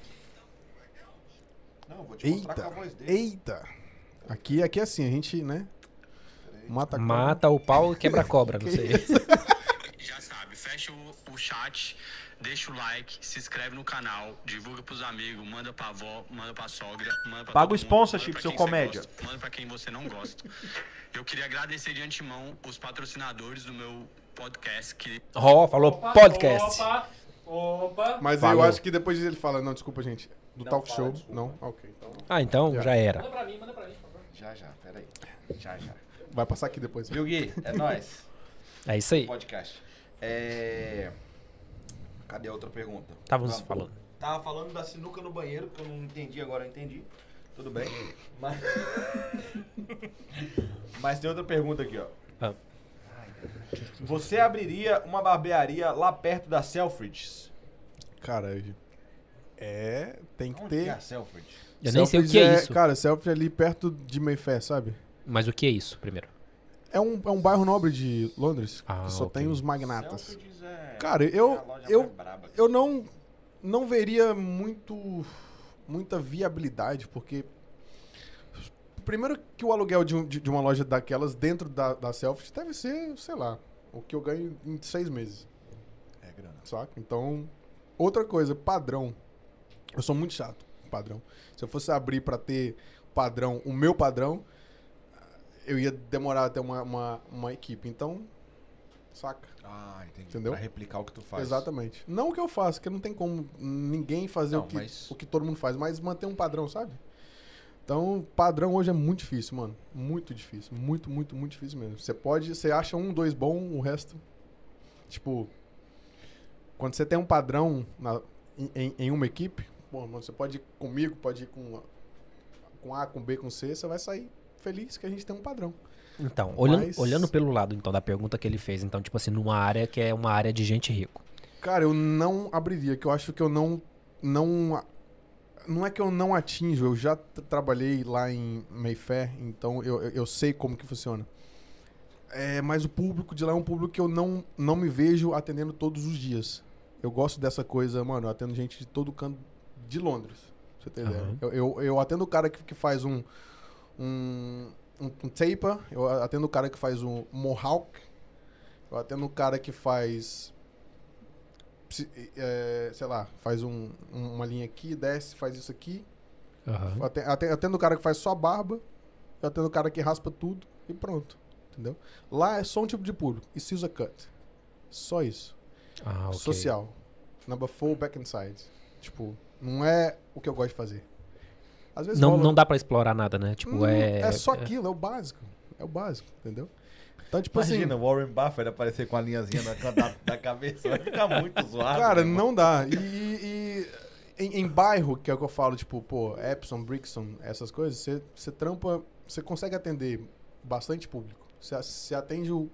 Não, eu vou te mostrar
Eita,
com a voz dele.
eita. Aqui, aqui é assim, a gente, né? Mata a cobra.
Mata o pau e quebra a cobra, não sei.
Já sabe, fecha o, o chat, deixa o like, se inscreve no canal, divulga pros amigos, manda pra avó, manda pra sogra, manda pra
Paga
todo
o
mundo,
sponsorship,
manda pra
seu
quem você
comédia.
gosta, manda pra quem você não gosta. Eu queria agradecer de antemão os patrocinadores do meu podcast que
Ó, falou
Opa,
podcast.
Opa, opa.
Mas
Falou.
eu acho que depois ele fala, não, desculpa, gente. Do
Não,
talk
fala,
show.
desculpa.
Não? Ah, Ok. Então
Ah, então já era.
Manda pra mim, manda pra mim, por favor.
Já, já, peraí. Já, já.
vai passar aqui depois.
Viu, Gui? É nóis.
É isso aí.
Podcast. É... Cadê a outra pergunta?
Távamos
Vamos.
falando.
Tava falando da sinuca no banheiro, que eu não entendi, agora eu entendi. Tudo bem. Mas... Mas tem outra pergunta aqui, ó.
Ah.
Você abriria uma barbearia lá perto da Selfridges?
Cara, é... Tem que
Onde
ter...
é a Selfridge?
Eu nem sei o
Selfies
que é isso.
Cara, selfie ali perto de Mayfair, sabe?
Mas o que é isso, primeiro?
É um, é um bairro nobre de Londres,
Ah,
que só
ok.
tem os magnatas.
Selfridges é...
Cara,
é a
eu,
loja
eu,
mais braba que
eu não, não veria muito, muita viabilidade, porque primeiro que o aluguel de, um- de- de uma loja daquelas dentro da, da Selfish deve ser, sei lá, o que eu ganho em seis meses,
É grana.
saca? Então, outra coisa, padrão. Eu sou muito chato, com padrão. Se eu fosse abrir pra ter padrão, o meu padrão, eu ia demorar até uma, uma, uma equipe. Então, saca?
Ah, entendi.
Entendeu?
Pra replicar o que tu faz.
Exatamente. Não o que eu faço, que não tem como ninguém fazer
Não,
o, que,
mas-
o que todo mundo faz, mas manter um padrão, sabe? Então, padrão hoje é muito difícil, mano. Muito difícil. Muito, muito, muito difícil mesmo. Você pode, você acha um, dois bom, o resto. Tipo, quando você tem um padrão na- em, em- em uma equipe, pô, mano, você pode ir comigo, pode ir com, com A, com B, com C, você vai sair feliz que a gente tem um padrão.
Então, olhando,
Mas-
olhando pelo lado então da pergunta que ele fez, então tipo assim, numa área que é uma área de gente rico.
Cara, eu não abriria, que eu acho que eu não. Não, a- não é que eu não atinjo, eu já tra- trabalhei lá em Mayfair, então eu, eu- eu sei como que funciona. É, mas o público de lá é um público que eu não, não me vejo atendendo todos os dias. Eu gosto dessa coisa, mano, eu atendo gente de todo canto de Londres. Pra você ter
Aham.
ideia. Eu, eu, eu atendo o cara que, que faz um. Um, um, um taper, eu atendo o cara que faz um mohawk, eu atendo o cara que faz se- é, sei lá, faz um- um- uma linha aqui, desce, faz isso aqui.
Uhum.
Eu aten- aten- eu Atendo o cara que faz só barba, eu atendo o cara que raspa tudo e pronto. Entendeu? Lá é só um tipo de público. E se usa cut. Só isso.
Ah, ok.
Social. Number four, back and side. Tipo, não é o que eu gosto de fazer. Às vezes
Não,
rola- um
não dá pra explorar nada, né? Tipo,
Hum,
é
só aquilo, é o básico. É o básico, entendeu? Então, tipo assim.
Imagina, Warren Buffett aparecer com a linhazinha na da, da cabeça. Vai ficar muito zoado.
Cara,
né, mano?
não dá. E, e- e em, em bairro, que é o que eu falo, tipo, pô, Epson, Brixton, essas coisas, você- você trampa, você consegue atender bastante público. Você- Você atende o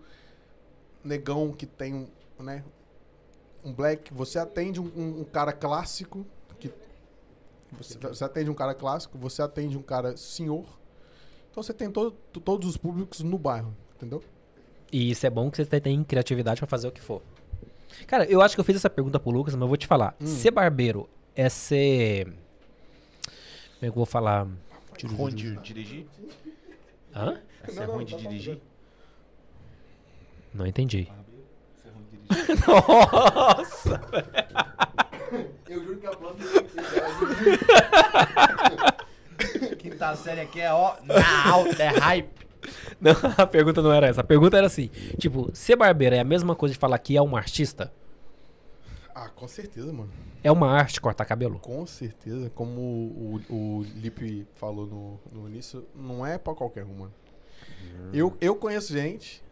negão que tem um, né, um black, você atende um, um- um cara clássico, que você, você atende um cara clássico, você atende um cara senhor. Então você tem todo, todos os públicos no bairro, entendeu?
E isso é bom que você tem criatividade pra fazer o que for. Cara, eu acho que eu fiz essa pergunta pro Lucas, mas eu vou te falar. Ser barbeiro é ser. Como é que eu vou falar?
Ruim de dirigir?
Hã?
Você é ruim de dirigir?
Não entendi.
Você é ruim de dirigir?
*laughs* Nossa!
Eu juro que a planta é
Quinta série aqui é ó, na alta, é hype.
Não, a pergunta não era essa. A pergunta era assim: tipo, ser barbeiro é a mesma coisa de falar que é um artista?
Ah, com certeza, mano.
É uma arte cortar cabelo?
Com certeza, como o, o, o Lipe falou no, no início, não é pra qualquer um, mano. Eu, eu conheço gente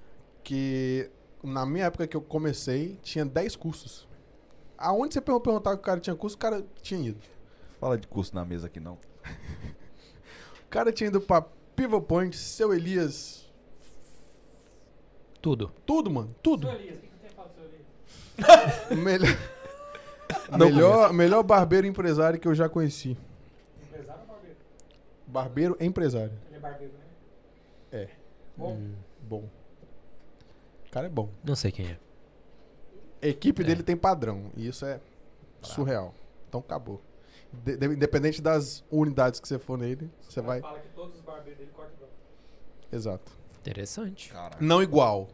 que, na minha época que eu comecei, tinha 10 cursos. Aonde você pergun- perguntava que o cara tinha curso, o cara tinha ido.
*laughs* Fala de curso na mesa aqui não.
O cara tinha ido pra Pivot Point, seu Elias,
Tudo.
tudo, mano,
Seu
tudo.
Elias, o que que eu tenho falado, seu Elias?
Melhor,
Não
melhor, melhor barbeiro empresário que eu já conheci.
Empresário ou barbeiro?
Barbeiro empresário.
Ele é barbeiro, né?
É.
Bom,
Bom. O cara é bom.
Não sei quem é.
A equipe dele tem padrão. E isso é surreal. Então acabou. De- de- independente das unidades que você for nele, você
ela
vai.
fala que todos os barbeiros dele cortam cabelo.
Exato.
Interessante.
Caraca.
Não igual.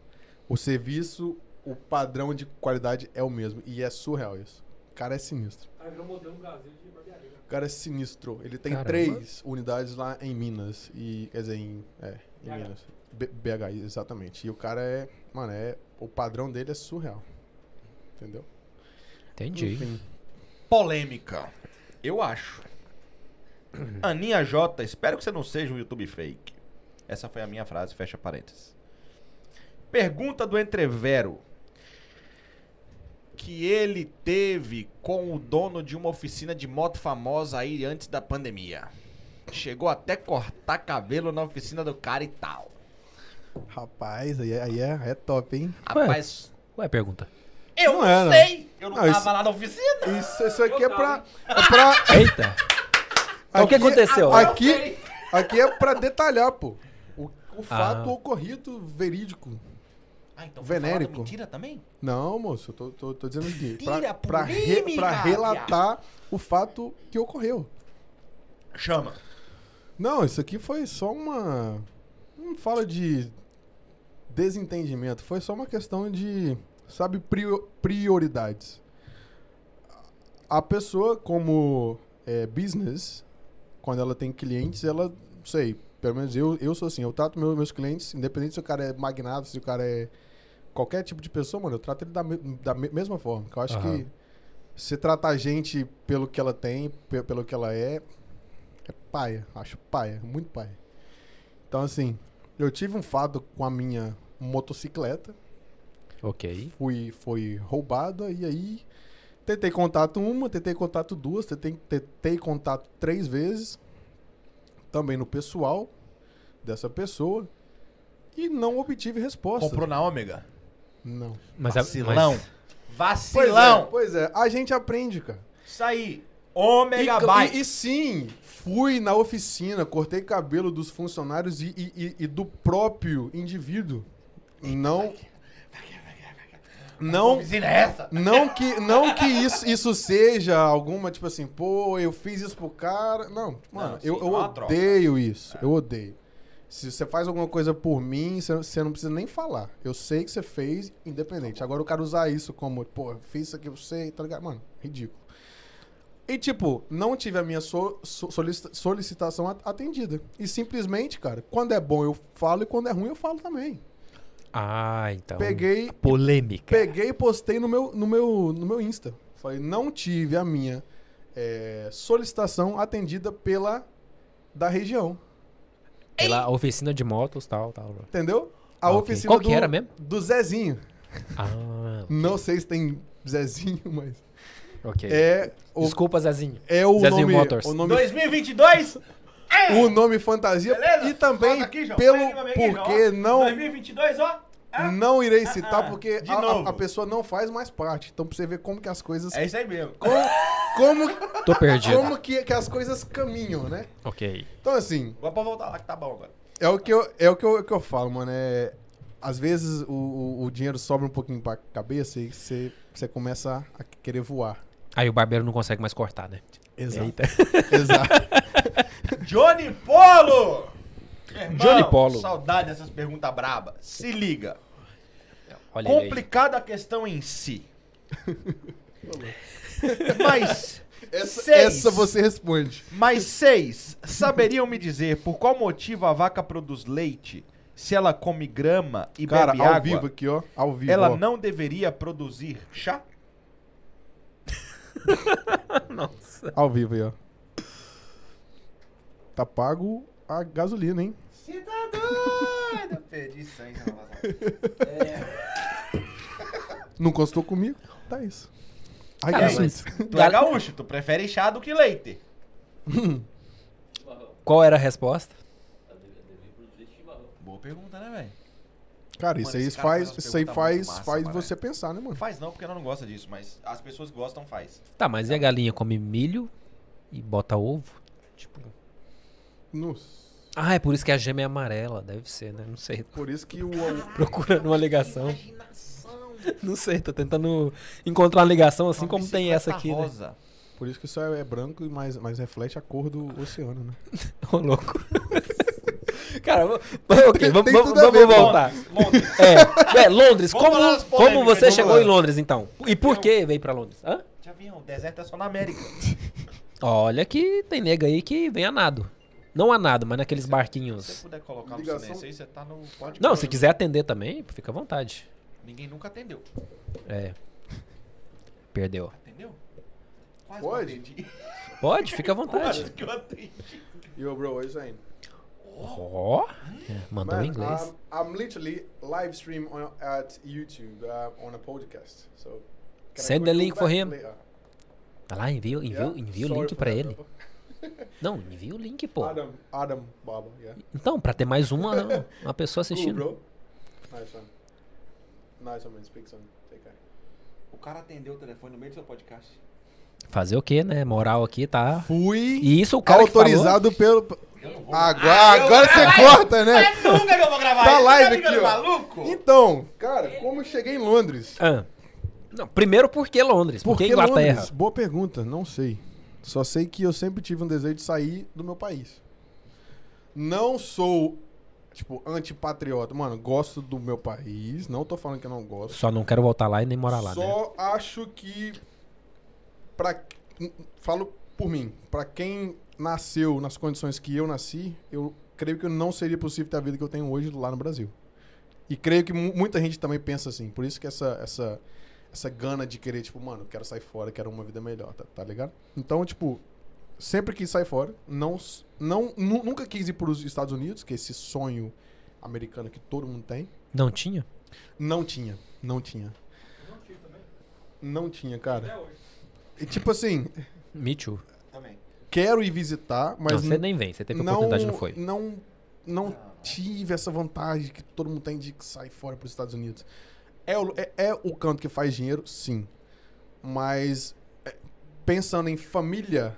O serviço, o padrão de qualidade é o mesmo. E é surreal isso. O cara é sinistro.
Ela virou modelo no Brasil de barbearia. né?
O cara é sinistro. Ele tem
Caramba.
três unidades lá em Minas. E, quer dizer, em, é, em
BH.
Minas. B- BH, exatamente. E o cara é. Mano, é. O padrão dele é surreal. Entendeu?
Entendi.
Enfim.
Polêmica. Eu acho. Aninha J, espero que você não seja um YouTube fake. Essa foi a minha frase, fecha parênteses. Pergunta do Entrevero. Que ele teve com o dono de uma oficina de moto famosa aí antes da pandemia. Chegou até cortar cabelo na oficina do cara e tal.
Rapaz, aí, é- aí é, é top, hein?
Rapaz,
Ué, pergunta.
eu
Não
não,
é, não.
sei. Eu não,
Não,
tava
isso-
lá na oficina.
Isso, isso aqui é
Eu
pra. É pra
Eita! Então, o que aconteceu?
Aqui, aqui é pra detalhar, pô. O, o fato
Ah.
ocorrido verídico.
Ah, então
Venérico.
falado mentira também?
Não, moço, eu tô, tô, tô dizendo aqui. Pra,
Tira
pra, re-
polêmica,
pra relatar o fato que ocorreu.
Chama.
Não, isso aqui foi só uma. Não fala de desentendimento, foi só uma questão de, sabe, prio- prioridades. A pessoa, como é, business, quando ela tem clientes, ela, não sei, pelo menos eu, eu sou assim, eu trato meu- meus clientes, independente se o cara é magnata, se o cara é qualquer tipo de pessoa, mano, eu trato ele da, me- da me- mesma forma. Que eu acho
Aham.
que se tratar a gente pelo que ela tem, pe- pelo que ela é, é paia, acho paia, muito paia. Então, assim, eu tive um fado com a minha motocicleta,
Ok.
fui, foi roubada e aí tentei contato uma, tentei contato duas, tentei, tentei contato três vezes, também no pessoal dessa pessoa, e não obtive resposta.
Comprou na ômega?
Não.
Mas, a-
Vacilão.
mas-
Pois é,
Vacilão.
pois é, a gente aprende, cara.
Isso aí.
E,
Ômega Byte.
e, e sim, fui na oficina, cortei cabelo dos funcionários e, e- e- e do próprio indivíduo. Não. Não,
Oficina é essa?
não que, não que isso, isso seja alguma, tipo assim, pô, eu fiz isso pro cara. Não, mano,
Não, sim,
eu, eu
é uma troca. É.
odeio isso. Eu odeio. Se você faz alguma coisa por mim, você, você não precisa nem falar. Eu sei que você fez, independente. Agora eu quero usar isso como, pô, eu fiz isso aqui, eu sei, tá ligado? Mano, ridículo. E, tipo, não tive a minha so- so- solicita- solicitação at- atendida. E simplesmente, cara, quando é bom eu falo e quando é ruim eu falo também.
Ah, então.
Peguei
Polêmica.
Peguei e postei no meu, no meu, no meu Insta. Falei, não tive a minha eh, solicitação atendida pela da região.
Pela oficina de motos, tal, tal.
Entendeu? A
Ah, ok.
oficina
Qual que
do,
era mesmo?
do Zezinho.
Ah,
Não sei se tem Zezinho, mas.
ok.
É o,
Desculpa, Zezinho.
é o
Zezinho
nome.
Motors.
O nome,
2022?
o nome fantasia.
Beleza?
E também
Coloca aqui, João.
pelo
Pega meu amiguinho,
porque
ó.
não.
2022, ó. Ah.
Não irei
Ah,
citar
ah.
porque
De
a- a,
novo.
a pessoa não faz mais parte. Então, pra você ver como que as coisas.
É isso aí mesmo.
Como,
Tô perdido.
como que, que as coisas caminham, né?
Ok.
Então, assim,
Agora pode voltar lá que tá bom agora.
É o que eu, é o que eu, que eu falo, mano. É, às vezes o, o, o dinheiro sobra um pouquinho pra cabeça e você você começa a querer voar.
Aí o barbeiro não consegue mais cortar, né?
Exato.
*laughs*
Exato.
Johnny Polo! Meu irmão,
Johnny Polo.
Saudade dessas perguntas braba. Se liga.
Olha ele aí.
Complicada a questão em
*laughs*
si. Mas.
Essa,
seis-
essa você responde.
Mas seis, saberiam me dizer por qual motivo a vaca produz leite se ela come grama e
Cara,
bebe
ao
água?
vivo aqui, ó. Ao vivo.
ela
ó.
não deveria produzir chá?
Ao vivo aí, ó. Tá pago a gasolina, hein?
Você tá *laughs* doido? Perdi sangue.
Não consultou comigo? Tá isso. Ai,
Cara,
que
mas-
susto.
Tu é gaúcho, tu prefere chá do que leite.
Chimarrão.
Qual era a resposta?
Eu devia- eu devia produzir chimarrão.
Boa pergunta, né, velho?
Cara,
Mano,
isso aí
esse cara faz
faz,
umas
isso aí
perguntas
faz,
muito massa,
faz
mano,
você pensar, né, mano?
Faz não, porque ela não gosta disso, mas as pessoas que gostam, faz.
Tá, mas e a galinha come milho e bota ovo? Tipo.
Nossa.
Ah, é por isso que a gema é amarela, deve ser, né? Não sei.
Por isso que o.
*laughs* Procurando uma ligação. Não sei, tô tentando encontrar uma ligação assim
Uma
como tem
bicicleta
essa aqui, né?
rosa.
Por isso que isso é é branco, e mais mas reflete a cor do oceano, *laughs* né?
*laughs* Ô, louco. *laughs* Cara, vamos- ok,
Tem
vamos,
tudo
vamos-
a ver,
vamos voltar.
Londres.
É, é, Londres,
Vamos
como,
lá nas
como
polêmicas,
você
vamos
chegou
lá.
em Londres, então? E por que veio pra Londres? Hã?
De avião, deserto é só na América.
Olha que tem nega aí que vem a nado. Não a nado, mas naqueles
Se você
barquinhos.
puder colocar
Ligação-
no silêncio aí, você tá no podcast.
Não, se quiser atender também, fica à vontade.
Ninguém nunca atendeu,
É. Perdeu.
entendeu? Quase
Pode?
que eu atendi. *laughs*
Pode, fica à
Quase
vontade.
que eu atendi.
Yo, bro, it's ain't.
Ó, é, mandou em
Man,
inglês.
I'm, I'm literally live stream on, at YouTube uh, on a podcast. So can I
Send
call
the
you
link
back
for him.
later?
Vai Tá lá, envia, envia,
Yeah?
envia o
Sorry
link
for
pra
that,
ele.
bro.
Não, envia o link, pô.
Adam, Adam Baba, yeah.
Então, pra ter mais uma, uma pessoa
Cool,
assistindo.
bro. Nice one. Nice one, man. Speak soon. Take care.
O cara atendeu o telefone no meio do seu podcast.
Fazer o quê, né? Moral aqui tá.
Fui
E isso o cara que falou-
pelo...
Ah, Eu não vou.
Ah, Agora, agora você corta, né?
nunca que eu vou gravar
Tá
isso,
live
ligando,
aqui, ó.
maluco?
Então, cara, como eu cheguei em Londres?
Ah. Não, primeiro por que Londres? Por, que Inglaterra?
Londres? Boa pergunta, não sei. Só sei que eu sempre tive um desejo de sair do meu país. Não sou, tipo, antipatriota. Mano, gosto do meu país. Não tô falando que eu não gosto.
Só não quero voltar lá e nem morar lá, né?
Só acho que. Pra, falo por mim. Pra quem nasceu nas condições que eu nasci, eu creio que não seria possível ter a vida que eu tenho hoje lá no Brasil. E creio que mu- muita gente também pensa assim. Por isso que essa, essa, essa gana de querer, tipo, mano, eu quero sair fora, quero uma vida melhor, tá, tá ligado? Então, tipo, sempre quis sair fora. Não, s- não, nu- nunca quis ir para os Estados Unidos, que é esse sonho americano que todo mundo tem.
Não tinha?
Não tinha, não tinha.
Não tive também.
Não tinha,
Até
cara.
hoje.
E tipo assim,
Me too.
Também.
quero ir visitar, mas
não, você
n-
nem vem, você teve
não,
oportunidade e não foi.
Não, não tive essa vantagem que todo mundo tem de sair fora para os Estados Unidos. É o, é, é o canto que faz dinheiro, sim. Mas é, pensando em família,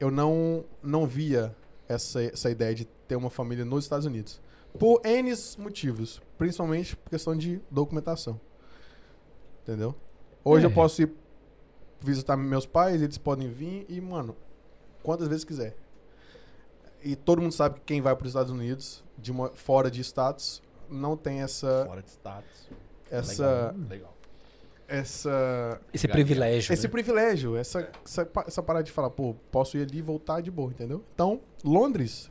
eu não, não via essa, essa ideia de ter uma família nos Estados Unidos. Por N motivos. Principalmente por questão de documentação. Entendeu? Hoje
É.
eu posso ir visitar meus pais, eles podem vir e, mano, quantas vezes quiser. E todo mundo sabe que quem vai para os Estados Unidos, de uma- fora de status, não tem essa.
Fora de status.
tá
essa
Legal.
essa
Esse
Galinha.
privilégio.
esse
né?
privilégio, essa, essa, pa- essa parada de falar, pô, posso ir ali e voltar de boa, entendeu? Então, Londres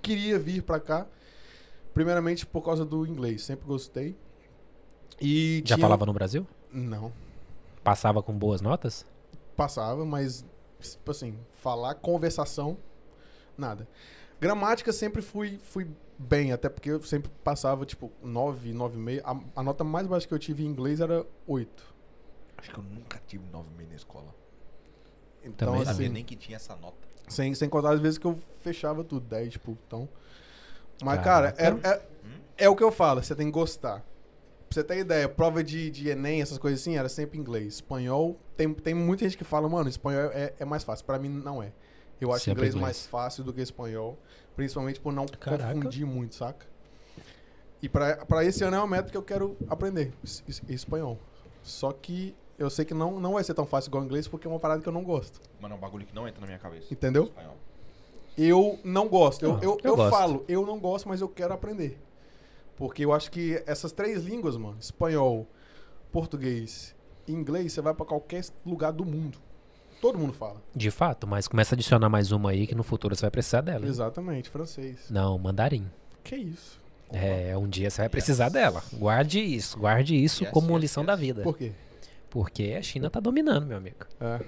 queria vir pra cá, primeiramente por causa do inglês, sempre gostei. E
Já
tinha-
falava no Brasil?
Não,
Passava com boas notas?
passava, mas, tipo assim, falar, conversação, nada. Gramática sempre fui, fui bem, até porque eu sempre passava, tipo, 9, 9,5. A, a nota mais baixa que eu tive em inglês era 8.
Acho que eu nunca tive 9,5 na escola.
Então,
Também
Não
Mas
sabia
assim,
nem que tinha essa nota.
Sem, sem contar as vezes que eu fechava tudo. Daí, tipo, então. Mas,
Caraca.
cara, é, é,
Hum?
é o que eu falo, você tem que gostar. Pra você ter ideia, prova de, de Enem, essas coisas assim, era sempre inglês. Espanhol, tem, tem muita gente que fala, mano, espanhol é, é mais fácil. Pra mim, não é. Eu acho
Sempre
inglês,
inglês.
mais fácil do que espanhol. Principalmente por não
Caraca.
confundir muito, saca? E pra, pra esse ano é uma meta que eu quero aprender es- es- espanhol. Só que eu sei que não, não vai ser tão fácil igual inglês, porque é uma parada que eu não gosto.
Mano, é um bagulho que não entra na minha cabeça.
Entendeu?
Espanhol.
Eu não gosto. Eu,
Ah,
eu,
eu
eu
gosto.
falo, eu não gosto, mas eu quero aprender. Porque eu acho que essas três línguas, mano, espanhol, português e inglês, você vai pra qualquer lugar do mundo. Todo mundo fala.
De fato, mas começa a adicionar mais uma aí que no futuro você vai precisar dela. hein?
Exatamente, francês.
Não, mandarim.
Que isso?
É, um dia você vai precisar dela. Guarde isso, guarde isso
Yes,
como uma
yes,
lição
yes.
da vida.
Por quê?
Porque a China tá dominando, meu amigo.
É.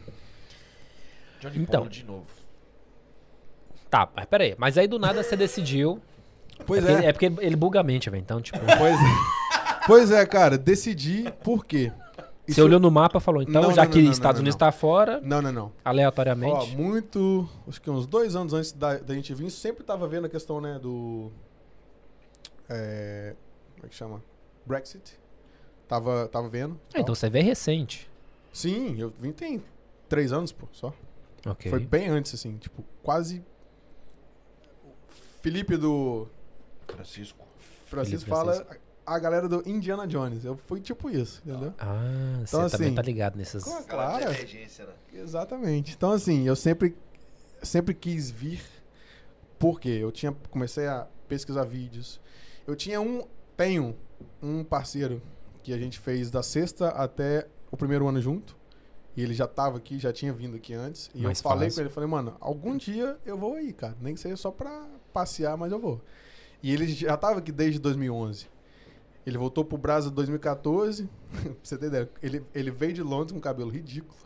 Johnny
Então.
Paulo de novo.
Tá, mas peraí. Mas aí do
*laughs*
nada você decidiu.
Pois
porque,
é.
É porque ele- ele buga a mente, velho. Então, tipo.
Pois é. pois é, cara, decidi por quê.
Você olhou no mapa e falou, então,
Não,
já
não,
que
não, não,
Estados
não,
Unidos
não.
tá fora,
Não, não, não. Ó,
aleatoriamente.
muito. Acho que uns dois anos antes da, da gente vir, sempre tava vendo a questão, né, do. É, como é que chama? Brexit. Tava, tava vendo.
Ah, então
tal.
você vê recente.
Sim, eu vim tem três anos, pô, só.
Ok.
Foi bem antes, assim, tipo, quase. Felipe do.
Francisco.
Francisco
Felipe
fala a a galera do Indiana Jones. Eu fui tipo isso, entendeu?
Ah, você também
assim,
tá ligado nessas.
claro.
Cara,
Claro.
inteligência, né?
Exatamente. Então, assim, eu sempre, sempre quis vir, porque eu tinha comecei a pesquisar vídeos. Eu tinha um, tenho um parceiro que a gente fez da sexta até o primeiro ano junto. E ele já tava aqui, já tinha vindo aqui antes. E
Mais
eu falei
fácil.
com ele, falei, mano, algum dia eu vou aí, cara. Nem que seja só pra passear, mas eu vou. E ele já tava aqui desde 2011. Ele voltou pro Brasa em 2014. *laughs* pra você ter ideia, ele, ele veio de Londres com cabelo ridículo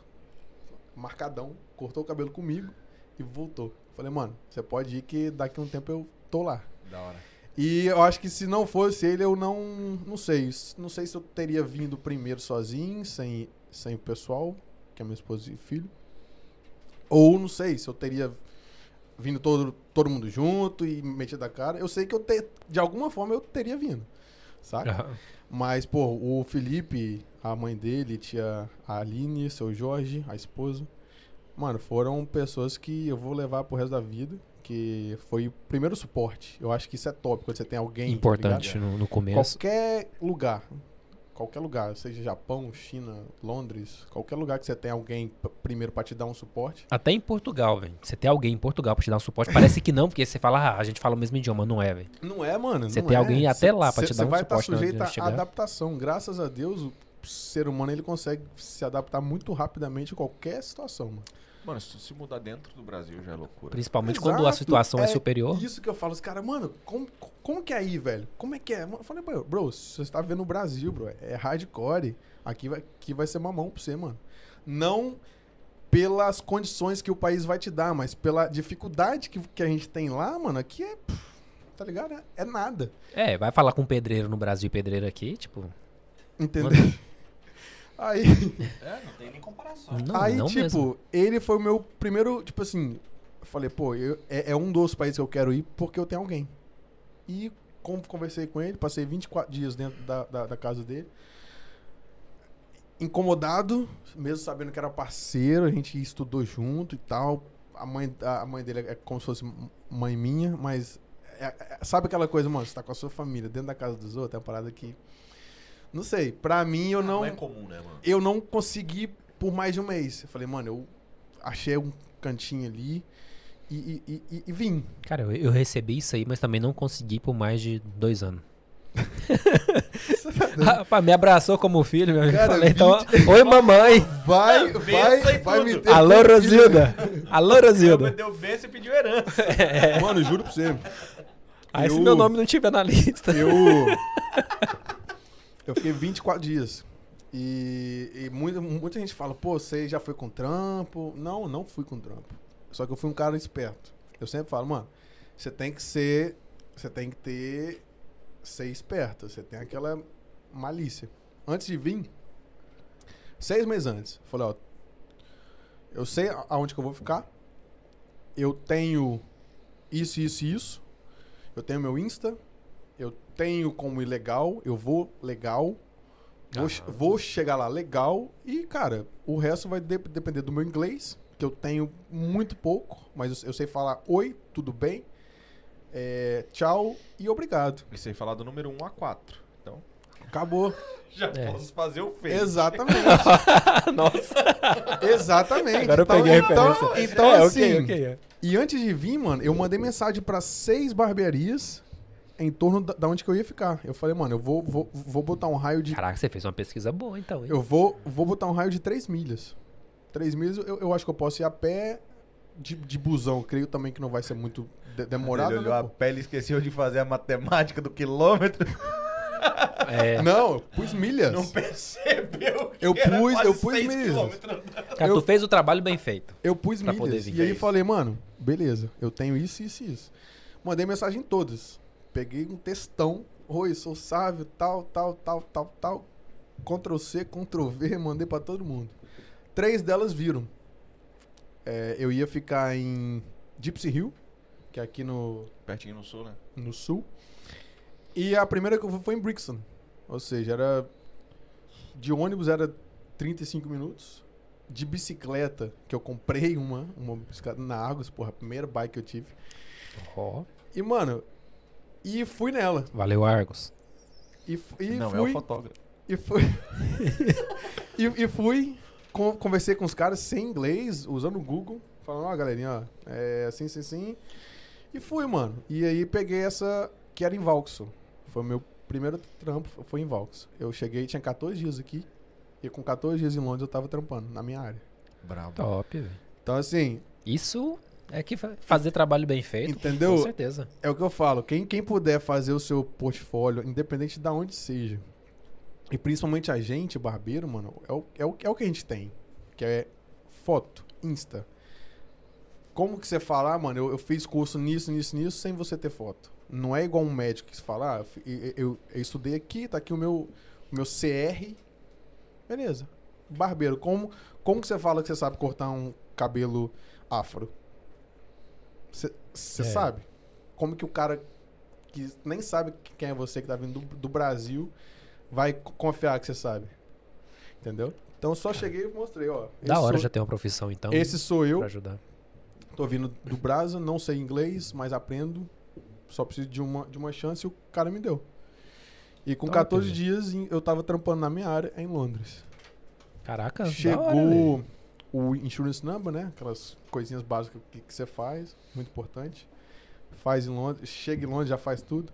marcadão, cortou o cabelo comigo e voltou. Falei, mano, você pode ir que daqui a um tempo eu tô lá.
Da hora.
E eu acho que se não fosse ele, eu não. Não sei. s- Não sei se eu teria vindo primeiro sozinho, sem, sem o pessoal, que é minha esposa e filho. Ou não sei se eu teria vindo todo, todo mundo junto e metido a cara. Eu sei que eu te, de alguma forma eu teria vindo. Saca?
Aham.
Mas, pô, o Felipe, a mãe dele, tia Aline, seu Jorge, a esposa. Mano, foram pessoas que eu vou levar pro resto da vida. Que foi o primeiro suporte. Eu acho que isso é top, quando você tem alguém. tá
Importante no, no
ligado?
começo.
Qualquer lugar. qualquer lugar, seja Japão, China, Londres, qualquer lugar que você tem alguém p- primeiro pra te dar um suporte.
Até em Portugal, velho. Você tem alguém em Portugal pra te dar um suporte. Parece que não, porque você fala, ah, a gente fala o mesmo idioma, não é, velho.
Não é, mano.
Você
não
tem
é.
alguém até lá pra
Cê-
te
cê
dar um
vai
suporte na
Tá
hora de
sujeito
chegar.
à adaptação. Graças a Deus, o ser humano ele consegue se adaptar muito rapidamente a qualquer situação, mano.
Mano, se se mudar dentro do Brasil já é loucura.
Principalmente quando a
Exato,
situação é, superior.
Isso que eu falo, os caras, mano, como, como que é aí, velho? Como é que é? Mano, Eu falei, bro, bro, você tá vendo o Brasil, bro, é hardcore. Aqui vai, aqui vai ser mamão pra você, mano. Não pelas condições que o país vai te dar, mas pela dificuldade que, que a gente tem lá, mano, aqui é. pff, Tá ligado? É- É nada.
É, vai falar com pedreiro no Brasil e pedreiro aqui, tipo.
Entendeu? *laughs* Aí,
É, não tem nem comparação.
Não,
aí
não
tipo,
mesmo.
ele foi o meu primeiro, tipo assim, eu falei, pô, eu- é, é um dos países que eu quero ir porque eu tenho alguém. E con- conversei com ele, passei 24 dias dentro da, da, da casa dele. Incomodado, mesmo sabendo que era parceiro, a gente estudou junto e tal. A mãe, a a mãe dele é como se fosse m- mãe minha, mas é- é- sabe aquela coisa, mano, você tá com a sua família dentro da casa dos outros, é uma parada que. Não sei, pra mim eu não.
Não é comum, né, mano?
Eu não consegui por mais de um mês. Eu falei, mano, eu achei um cantinho ali e, e- e- e- e vim.
Cara, eu, eu recebi isso aí, mas também não consegui por mais de dois anos. Rapaz, me abraçou como filho, meu.
tá Cara,
eu falei, então,
20
oi
*laughs*
mamãe.
Vai,
pensa
vai,
em
vai
tudo.
me ter.
Alô, Rosilda. Alô, Rosilda.
deu bênção e pediu herança.
Mano, juro pra você.
Aí se
Eu-
meu nome não tiver na lista. *laughs*
Eu. Eu fiquei 24 dias. E, e muita, muita gente fala, pô, você já foi com trampo. Não, não fui com trampo. Só que eu fui um cara esperto. Eu sempre falo, mano, você tem que ser. Você tem que ter. Ser esperto. Você tem aquela malícia. Antes de vir, seis meses antes, eu falei, ó. Eu sei a- aonde que eu vou ficar. Eu tenho isso, isso e isso. Eu tenho meu Insta. Eu tenho como ir legal. Eu vou legal. Vou, che- vou chegar lá legal. E, cara, o resto vai dep- depender do meu inglês, que eu tenho muito pouco, mas eu, eu sei falar oi, tudo bem. é, tchau e obrigado.
E sem é falar do número 1 a 4. Então,
Acabou.
já
É.
posso fazer o feio.
Exatamente.
*laughs* Nossa,
Exatamente.
agora eu
Então-
peguei a
então,
referência.
então,
é,
assim,
ok, ok. é.
E antes de vir, mano, eu mandei mensagem pra seis barbearias em torno da, da onde que eu ia ficar. Eu falei, mano, eu vou, vou, vou botar um raio de.
Caraca, você fez uma pesquisa boa, então, hein?
Eu vou, vou botar um raio de três milhas. Três milhas eu, eu acho que eu posso ir a pé de, de busão. Eu creio também que não vai ser muito de- demorado.
Ele olhou
Né,
a
pô?
pele e esqueceu de fazer a matemática do quilômetro.
*laughs*
É,
Não, eu pus milhas.
Não percebeu que
Eu
era
pus-
quase
eu pus
seis
mesmo.
quilômetros.
cara,
eu-
tu fez o trabalho bem feito.
Eu pus
Pra poder
milhas.
vir.
E aí
Fez.
falei, mano, beleza, eu tenho isso, isso e isso. Mandei mensagem em todas. Peguei um textão. Oi, sou sábio, tal, tal, tal, tal, tal. Ctrl C, Ctrl V, mandei pra todo mundo. Três delas viram. É, eu ia ficar em Gypsy Hill, que é aqui no,
Pertinho no sul, né?
no sul. E a primeira que eu fui foi em Brixton. Ou seja, era. De ônibus era 35 minutos. De bicicleta, que eu comprei uma, uma bicicleta na Argos, porra, a primeira bike que eu tive.
Ó,
E, mano, e fui nela.
valeu, Argos.
E, f- e
não, é
fui.
o fotógrafo.
E fui. *laughs* e, e fui. con- conversei com os caras sem inglês, usando o Google. Falando, ó, galerinha, ó, é assim, assim, assim. E fui, mano. E aí peguei essa que era em Valkson. Foi o meu primeiro trampo, foi em Valkson. Eu cheguei, tinha 14 dias aqui. E com 14 dias em Londres eu tava trampando, na minha área.
Bravo.
Top, velho.
Então, assim,
Isso é que fa- fazer trabalho bem feito.
Entendeu?
Com certeza.
É o que eu falo, quem, quem puder fazer o seu portfólio, independente de onde seja, e principalmente a gente, barbeiro, mano, é o, é o, é o que a gente tem, que é foto, Insta. Como que você fala, ah, mano, eu, eu fiz curso nisso, nisso, nisso, sem você ter foto? Não é igual um médico que se fala, ah, eu, fi- eu- eu- eu estudei aqui, tá aqui o meu, o meu CR, beleza. Barbeiro, como, como que você fala que você sabe cortar um cabelo afro? Você você
É.
sabe? como que o cara que nem sabe quem é você, que tá vindo do, do Brasil, vai co- confiar que você sabe. Entendeu? Então só cheguei e mostrei, ó.
Da
esse
hora
sou,
já ter uma profissão, então.
Esse sou eu,
Pra ajudar.
tô vindo do Brasil, não sei inglês, mas aprendo. Só preciso de uma, de uma chance e o cara me deu. E com
Top,
14
velho.
dias em- eu tava trampando na minha área em Londres.
Caraca, da hora, velho.
Chegou o insurance number, né? Aquelas coisinhas básicas que que você faz, muito importante. Faz em Londres, chega em Londres, já faz tudo.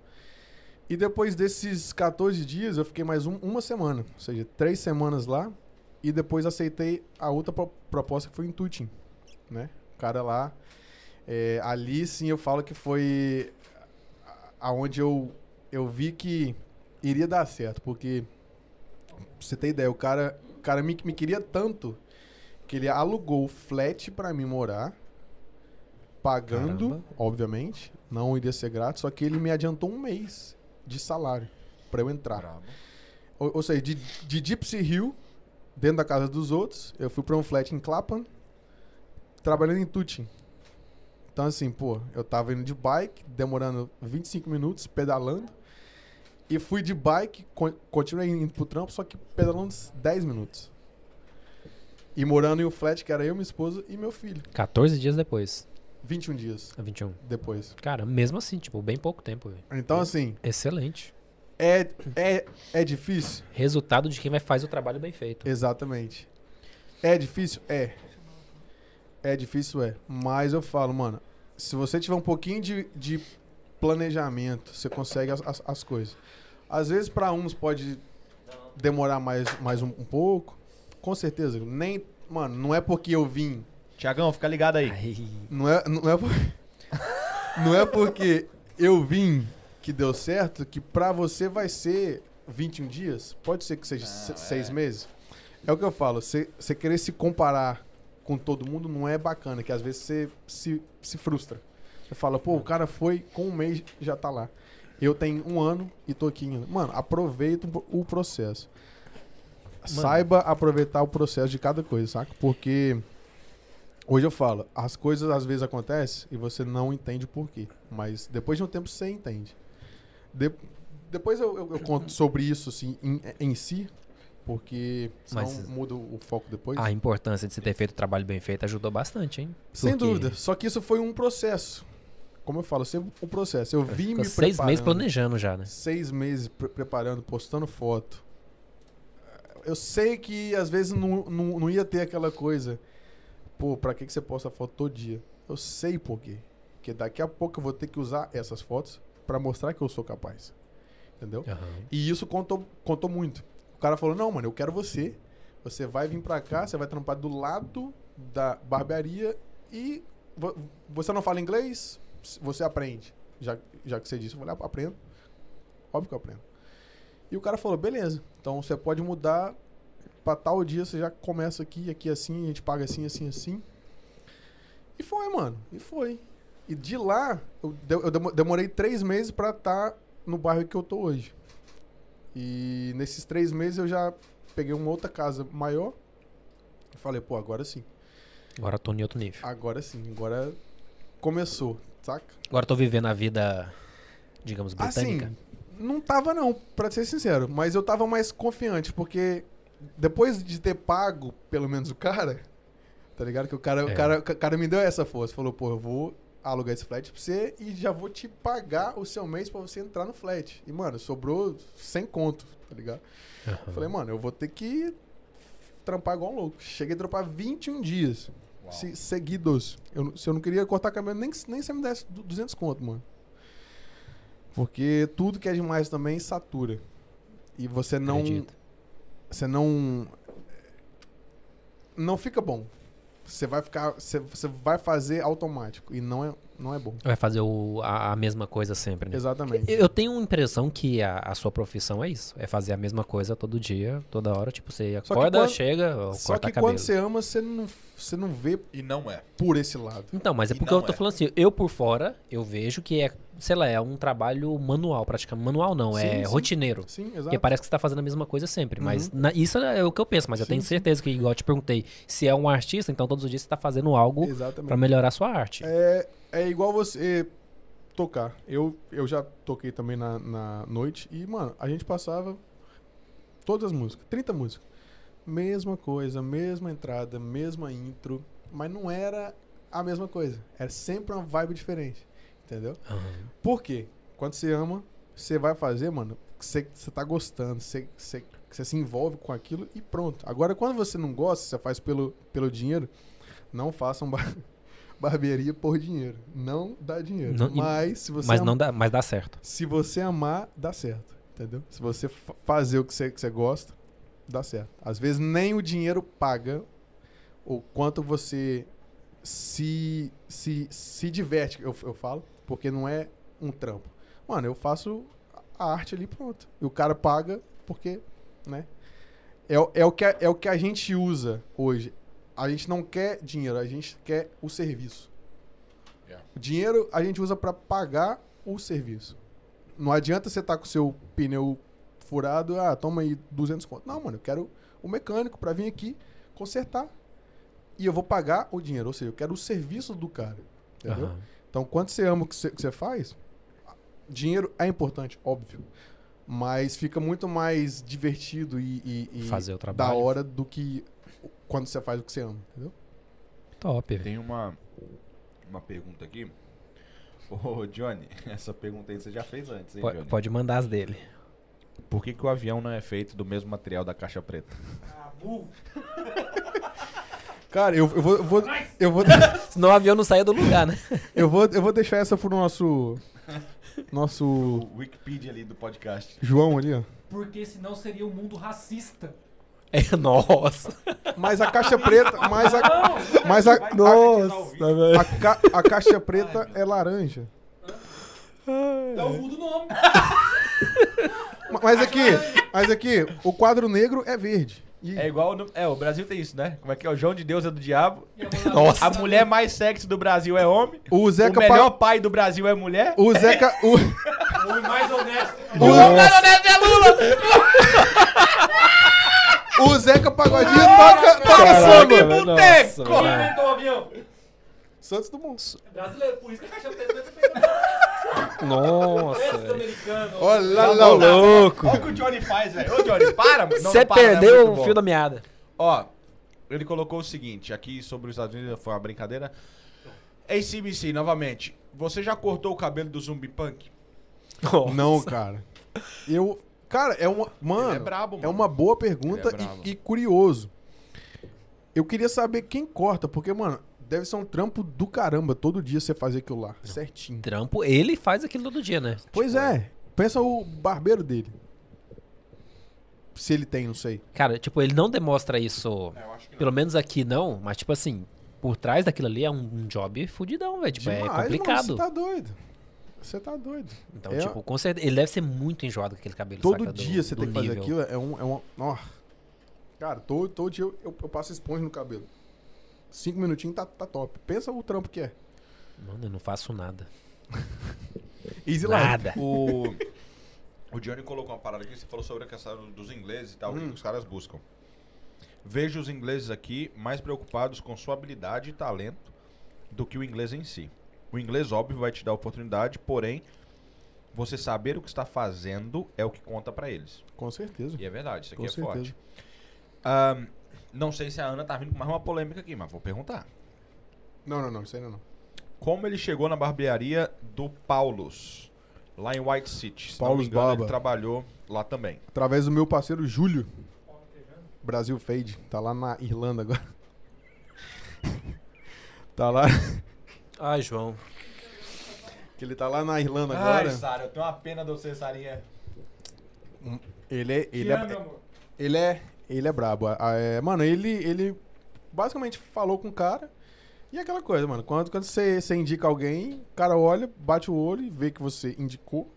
E depois desses 14 dias, eu fiquei mais um- uma semana, ou seja, três semanas lá. E depois aceitei a outra pro- proposta que foi em Tutin, né? O cara lá. é, ali sim eu falo que foi a- aonde eu, eu vi que iria dar certo, porque Pra você ter ideia, o cara, o cara me, me queria tanto que ele alugou o flat pra mim morar, pagando,
Caramba.
obviamente, não iria ser grátis, só que ele me adiantou um mês de salário pra eu entrar.
Brabo.
Ou, ou seja, de, de Gypsy Hill, dentro da casa dos outros, eu fui pra um flat em Clapham, trabalhando em Tutin. Então, assim, pô, eu tava indo de bike, demorando 25 minutos, pedalando. E fui de bike, con- continuei indo pro trampo, só que pedalando uns 10 minutos. E morando em um flat, que era eu, minha esposa e meu filho.
14 dias depois,
21 dias
a 21.
depois.
Cara, mesmo assim, tipo, bem pouco tempo, velho.
Então, assim,
Excelente.
é, é, é difícil?
Resultado de quem vai fazer o trabalho bem feito.
Exatamente. É difícil? É. É difícil, é. Mas eu falo, mano, se você tiver um pouquinho de, de planejamento, você consegue as, as, as coisas. Às vezes, pra uns pode demorar mais, mais um, um pouco. Com certeza. Nem. Mano, não é porque eu vim.
Tiagão, fica ligado aí.
Não é, não é, por- *laughs* não é porque eu vim que deu certo que pra você vai ser 21 dias. Pode ser que seja se- seis meses. É o que eu falo. Você você querer se comparar com todo mundo não é bacana, que às vezes você se, se frustra. Você fala, pô, o cara foi com um mês já tá lá. Eu tenho um ano e tô aqui ainda. Mano, aproveita o pro- o processo. Saiba aproveitar o processo de cada coisa, saca? Porque Hoje eu falo, as coisas às vezes acontecem e você não entende o porquê. Mas depois de um tempo você entende. De- depois eu, eu- eu conto sobre isso assim, em, em si, porque senão
Mas-
muda o foco depois.
A importância de se ter feito o trabalho bem feito ajudou bastante, hein?
Sem
Porque
dúvida. Só que isso foi um processo. Como eu falo, sempre um processo. Eu vim
Ficou
me
É, seis meses
preparando.
planejando já, né?
seis meses pre- preparando, postando foto. Eu sei que às vezes não, não, não ia ter aquela coisa. Pô, pra que, que você posta foto todo dia? Eu sei por quê. Porque daqui a pouco eu vou ter que usar essas fotos pra mostrar que eu sou capaz. Entendeu?
Aham.
E isso contou, contou muito. O cara falou: Não, mano, eu quero você. Você vai vir pra cá, você vai trampar do lado da barbearia e vo- você não fala inglês, você aprende. Já, já que você disse, eu falei: "Ah, Aprendo. Óbvio que eu aprendo. E o cara falou: Beleza, então você pode mudar pra tal dia, você já começa aqui, aqui assim, a gente paga assim, assim, assim. E foi, mano, e foi. E de lá, eu, de- eu demo- demorei três meses pra estar no bairro que eu tô hoje. E nesses três meses eu já peguei uma outra casa maior. E falei, pô, agora sim.
Agora eu tô em outro nível.
Agora sim. Agora começou, saca?
Agora eu tô vivendo a vida, digamos,
Assim,
britânica.
não tava não, pra ser sincero. Mas eu tava mais confiante, porque depois de ter pago, pelo menos, o cara, tá ligado? Que o cara,
É.
o cara, o cara me deu essa força. Falou, pô, eu vou alugar esse flat pra você e já vou te pagar o seu mês pra você entrar no flat. E, mano, sobrou 100 conto, tá ligado? Eu Falei, mano, eu vou ter que trampar igual um louco. Cheguei a trampar 21 dias se- seguidos. Eu, não- se eu não queria cortar cabelo, nem, nem se eu me desse du- 200 conto, mano. Porque tudo que é demais também satura. E você não.
Acredito.
Você não. Não fica bom. Você vai ficar. Você, você vai fazer automático. E não é, não é bom.
Vai fazer o- a, a mesma coisa sempre, né?
Exatamente.
Eu eu tenho a impressão que a, a sua profissão é isso. É fazer a mesma coisa todo dia, toda hora. Tipo, você
Só que
acorda,
quando-
chega, ó,
Só
corta
que
cabelo.
quando você ama, você não, você não vê
E não é.
por esse lado.
Então, mas é
E
porque
não
eu tô
é.
falando assim, eu por fora, eu vejo que é, sei lá, é um trabalho manual, praticamente. Manual não, é
Sim, sim.
rotineiro.
Sim,
Porque
exato. Uhum.
parece que você tá fazendo a mesma coisa sempre. Mas na- isso é o que eu penso, mas eu
Sim,
tenho
sim.
certeza que, igual eu te perguntei, se é um artista, então todos os dias você tá fazendo algo
Exatamente.
pra melhorar a sua arte.
É, é igual você tocar. Eu, eu já toquei também na, na noite e, mano, a gente passava todas as músicas, 30 músicas. Mesma coisa, mesma entrada, mesma intro, mas não era a mesma coisa. Era sempre uma vibe diferente, entendeu?
Aham.
Por quê? Quando você ama, você vai fazer, mano, que você que você tá gostando, você, que você, que você se envolve com aquilo e pronto. Agora, quando você não gosta, você faz pelo, pelo dinheiro, não façam bar- *laughs* barbearia por dinheiro. Não dá dinheiro.
Não- e-
mas se você é um
Mas
am-
não dá, mas dá certo.
se você amar, dá certo, entendeu? Se você fa- fazer o que você, que você gosta, dá certo. Às vezes nem o dinheiro paga o quanto você se, se, se diverte, eu, eu falo, porque não é um trampo. Mano, eu faço a arte ali pronto. E o cara paga porque, né? É, o- é, o que a, é o que a gente usa hoje. A gente não quer dinheiro, a gente quer o serviço.
Yeah.
O dinheiro a gente usa pra pagar o serviço. Não adianta você estar com o seu pneu furado, ah, toma aí 200 conto. Não, mano, eu quero o mecânico pra vir aqui consertar. E eu vou pagar o dinheiro, ou seja, eu quero o serviço do cara. Entendeu?
Aham.
Então, quando você ama o que você, que você faz, dinheiro é importante, óbvio. Mas fica muito mais divertido e, e- e
Fazer o
da
trabalho.
hora do que quando você faz o que você ama, entendeu?
Top, velho.
Tem uma, uma pergunta aqui. Ô, Johnny, *laughs* essa pergunta aí você já fez antes, hein,
Po-
Johnny?
Pode mandar as dele.
Por que, que o avião não é feito do mesmo material da caixa preta?
Ah, burro.
Cara, eu, eu vou. Eu vou, eu vou,
Senão o avião não saia do lugar, né? *laughs*
eu vou, eu vou deixar essa pro nosso. Nosso.
O Wikipedia ali do podcast.
João ali, ó.
Porque senão seria um mundo racista.
É, nossa.
Mas a caixa preta. Mas a. Mas a.
Vai- vai pesquisar o
Nossa!
vídeo.
A, ca- a caixa preta é laranja.
Então muda o nome.
Ma- Mas aqui, mas aqui, o quadro negro é verde. E
É igual. no- é, o Brasil tem isso, né? Como é que é? O João de Deus é do diabo.
E a Mona
Nossa.
A mulher mais sexy do Brasil é homem.
o Zeca
o melhor
Pa-
pai do Brasil é mulher.
O Zeca. O,
O mais honesto.
o,
é
o Zeca Pagodinho toca, toca
Caraca,
samba.
velho,
boteco!
nossa,
Quem
velho.
inventou o avião?
Santos Dumont.
É brasileiro, por isso que a caixa preta é
Nossa,
preto
velho.
tá americano.
Olha
Tá
lá,
Ô,
lá, lá.
louco.
Olha o que o Johnny faz, velho. Ô, Johnny, para, mano. Não,
Você
não para, né?
perdeu
Muito
o
bom.
fio da meada.
Ó, ele colocou o seguinte, aqui sobre os Estados Unidos, foi uma brincadeira. ACBC, novamente, você já cortou o cabelo do Zumbi Punk? é
Não, cara. Eu. Cara, é uma. Mano,
Ele é brabo, mano.
é uma boa pergunta
Ele é brabo.
e, e curioso. Eu queria saber quem corta, porque, mano, deve ser um trampo do caramba todo dia você fazer aquilo lá. Certinho.
Trampo, ele faz aquilo todo dia, né?
Pois
Tipo,
é. Pensa o barbeiro dele. Se ele tem, não sei.
Cara, tipo, ele não demonstra isso.
É,
Pelo menos aqui não, mas tipo assim, por trás daquilo ali é um um job fudidão, velho. Tipo, é
Demais,
complicado.
Mano, você tá doido. Você tá doido.
Então,
É.
tipo, com certeza. Ele deve ser muito enjoado com aquele cabelo.
todo
saca, do-
dia você
do
tem que fazer
nível.
aquilo. É um. É um ó. Cara, todo, todo dia eu, eu, eu passo esponja no cabelo. Cinco minutinhos tá, tá top. Pensa o trampo que é.
Mano, eu não faço nada.
Easy life.
Nada.
O, o Johnny colocou uma parada aqui, você falou sobre a questão dos ingleses e tal, o
Hum.
que os caras buscam. Vejo os ingleses aqui mais preocupados com sua habilidade e talento do que o inglês em si. O inglês, óbvio, vai te dar oportunidade, porém, você saber o que está fazendo é o que conta pra eles.
Com certeza.
E é verdade, isso aqui
Com
é
certeza.
forte. Ahn, não sei se a Ana tá vindo com mais uma polêmica aqui, mas vou perguntar.
Não, não, não. Isso aí não. não.
Como ele chegou na barbearia do Paulus, lá em White City? Se não me
Paulus
engano,
Barba.
ele trabalhou lá também.
Através do meu parceiro Júlio. Brasil Fade. Tá lá na Irlanda agora. *laughs* tá lá.
Ai, João.
Que ele tá lá na Irlanda agora.
Sara, eu tenho uma pena de você, Sarinha.
Ele é.
Te
Ele é,
amo, meu amor.
Ele é, ele é brabo. Ah, é, mano, ele, ele basicamente falou com o cara. E é aquela coisa, mano. Quando, quando você, você indica alguém, o cara olha, bate o olho e vê que você indicou.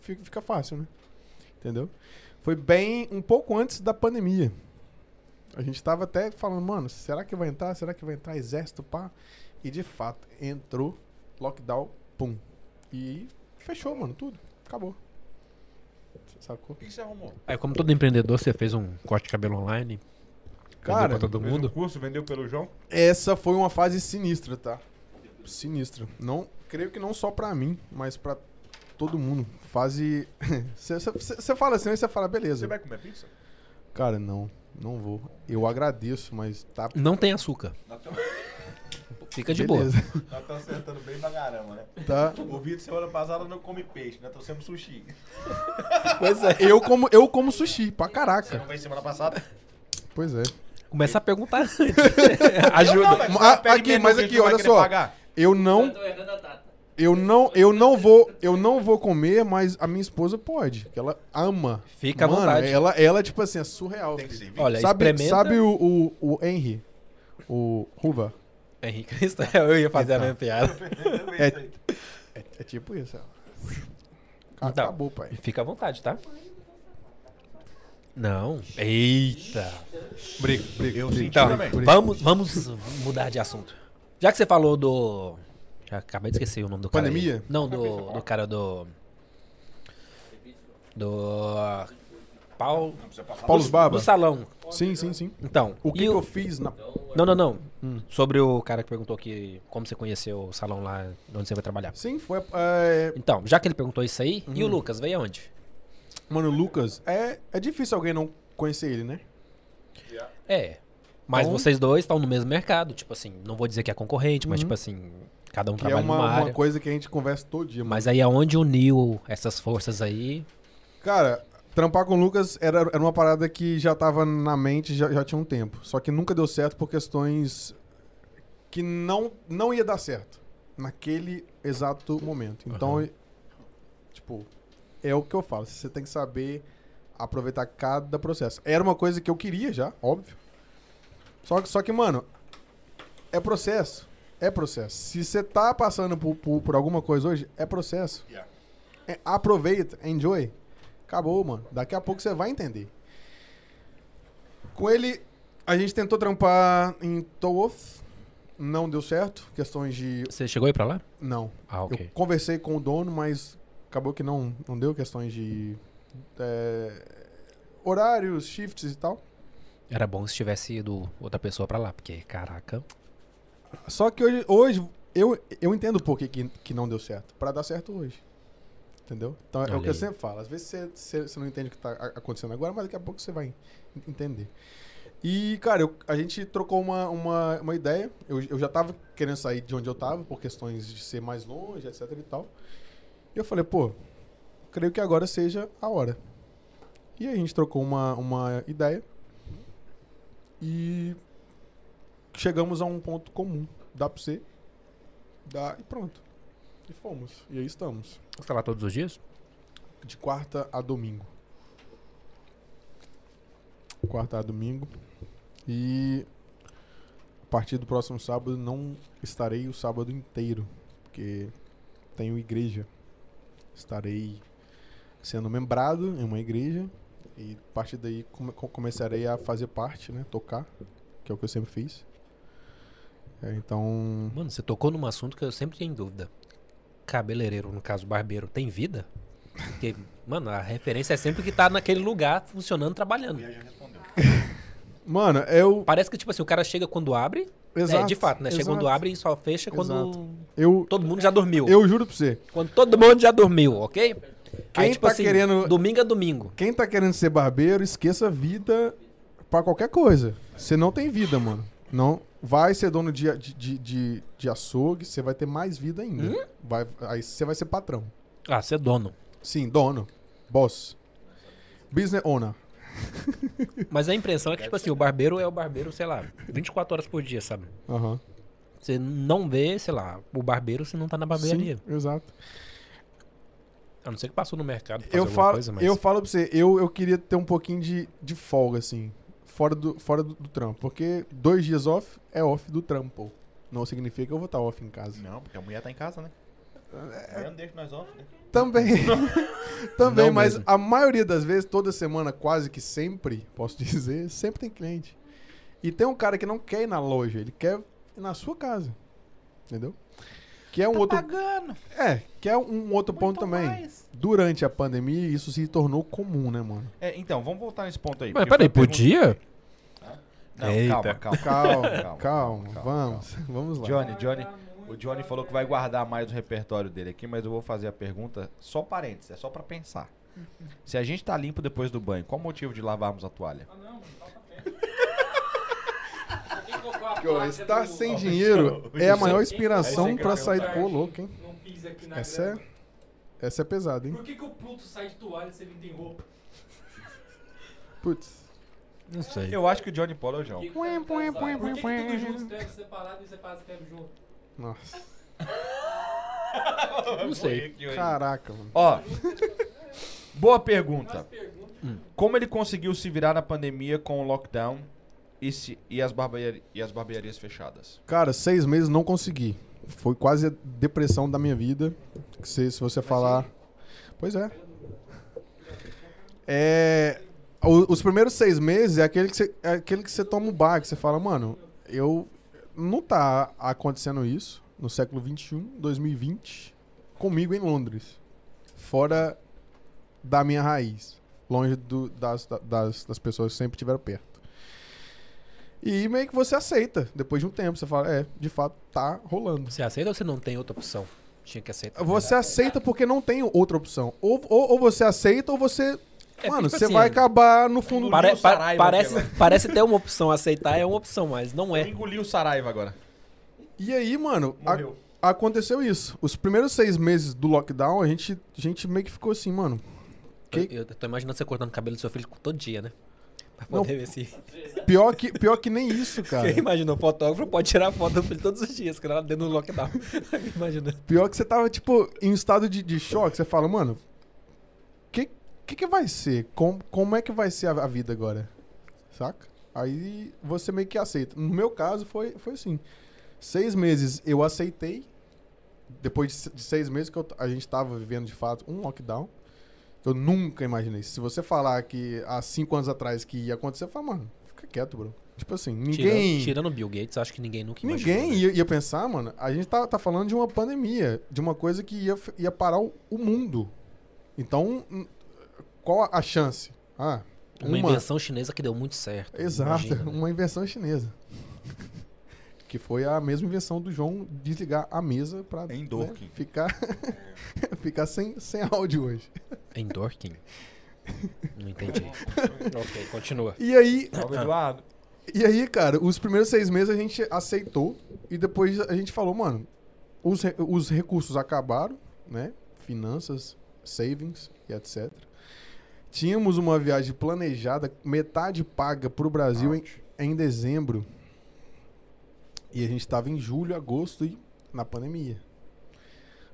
Fica, fica fácil, né? Entendeu? Foi bem um pouco antes da pandemia. A gente tava até falando, mano, será que vai entrar? Será que vai entrar exército, pá? E de fato, entrou, lockdown, pum. E fechou, mano, tudo. Acabou. Sacou?
O que que você arrumou?
É, como todo empreendedor, você fez um corte de cabelo online. Cara,
Cara,
pra todo
Fez um
mundo.
curso, vendeu pelo João?
Essa foi uma fase sinistra, tá? Sinistra. Não, creio que não só pra mim, mas pra todo mundo. Fase. *laughs* Você fala assim, aí você fala, beleza.
Você vai comer pizza?
*laughs*
Cara, não, não vou. Eu agradeço, mas tá.
Não tem açúcar. Fica É de boa.
*laughs*
Beleza.
Nós estamos acertando Tá bem pra caramba, né? *laughs*
Tá.
O Vitor, semana passada, não come peixe, nós trouxemos sushi.
Pois é.
Eu como, eu como sushi, pra
Você
caraca.
não veio semana passada?
Pois é.
Começa a perguntar antes.
Eu não,
Ajuda.
mas
Ma-
você pede
aqui,
menu
mas
que a
aqui,
gente não vai
olha
querer
só.
pagar.
Eu não,
Eu tô errando a data.
eu não, eu não vou, eu não vou comer, mas a minha esposa pode, que ela ama.
Fica à
Mano,
vontade.
Ela, ela tipo assim, é surreal.
Tem que servir.
Olha,
Sabe,
experimenta.
sabe o, o, o Henry? O Ruva?
*laughs* Henrique Cristo, é, eu ia fazer a
Tá.
mesma piada.
É,
É tipo isso, ela.
Então.
Acabou, pai.
Fica à vontade, tá? Não. Eita. Brigo, brigo.
eu senti
Então,
também.
vamos, vamos mudar de assunto. Já que você falou do. Já acabei de esquecer o nome do cara. aí.
Pandemia?
Não, do, do cara do. Do. ah, Paulo.
Não precisa passar
Paulo
nada.
Do
Baba?
salão.
Sim, sim, sim.
Então.
O que,
e
que eu fiz na.
Não, não, não.
Hum.
Sobre o cara que perguntou que como você conheceu o salão lá onde você vai trabalhar.
Sim, foi. é,
Então, já que ele perguntou isso aí,
Hum.
e o Lucas veio aonde?
Mano, o Lucas, é, é difícil alguém não conhecer ele, né?
É. Mas
Então-
vocês dois estão no mesmo mercado, tipo assim, não vou dizer que é concorrente, mas tipo assim, cada um
Hum. Que é
trabalha
uma,
numa
uma
área.
coisa que a gente conversa todo dia, mano.
Mas aí aonde uniu essas forças aí?
Cara, trampar com o Lucas era, era uma parada que já tava na mente já, já tinha um tempo. Só que nunca deu certo por questões que não, não ia dar certo naquele exato momento. Então,
Aham.
e- tipo, é o que eu falo. Você tem que saber aproveitar cada processo. Era uma coisa que eu queria já, óbvio. Só que, só que mano, é processo. É processo. Se você tá passando por, por, por alguma coisa hoje, é processo.
Yeah.
É, aproveita, enjoy. Acabou, mano. Daqui a pouco você vai entender. Com ele, a gente tentou trampar em Towoth. Não deu certo. Questões de.
Você chegou aí pra lá?
Não.
Ah,
Eu
ok.
conversei com o dono, mas acabou que não, não deu questões de. é, horários, shifts e tal.
Era bom se tivesse ido outra pessoa pra lá, porque caraca.
Só que hoje, hoje eu, eu entendo por que, que, que não deu certo. Pra dar certo hoje. Entendeu? Então é
Olha
o que eu
aí.
sempre falo. Às vezes você, você, você não entende o que tá a- acontecendo agora, mas daqui a pouco você vai en- entender. E, cara, eu- a gente trocou uma, uma, uma ideia. Eu, eu já tava querendo sair de onde eu tava, por questões de ser mais longe, etc e tal. E eu falei, pô, creio que agora seja a hora. E aí a gente trocou uma, uma ideia. E chegamos a um ponto comum. Dá pra você. Dá e pronto. E fomos. E aí estamos.
Você tá lá todos os dias?
De quarta a domingo. Quarta a domingo. E a partir do próximo sábado não estarei o sábado inteiro. Porque tenho igreja. Estarei sendo membrado em uma igreja. E a partir daí come- co- começarei a fazer parte, né? Tocar. Que é o que eu sempre fiz. É, então.
Mano, você tocou num assunto que eu sempre tenho dúvida. Cabeleireiro, no caso barbeiro, tem vida? Porque, mano, a referência é sempre que tá naquele lugar funcionando,
O
trabalhando.
Ian já respondeu.
Mano, eu.
Parece que, tipo assim, o cara chega quando abre.
Exato,
é, de fato, né? Chega quando
exato.
abre e só fecha quando
Eu,
todo mundo já dormiu.
eu juro pra você.
Quando todo mundo já dormiu, ok? tipo assim,
Quem tá querendo-
domingo a domingo.
Quem tá querendo ser barbeiro, esqueça a vida pra qualquer coisa. Você não tem vida, mano. Não. Vai ser dono de, de, de, de, de açougue, você vai ter mais vida ainda.
Hum?
Vai, aí você vai ser patrão.
Ah, você é dono.
Sim, dono. Boss. Business owner.
Mas a impressão é que, tipo assim, o barbeiro é o barbeiro, sei lá, 24 horas por dia, sabe?
Aham.
Você não vê, sei lá, o barbeiro se não tá na barbearia.
Sim, exato.
A não ser que passou no mercado. pra fazer
eu
alguma
falo,
coisa, mas-
eu falo pra você, eu, eu queria ter um pouquinho de, de folga, assim, fora, do, fora do, do trampo. Porque dois dias off é off do trampo. Não significa que eu vou estar off em casa.
Não, porque a mulher tá em casa, né? A mulher não deixa nós off, né?
Também.
*laughs*
Também,
Não
mas
mesmo.
a maioria das vezes, toda semana, quase que sempre, posso *laughs* dizer, sempre tem cliente. E tem um cara que não quer ir na loja, ele quer ir na sua casa. Entendeu? Que é um outro.
Pagando.
É, que é um outro ponto também. Durante a pandemia, isso se tornou comum, né, mano?
É, então, vamos voltar nesse ponto aí.
Mas
porque
peraí,
foi a pergunta-
podia?
Não,
Eita.
calma, calma.
Calma, calma, vamos, vamos lá.
Johnny, Johnny, o Johnny falou que vai guardar mais o repertório dele aqui, mas eu vou fazer a pergunta, só parênteses, é só pra pensar. Se a gente tá limpo depois do
tá
banho, qual o motivo de lavarmos a toalha?
Ah, não, mano, toca a pé. Quem colocou a
Aqui, ó,
tá
estar sem dinheiro é a maior inspiração pra sair. Pô, louco, hein?
Não pisa aqui na
Essa
grama.
é. Essa é pesada, hein?
Por que, que o Pluto sai de toalha se ele não tem roupa?
Putz.
Não sei.
Eu acho que o Johnny Paul é o João.
Por que, que,
Põe, põe, põe,
por que, que
põe,
tudo junto
põe.
escreve separado e separado escreve junto?
Nossa.
Não sei.
Caraca, mano.
Ó. Boa pergunta.
Faz pergunta.
Como ele conseguiu se virar na pandemia com o lockdown e, se- e as, barbeari- e as barbearias fechadas?
Cara, seis meses não consegui. Foi quase a depressão da minha vida. Que Se, se você falar. Pois é. É. o- os primeiros seis meses é aquele que você, é aquele que você toma o bar, que você fala, mano, eu. Não tá acontecendo isso no século um, XXI, 2020, comigo em Londres. Fora da minha raiz. Longe do- das, das, das pessoas que sempre tiveram perto. E meio que você aceita. Depois de um tempo, você fala, é, de fato, tá rolando.
Você aceita ou você não tem outra opção? Tinha que aceitar.
Você aceita porque não tem outra opção. Ou, ou, ou você aceita, ou você.
É,
mano,
tipo
você
assim,
vai acabar no fundo.
Pare-
Engoliu o
pa-
Saraiva
parece,
aqui
parece ter uma opção. Aceitar é uma opção, mas não é.
Engoliu o Saraiva agora.
E aí, mano, a-
Morreu.
aconteceu isso. Os primeiros seis meses do lockdown, a gente, a gente meio que ficou assim, mano. Que-
Eu, eu tô imaginando você cortando o cabelo do seu filho todo dia, né? Pra
Não.
poder ver se.
Pior que, pior que nem isso, cara.
*laughs* Quem imaginou fotógrafo pode tirar foto do filho todos os dias, que ela dentro do lockdown. *laughs* Imagina.
Pior que você tava, tipo, em um estado de, de choque. Você fala, mano, que, que que vai ser? Com, como é que vai ser a, a vida agora? Saca? Aí você meio que aceita. No meu caso, foi, foi assim. Seis meses eu aceitei. Depois de, se- de seis meses que eu t- a gente tava vivendo, de fato, um lockdown. Eu nunca imaginei. Se você falar que há cinco anos atrás que ia acontecer, eu falo, mano, fica quieto, bro. Tipo assim, ninguém...
Tirando, tirando o Bill Gates, acho que ninguém nunca imaginou.
Ninguém
né?
ia, ia pensar, mano. A gente tá, tá falando de uma pandemia, de uma coisa que ia, f- ia parar o, o mundo. Então, hum, qual a, a chance? Ah,
Uma invenção chinesa que deu muito certo.
Exato, *laughs* Um-
imagina, né?
uma invenção chinesa. *laughs* Que foi a mesma invenção do João desligar a mesa pra
Em
né,
Dorking.
ficar, *laughs* ficar sem, sem áudio hoje.
Em Dorking. Não
*laughs*
entendi. ok, continua.
E aí,
Salve, Eduardo.
E aí, cara, os primeiros seis meses a gente aceitou e depois a gente falou, mano, os, re- os recursos acabaram, né? Finanças, savings e etc. Tínhamos uma viagem planejada, metade paga pro Brasil em, em dezembro. E a gente tava em julho, agosto e na pandemia.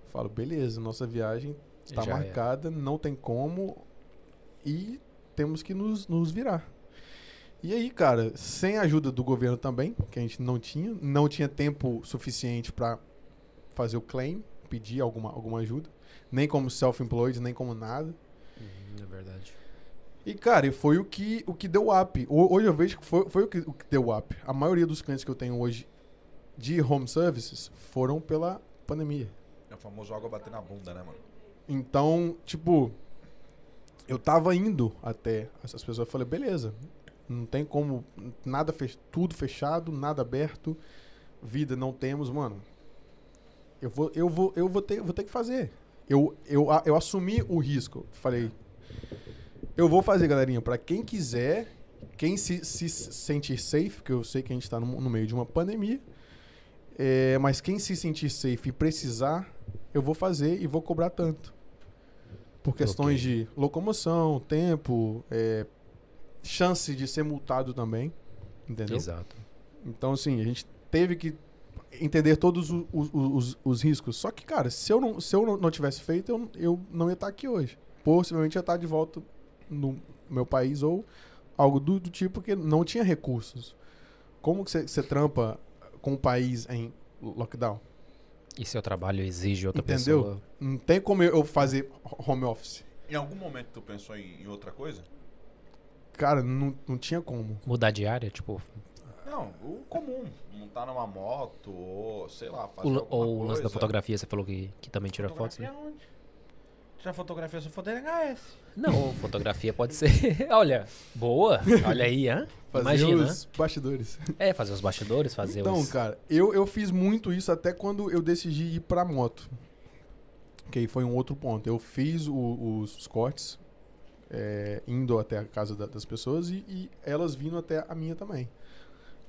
Falo, beleza, nossa viagem está
Já é.
marcada, não tem como e temos que nos, nos virar. E aí, cara, sem a ajuda do governo também, que a gente não tinha, não tinha tempo suficiente para fazer o claim, pedir alguma, alguma ajuda, nem como self-employed, nem como nada. Hum,
É verdade.
E, cara, e foi o que, o que deu up. Ho- Hoje eu vejo que foi, foi o, que, o que deu up. A maioria dos clientes que eu tenho hoje de home services foram pela pandemia.
É o famoso água bater na bunda, né, mano?
Então, tipo, eu tava indo até essas pessoas. Eu falei, beleza, não tem como, nada fech tudo fechado, nada aberto, vida não temos, mano. Eu vou, eu vou, eu vou ter, vou ter que fazer. Eu, eu, a- eu assumi o risco. Falei, eu vou fazer, galerinha. Pra quem quiser, quem se, se sentir safe, que eu sei que a gente tá no, no meio de uma pandemia, é, mas quem se sentir safe e precisar, eu vou fazer e vou cobrar tanto. Por questões de locomoção, tempo, é, chance de ser multado também. Entendeu?
Exato.
Então, assim, a gente teve que entender todos o- o- o- os, os riscos. Só que, cara, se eu não, se eu não- não tivesse feito, eu, eu não ia estar aqui hoje. Possivelmente ia estar de volta no meu país ou algo do, do tipo, porque não tinha recursos. Como que você- você trampa com o país em lockdown?
E seu trabalho exige outra
Entendeu?
pessoa.
Não tem como eu- eu fazer home office.
Em algum momento tu pensou em, em outra coisa?
Cara, não, não tinha como.
Mudar de área, tipo,
Não, o comum. Montar numa moto ou, sei lá, fazer
o l-
alguma
ou o
coisa.
lance da fotografia, você falou que, que também tira fotos, né?
Fotografia onde? Tirar fotografia só foto HS.
*laughs* Não, fotografia pode ser. Olha, boa. Olha aí, hã?
*laughs* Fazer
Imagina.
os bastidores.
É, fazer os bastidores, fazer
Então,
os.
cara, eu, eu fiz muito isso até quando eu decidi ir pra moto. Que aí foi um outro ponto. Eu fiz o- os, os cortes eh, é, indo até a casa da- das pessoas e, e elas vindo até a minha também.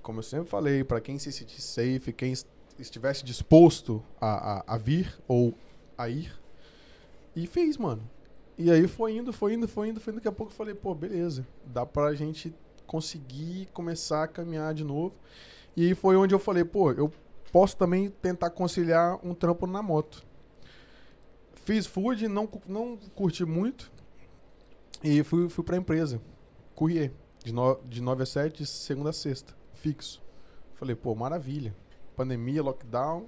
como eu sempre falei, para quem se sentir safe, quem est- estivesse disposto a, a, a vir ou a ir, e fez, mano. E aí foi indo, foi indo, foi indo, foi indo. Daqui a pouco eu falei, pô, beleza, dá pra gente conseguir começar a caminhar de novo. E aí foi onde eu falei, pô, eu posso também tentar conciliar um trampo na moto. Fiz food, não, cu- não curti muito. E fui, fui pra empresa. Courier. De, no, de 9 a 7, segunda a sexta. Fixo. Falei, pô, maravilha. Pandemia, lockdown.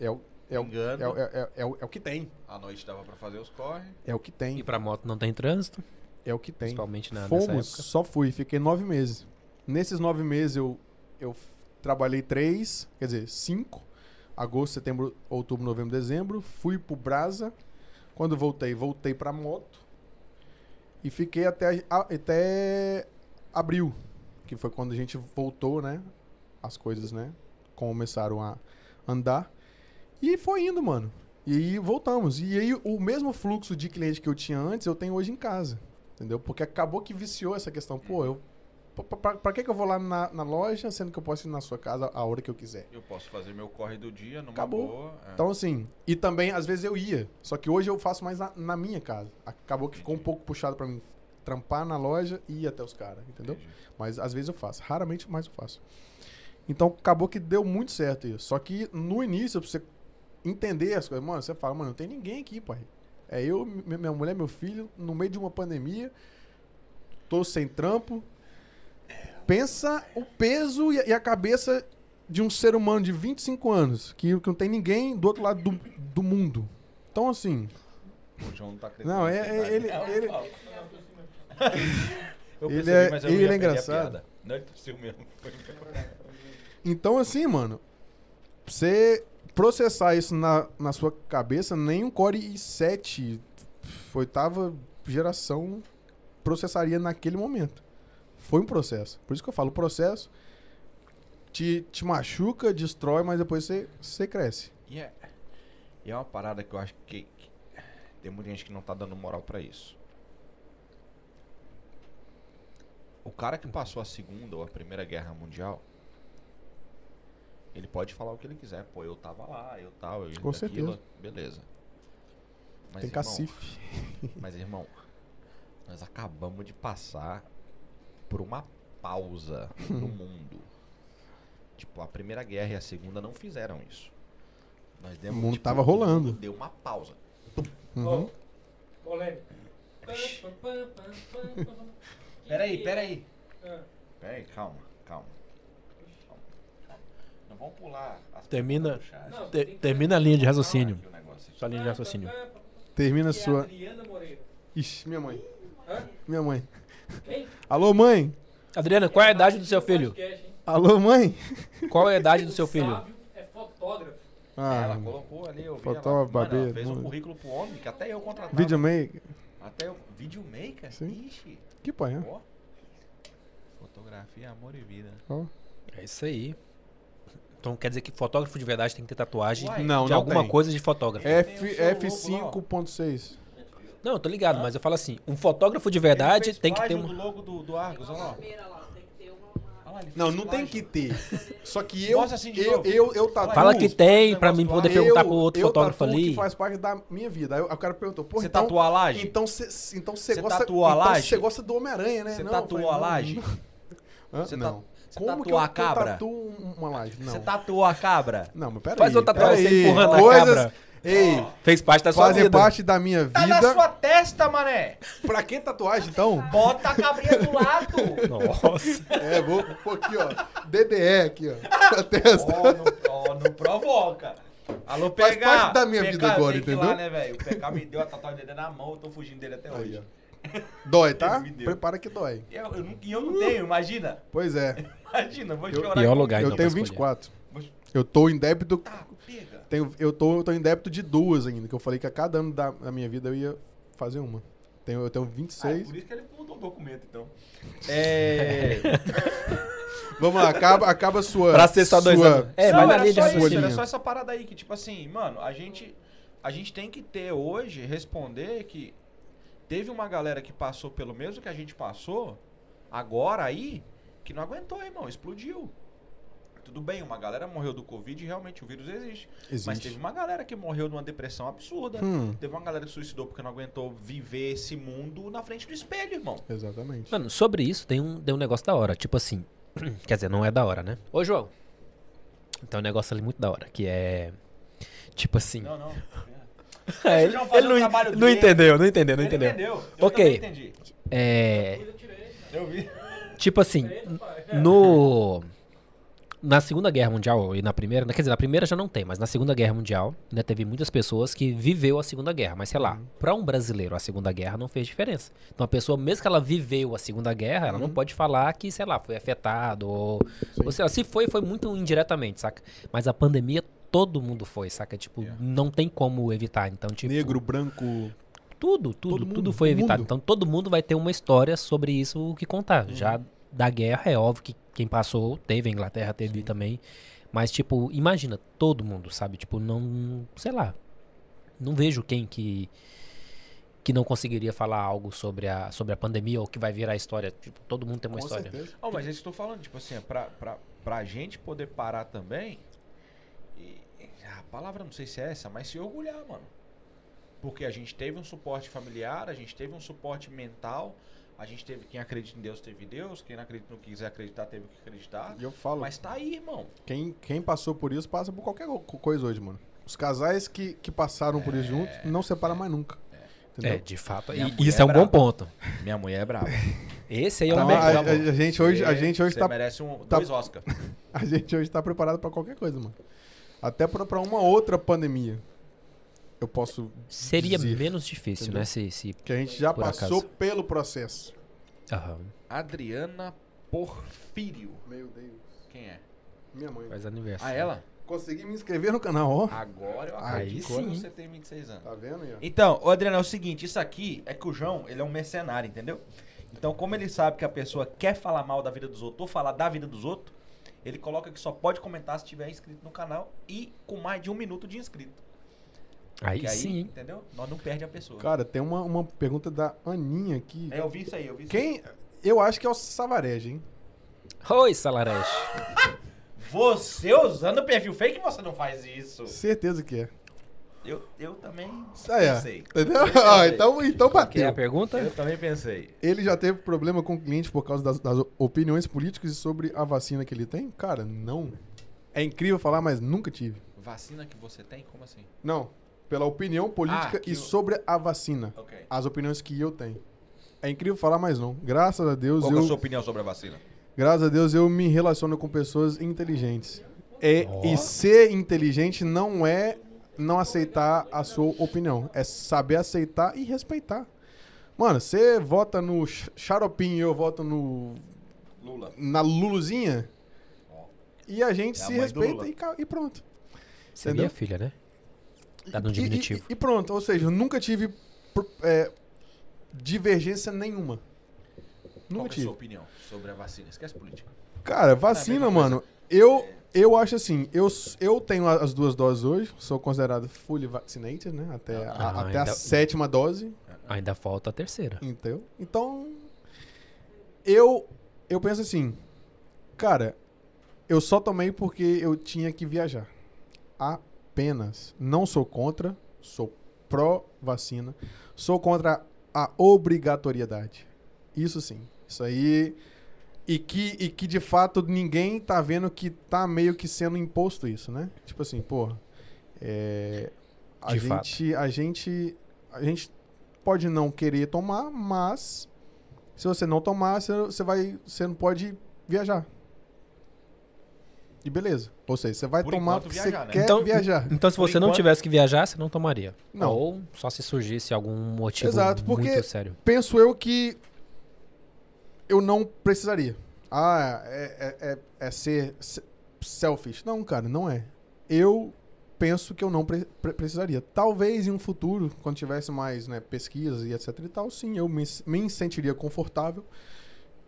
É o, é o,
Engano.
é, o- é, é, é, o, é o que tem.
À noite dava pra fazer os corre.
É o que tem.
E pra moto não tem trânsito,
É o que tem.
principalmente na, né, nessa
Fomos,
época.
só fui, fiquei nove meses. Nesses nove meses eu, eu f- trabalhei três, quer dizer, cinco. Agosto, setembro, outubro, novembro, dezembro. Fui pro Brasa. Quando voltei, voltei pra moto. E fiquei até, a- até abril, que foi quando a gente voltou, né? As coisas, né? Começaram a andar. E foi indo, mano. E aí voltamos. E aí o mesmo fluxo de cliente que eu tinha antes, eu tenho hoje em casa. Entendeu? Porque acabou que viciou essa questão. Pô, eu. pra- Pra, pra que, que eu vou lá na, na loja, sendo que eu posso ir na sua casa a hora que eu quiser?
Eu posso fazer meu corre do dia numa
Acabou.
boa. é.
Então, assim. E também, às vezes eu ia. Só que hoje eu faço mais na, na minha casa. Acabou que ficou um pouco puxado pra mim. Trampar na loja e ir até os caras, entendeu?
Entendi.
Mas às vezes eu faço. Raramente, mas eu faço. Então acabou que deu muito certo isso. Só que no início, pra você entender as coisas, mano, você fala, mano, não tem ninguém aqui, pai. É eu, mi- minha mulher, meu filho, no meio de uma pandemia, tô sem trampo.
É.
Pensa o peso e a- e a cabeça de um ser humano de 25 anos, que, que não tem ninguém do outro lado do, do mundo. Então, assim.
O João tá crescendo.
Não,
tá
é, é- ele,
ligado?
ele.
Eu
ele
percebi,
é-
mas eu
ele
ia perder
é
a
engraçado.
piada. Não, ele torceu mesmo. Foi
Então, assim, mano, você processar isso na, na sua cabeça, nem um Core i7, oitava geração, processaria naquele momento. Foi um processo. Por isso que eu falo, o processo te, te machuca, destrói, mas depois você, você cresce.
E é, e é uma parada que eu acho que, que tem muita gente que não tá dando moral pra isso. O cara que passou a Segunda ou a Primeira Guerra Mundial, ele pode falar o que ele quiser. Pô, eu tava lá, eu tal, eu
Com
isso, aquilo,
certeza.
beleza. Mas,
Tem
irmão,
cacife.
mas, irmão, nós acabamos de passar por uma
*laughs*
pausa no mundo. Tipo, a Primeira Guerra e a Segunda não fizeram isso. Nós demos, tipo,
O mundo tava rolando.
Deu uma pausa.
Uhum.
Polêmica.
Peraí,
é?
peraí.
Ah.
Peraí, calma, calma. Calma, calma. Não vamos pular as
Termina-
perguntas do chat.
Te-
Não, tem que-
termina a linha de raciocínio.
Aqui o negócio aqui.
Sua
Ah,
linha de raciocínio.
Termina a
Que é
sua.
Adriana Moreira.
Ixi, minha mãe.
Hã?
Minha mãe.
Quem?
Alô, mãe?
Adriana, qual é a idade do seu filho?
Podcast, hein?
Alô, mãe?
Qual é a idade do seu
O
filho?
Sábio é fotógrafo.
Ah,
ela colocou ali, eu vi
Faltou
ela,
uma é?
mano, ela
babeira,
fez um
mano.
currículo pro homem que até eu contratava.
videomaker.
Até eu, videomaker?
Sim.
Ixi,
Que pai, né?
ó. Fotografia, amor e vida.
Ó.
*laughs* É isso aí. Então quer dizer que fotógrafo de verdade tem que ter tatuagem
Uai,
de
Não, não
alguma
tem. É,
coisa de fotógrafo.
F,
Tem o seu logo
F5.6.
Não, eu tô ligado, mas eu falo assim, um fotógrafo de verdade
Tá. Ele fez
tem que ter um
plágio
uma...
do logo do, do Argos, olha lá.
Primeira lá, tem que ter uma- uma.
Olha lá, ele
Não,
fez
não tem
plágio.
que ter. Só que eu
Mostra assim de
eu,
novo.
eu, eu tatuo.
Fala que tem
Negócio
pra mim
do
poder
ar.
perguntar
eu-
pro outro
eu
fotógrafo
tatuo
ali.
Que faz parte da minha vida. Aí o cara perguntou, pô,
Você
então,
tatuou a laje?
Então você então você
Você
gosta,
tatuou a
então
laje?
Você gosta do Homem-Aranha, né?
Você
Não, eu
tatuou
falei,
a
não,
laje?
Hã?
Você
não.
tatu- você
Como que
tatuou a
eu, eu
cabra?
tatuo um, uma laje? Não.
Você tatuou a cabra?
Não, mas peraí.
Faz outra tatuagem,
peraí.
você empurrando a
Coisas-
cabra.
Ei,
Fez parte da sua
fazem
vida.
parte da minha
Tá na
vida.
sua testa, mané!
Pra que tatuagem, então?
Bota a cabrinha do lado!
Nossa.
É, vou pôr aqui, ó. DDE aqui, ó. Na testa.
Ó, não, ó, não provoca. Alô, PK.
Faz parte da minha
PK,
vida agora,
tem que ir
entendeu?
Lá, né, velho? o PK me deu a tatuagem dele na mão, eu tô fugindo dele até
Aí,
hoje.
ó. Dói, tá?
Me deu.
Prepara que dói.
E eu, eu não, e eu não tenho, imagina.
Pois é.
Imagina, vou
Eu-
chorar.
Pior
com-
lugar,
eu
então, pra
tenho
escolher.
24.
Vou-
Eu tô em débito.
Tá, pega.
Tenho, eu, tô, eu tô em débito de duas ainda, que eu falei que a cada ano da, da minha vida eu ia fazer uma. Tenho, eu tenho
Ah,
26.
por isso que ele mudou o documento, então. É...
Vamos lá, acaba, acaba sua.
Pra ser só dois
sua-
anos. É,
não,
vai na
era
linha de
só isso,
raciocínio.
era
raciocínio.
só essa parada aí que, tipo assim, mano, a gente, a gente tem que ter hoje, responder que teve uma galera que passou pelo mesmo que a gente passou, agora aí, que não aguentou, irmão, explodiu. Tudo bem, uma galera morreu do Covid e realmente o vírus existe. Mas teve
Existe.
uma galera que morreu de uma depressão absurda.
Hum,
Teve uma galera que suicidou porque não aguentou viver esse mundo na frente do espelho, irmão.
exatamente.
Mano, sobre isso tem um, tem um negócio da hora. Tipo assim. *clears throat* Quer dizer, não é da hora, né? Ô, João. Tem um negócio ali muito da hora, que é. Tipo assim.
Não, não.
É, *laughs*
Deixa o João fazer o
en-
trabalho
não
dele.
entendeu, não entendeu, não
Ele
entendeu.
Eu
Ok.
também entendi.
É.
Eu tirei.
Eu vi.
Tipo assim, no. Na Segunda Guerra Mundial e na Primeira, quer dizer, na Primeira já não tem, mas na Segunda Guerra Mundial ainda teve muitas pessoas que viveu a Segunda Guerra. Mas sei lá, pra um brasileiro a Segunda Guerra não fez diferença. Então a pessoa, mesmo que ela viveu a Segunda Guerra, ela não pode falar que, sei lá, foi afetado ou... ou sei lá, se foi, foi muito indiretamente, saca? Mas a pandemia todo mundo foi, saca? Tipo,
Yeah.
não tem como evitar. Então, tipo...
Negro, branco.
Tudo, tudo,
Todo mundo,
tudo foi
todo
evitado.
mundo. Uhum.
Então todo mundo vai ter uma história sobre isso que contar. Já da guerra é óbvio que quem passou teve, a Inglaterra teve também. Mas, tipo, imagina, todo mundo, sabe? Tipo, não. Sei lá. Não vejo quem que. Que não conseguiria falar algo sobre a, sobre a pandemia ou que vai virar a história. Tipo, todo mundo tem uma
com
história.
certeza.
Não, mas é isso que eu tô falando, tipo assim, é pra, pra, pra gente poder parar também. e- a palavra não sei se é essa, mas se orgulhar, mano. Porque a gente teve um suporte familiar, a gente teve um suporte mental, a gente teve quem acredita em Deus, teve Deus, quem não acredita não quiser acreditar, teve que acreditar.
E eu falo,
Mas tá aí, irmão.
quem, quem passou por isso passa por qualquer co- coisa hoje, mano. Os casais que, que passaram por isso juntos não separam mais nunca. Entendeu?
É, de fato.
Minha
E-
mulher
isso é um
é
bom
brava.
ponto.
Minha mulher é
*laughs*
brava.
Esse aí é um
Então,
bom
a, a-
ponto.
a gente hoje, a gente hoje
É, Você
tá,
merece um,
tá-
dois Oscar.
a gente hoje tá preparado pra qualquer coisa, mano. Até pra, pra uma outra pandemia. Eu posso
Seria
dizer
menos difícil,
entendeu?
né? Se. se...
que a gente já
por
passou
acaso.
pelo processo.
Aham.
Adriana Porfírio.
Meu Deus.
Quem é?
Minha mãe.
Faz aniversário.
Ah, ela?
Consegui me inscrever no canal, ó.
Agora eu
Aí
acredito
sim.
que você tem 26 anos.
Tá vendo aí, ó?
Então, ô Adriano, é o seguinte, isso aqui é que o João, ele é um mercenário, entendeu? Então, como ele sabe que a pessoa quer falar mal da vida dos outros ou falar da vida dos outros, ele coloca que só pode comentar se tiver inscrito no canal e com mais de um minuto de inscrito.
Aí
Que aí,
sim, hein?
entendeu? Nós não perde a pessoa.
Cara, tem uma, uma pergunta da Aninha aqui.
É, eu vi isso aí, eu vi isso aí.
Quem. Eu acho que é o Savarege, hein?
Oi, Salarés.
Você usando perfil fake, você não faz isso.
Certeza que é.
Eu, eu também
Ah, é.
pensei.
Entendeu? *laughs* Ó, então, então
Quer é a
bateu.
pergunta?
Eu também pensei.
Ele já teve problema com o cliente por causa das, das opiniões políticas e sobre a vacina que ele tem? Cara, não. É incrível falar, mas nunca tive.
Vacina que você tem? Como assim?
Não. Pela opinião política
Ah, que
e
o-
sobre a vacina.
Ok.
As opiniões que eu tenho. É incrível falar, mas não. Graças a Deus
Qual que é
eu.
a sua opinião sobre a vacina?
Graças a Deus eu me relaciono com pessoas inteligentes. É,
Ó.
E ser inteligente não é não aceitar a sua opinião. É saber aceitar e respeitar. Mano, você vota no X- Xaropinho e eu voto no,
Lula.
na Luluzinha. E a gente
É a
se
mãe do
respeita
Lula.
e, ca- e pronto.
Seria
Entendeu?
minha filha, né? Tá no
E- e-
diminutivo.
E, pronto. Ou seja, eu nunca tive pr- é, divergência nenhuma.
Qual
Nunca
que é a
tive.
sua opinião sobre a vacina? Esquece política. É
Cara,
a
vacina,
mesma
mano. Eu, eu acho assim, eu, s- eu tenho a- as duas doses hoje, sou considerado fully vaccinated, né? Até, a,
Ah,
até a
ainda-
sétima dose,
Ainda falta a terceira.
entendeu? Então, eu, eu penso assim, cara, eu só tomei porque eu tinha que viajar. Apenas. Não sou contra, sou pró-vacina, sou contra a obrigatoriedade. Isso sim. Isso aí. E que, e que de fato ninguém tá vendo que tá meio que sendo imposto isso, né? Tipo assim, porra. é, a,
De fato.
gente, a gente. A gente pode não querer tomar, mas se você não tomar, você, você vai. Você não pode viajar. E beleza. Ou seja, você vai
Por
tomar
enquanto,
porque
viajar,
você
né?
quer
Então-
viajar.
Então, se
Por
você não
enquanto-
tivesse que viajar, você não tomaria.
Não.
Ou só se surgisse algum motivo
Exato, porque-
muito sério.
penso eu que eu não precisaria. Ah, é, é, é, é ser se- selfish. Não, cara, não é. Eu penso que eu não pre- pre- precisaria. Talvez em um futuro, quando tivesse mais né, pesquisas e etc e tal, sim, eu me, me sentiria confortável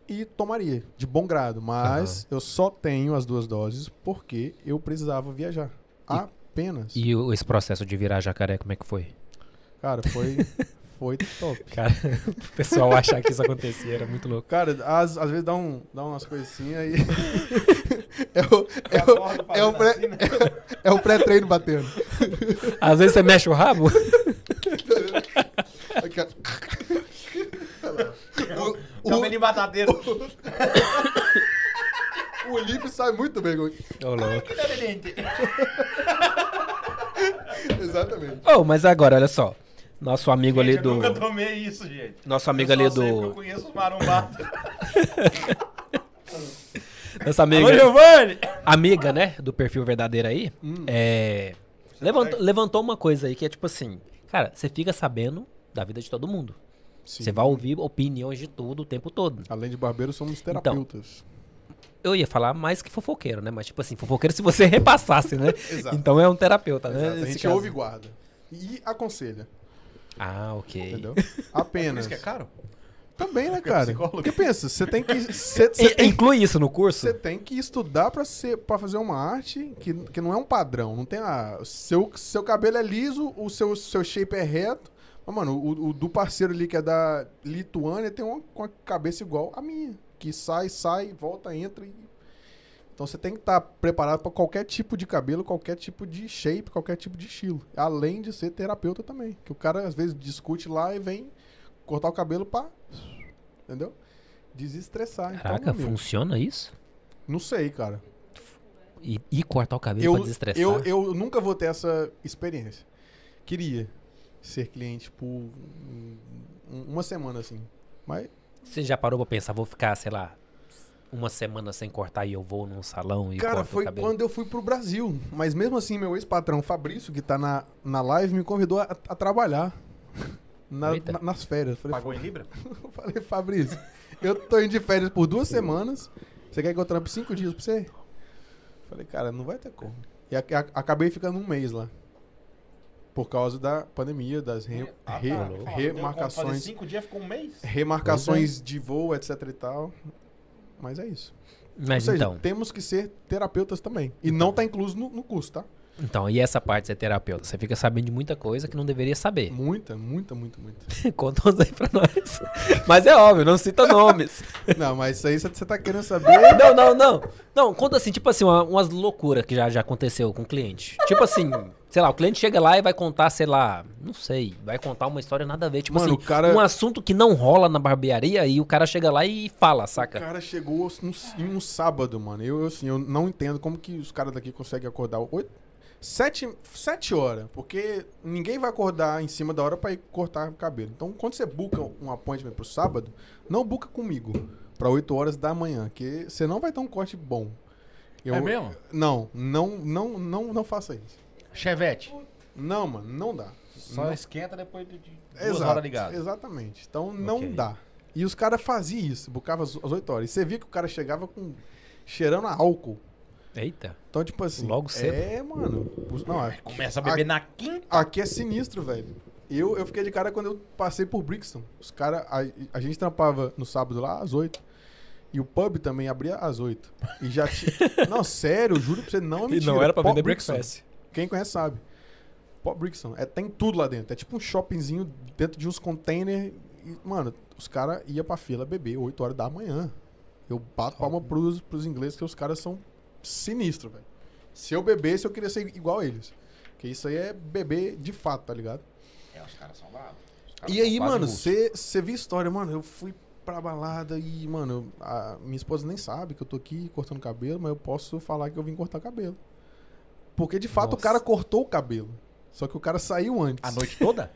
e tomaria, de bom grado. Mas eu só tenho as duas doses porque eu precisava viajar. Apenas.
E o- esse processo de virar jacaré, como é que foi?
Cara, foi, foi top.
Cara, *laughs* o pessoal achar que isso acontecia era muito louco.
Cara, às, às vezes dá, um, dá umas coisinhas aí. É o, é o,
acordo
é o
fazendo
pré,
assim, né?
é o pré-treino batendo.
Às vezes você mexe o rabo.
Aqui, ó. O-
Também de batateiro.
O, o Lipe sai muito bem. com-
Ô, louco.
Que é evidente.
Exatamente.
Ô, mas agora, olha só. Nosso amigo ali
Gente,
do.
Eu nunca tomei isso, gente.
Nosso amigo
Eu só
ali
sei porque Eu
do.
conheço os marombados.
Nossa amiga.
Alô, Giovanni!
amiga, né, do perfil verdadeiro aí,
Hum.
é, levantou, levantou uma coisa aí que é tipo assim, cara, você fica sabendo da vida de todo mundo. Você vai ouvir opiniões de tudo o tempo todo.
Além de barbeiro, somos terapeutas.
Eu ia falar mais que fofoqueiro, né? Mas tipo assim, fofoqueiro se você *laughs* repassasse, né?
Exato.
Então é um terapeuta, né?
Exato. A
nesse
gente
caso.
ouve e guarda. E aconselha,
Ah, ok. *laughs*
entendeu?
Por
Apenas.
isso que é caro?
Também, né, cara?
psicólogo.
Porque pensa, você tem que. Você
E-
você tem,
inclui isso no curso?
você tem que estudar pra, ser, pra fazer uma arte que, que não é um padrão. Não tem a. Seu, seu cabelo é liso, o seu, seu shape é reto. Mas, mano, o, o do parceiro ali que é da Lituânia tem uma com a cabeça igual a minha. Que sai, sai, volta, entra e. Então você tem que estar preparado pra qualquer tipo de cabelo, qualquer tipo de shape, qualquer tipo de estilo. Além de ser terapeuta também. Que o cara às vezes discute lá e vem cortar o cabelo pra. Entendeu? Desestressar. Então,
Caraca,
meu amigo,
funciona isso?
não sei, cara.
E, e cortar o cabelo
Eu,
pra desestressar?
eu, eu nunca vou ter essa experiência. Queria ser cliente por um- uma semana, assim. Mas
Você já parou pra pensar, vou ficar, sei lá, uma semana sem cortar e eu vou num salão e
Cara,
corto o
foi
cabelo?
quando eu fui pro Brasil. Mas mesmo assim, meu ex-patrão Fabrício, que tá na, na live, me convidou a, a trabalhar. *laughs* na-
Eita.
na- nas férias. Falei,
Pagou em Libra?
eu *laughs* falei, Fabrício, eu tô indo de férias por duas semanas. Você quer que eu trampe cinco dias pra você? Falei, cara, não vai ter como. E a- a- acabei ficando um mês lá. Por causa da pandemia, das re-
Ah, tá.
re-
Fala, deu como Fazer
remarcações,
cinco dias ficou um mês?
remarcações de voo, etc e tal. Mas é isso.
Mas
Ou seja,
então...
temos que ser terapeutas também. E não tá incluso no, no curso, tá?
Então, e essa parte de ser terapeuta? Você fica sabendo de muita coisa que não deveria saber.
Muita, muita, muita, muita.
*laughs* Conta uns aí pra nós. *laughs* Mas é óbvio, não cita
*laughs*
nomes.
não, mas isso aí você tá querendo saber.
não, não, não. Não, conta assim, tipo assim, uma- umas loucuras que já, já aconteceu com o cliente. Tipo
*laughs*
assim, sei lá, o cliente chega lá e vai contar, sei lá, não sei, vai contar uma história nada a ver. Tipo
Mano,
assim,
o cara-
um assunto que não rola na barbearia e o cara chega lá e fala,
O
saca?
cara chegou assim, em um sábado, mano. Eu, eu, assim, eu não entendo como que os caras daqui conseguem acordar oito, sete, sete horas. Porque ninguém vai acordar em cima da hora pra ir cortar o cabelo. Então, quando você buca um appointment pro sábado, não buca comigo. Pra 8 horas da manhã. Que você não vai ter um corte bom. Eu-
É mesmo?
Não, não, não, não, não faça isso.
Chevette.
Não, mano, não dá.
Só
Não.
esquenta depois de de duas
Exato,
horas ligadas.
Exatamente. Então não
Ok.
dá. E os caras faziam isso, bucava às 8 horas. E você via que o cara chegava com cheirando a álcool.
Eita.
Então, tipo assim.
Logo cedo.
É, mano. Os- Não, é-
Começa a beber na quinta.
aqui é sinistro, velho. Eu, eu fiquei de cara quando eu passei por Brixton. Os caras. A, a gente trampava no sábado lá às 8. E o pub também abria às 8. E já
*laughs*
tinha. não, sério, juro pra você, não é
E
mentira.
não era pra
Pó
vender
Brixton.
breakfast.
Quem conhece sabe. Pó Brixton. É, tem tudo lá dentro. É tipo um shoppingzinho dentro de uns containers. E, mano, os caras iam pra fila beber 8 horas da manhã. Eu bato palma pros, pros ingleses, que os caras são sinistros, velho. Se eu bebesse, eu queria ser igual a eles. Porque isso aí é beber de fato, tá ligado?
É, os caras são bravos. Os caras
E
são
aí,
tá quase
mano,
russos.
você viu história, mano, eu fui pra balada e, mano, a minha esposa nem sabe que eu tô aqui cortando cabelo, mas eu posso falar que eu vim cortar cabelo. Porque de fato o
Nossa.
cara cortou o cabelo. Só que o cara saiu antes.
A noite toda?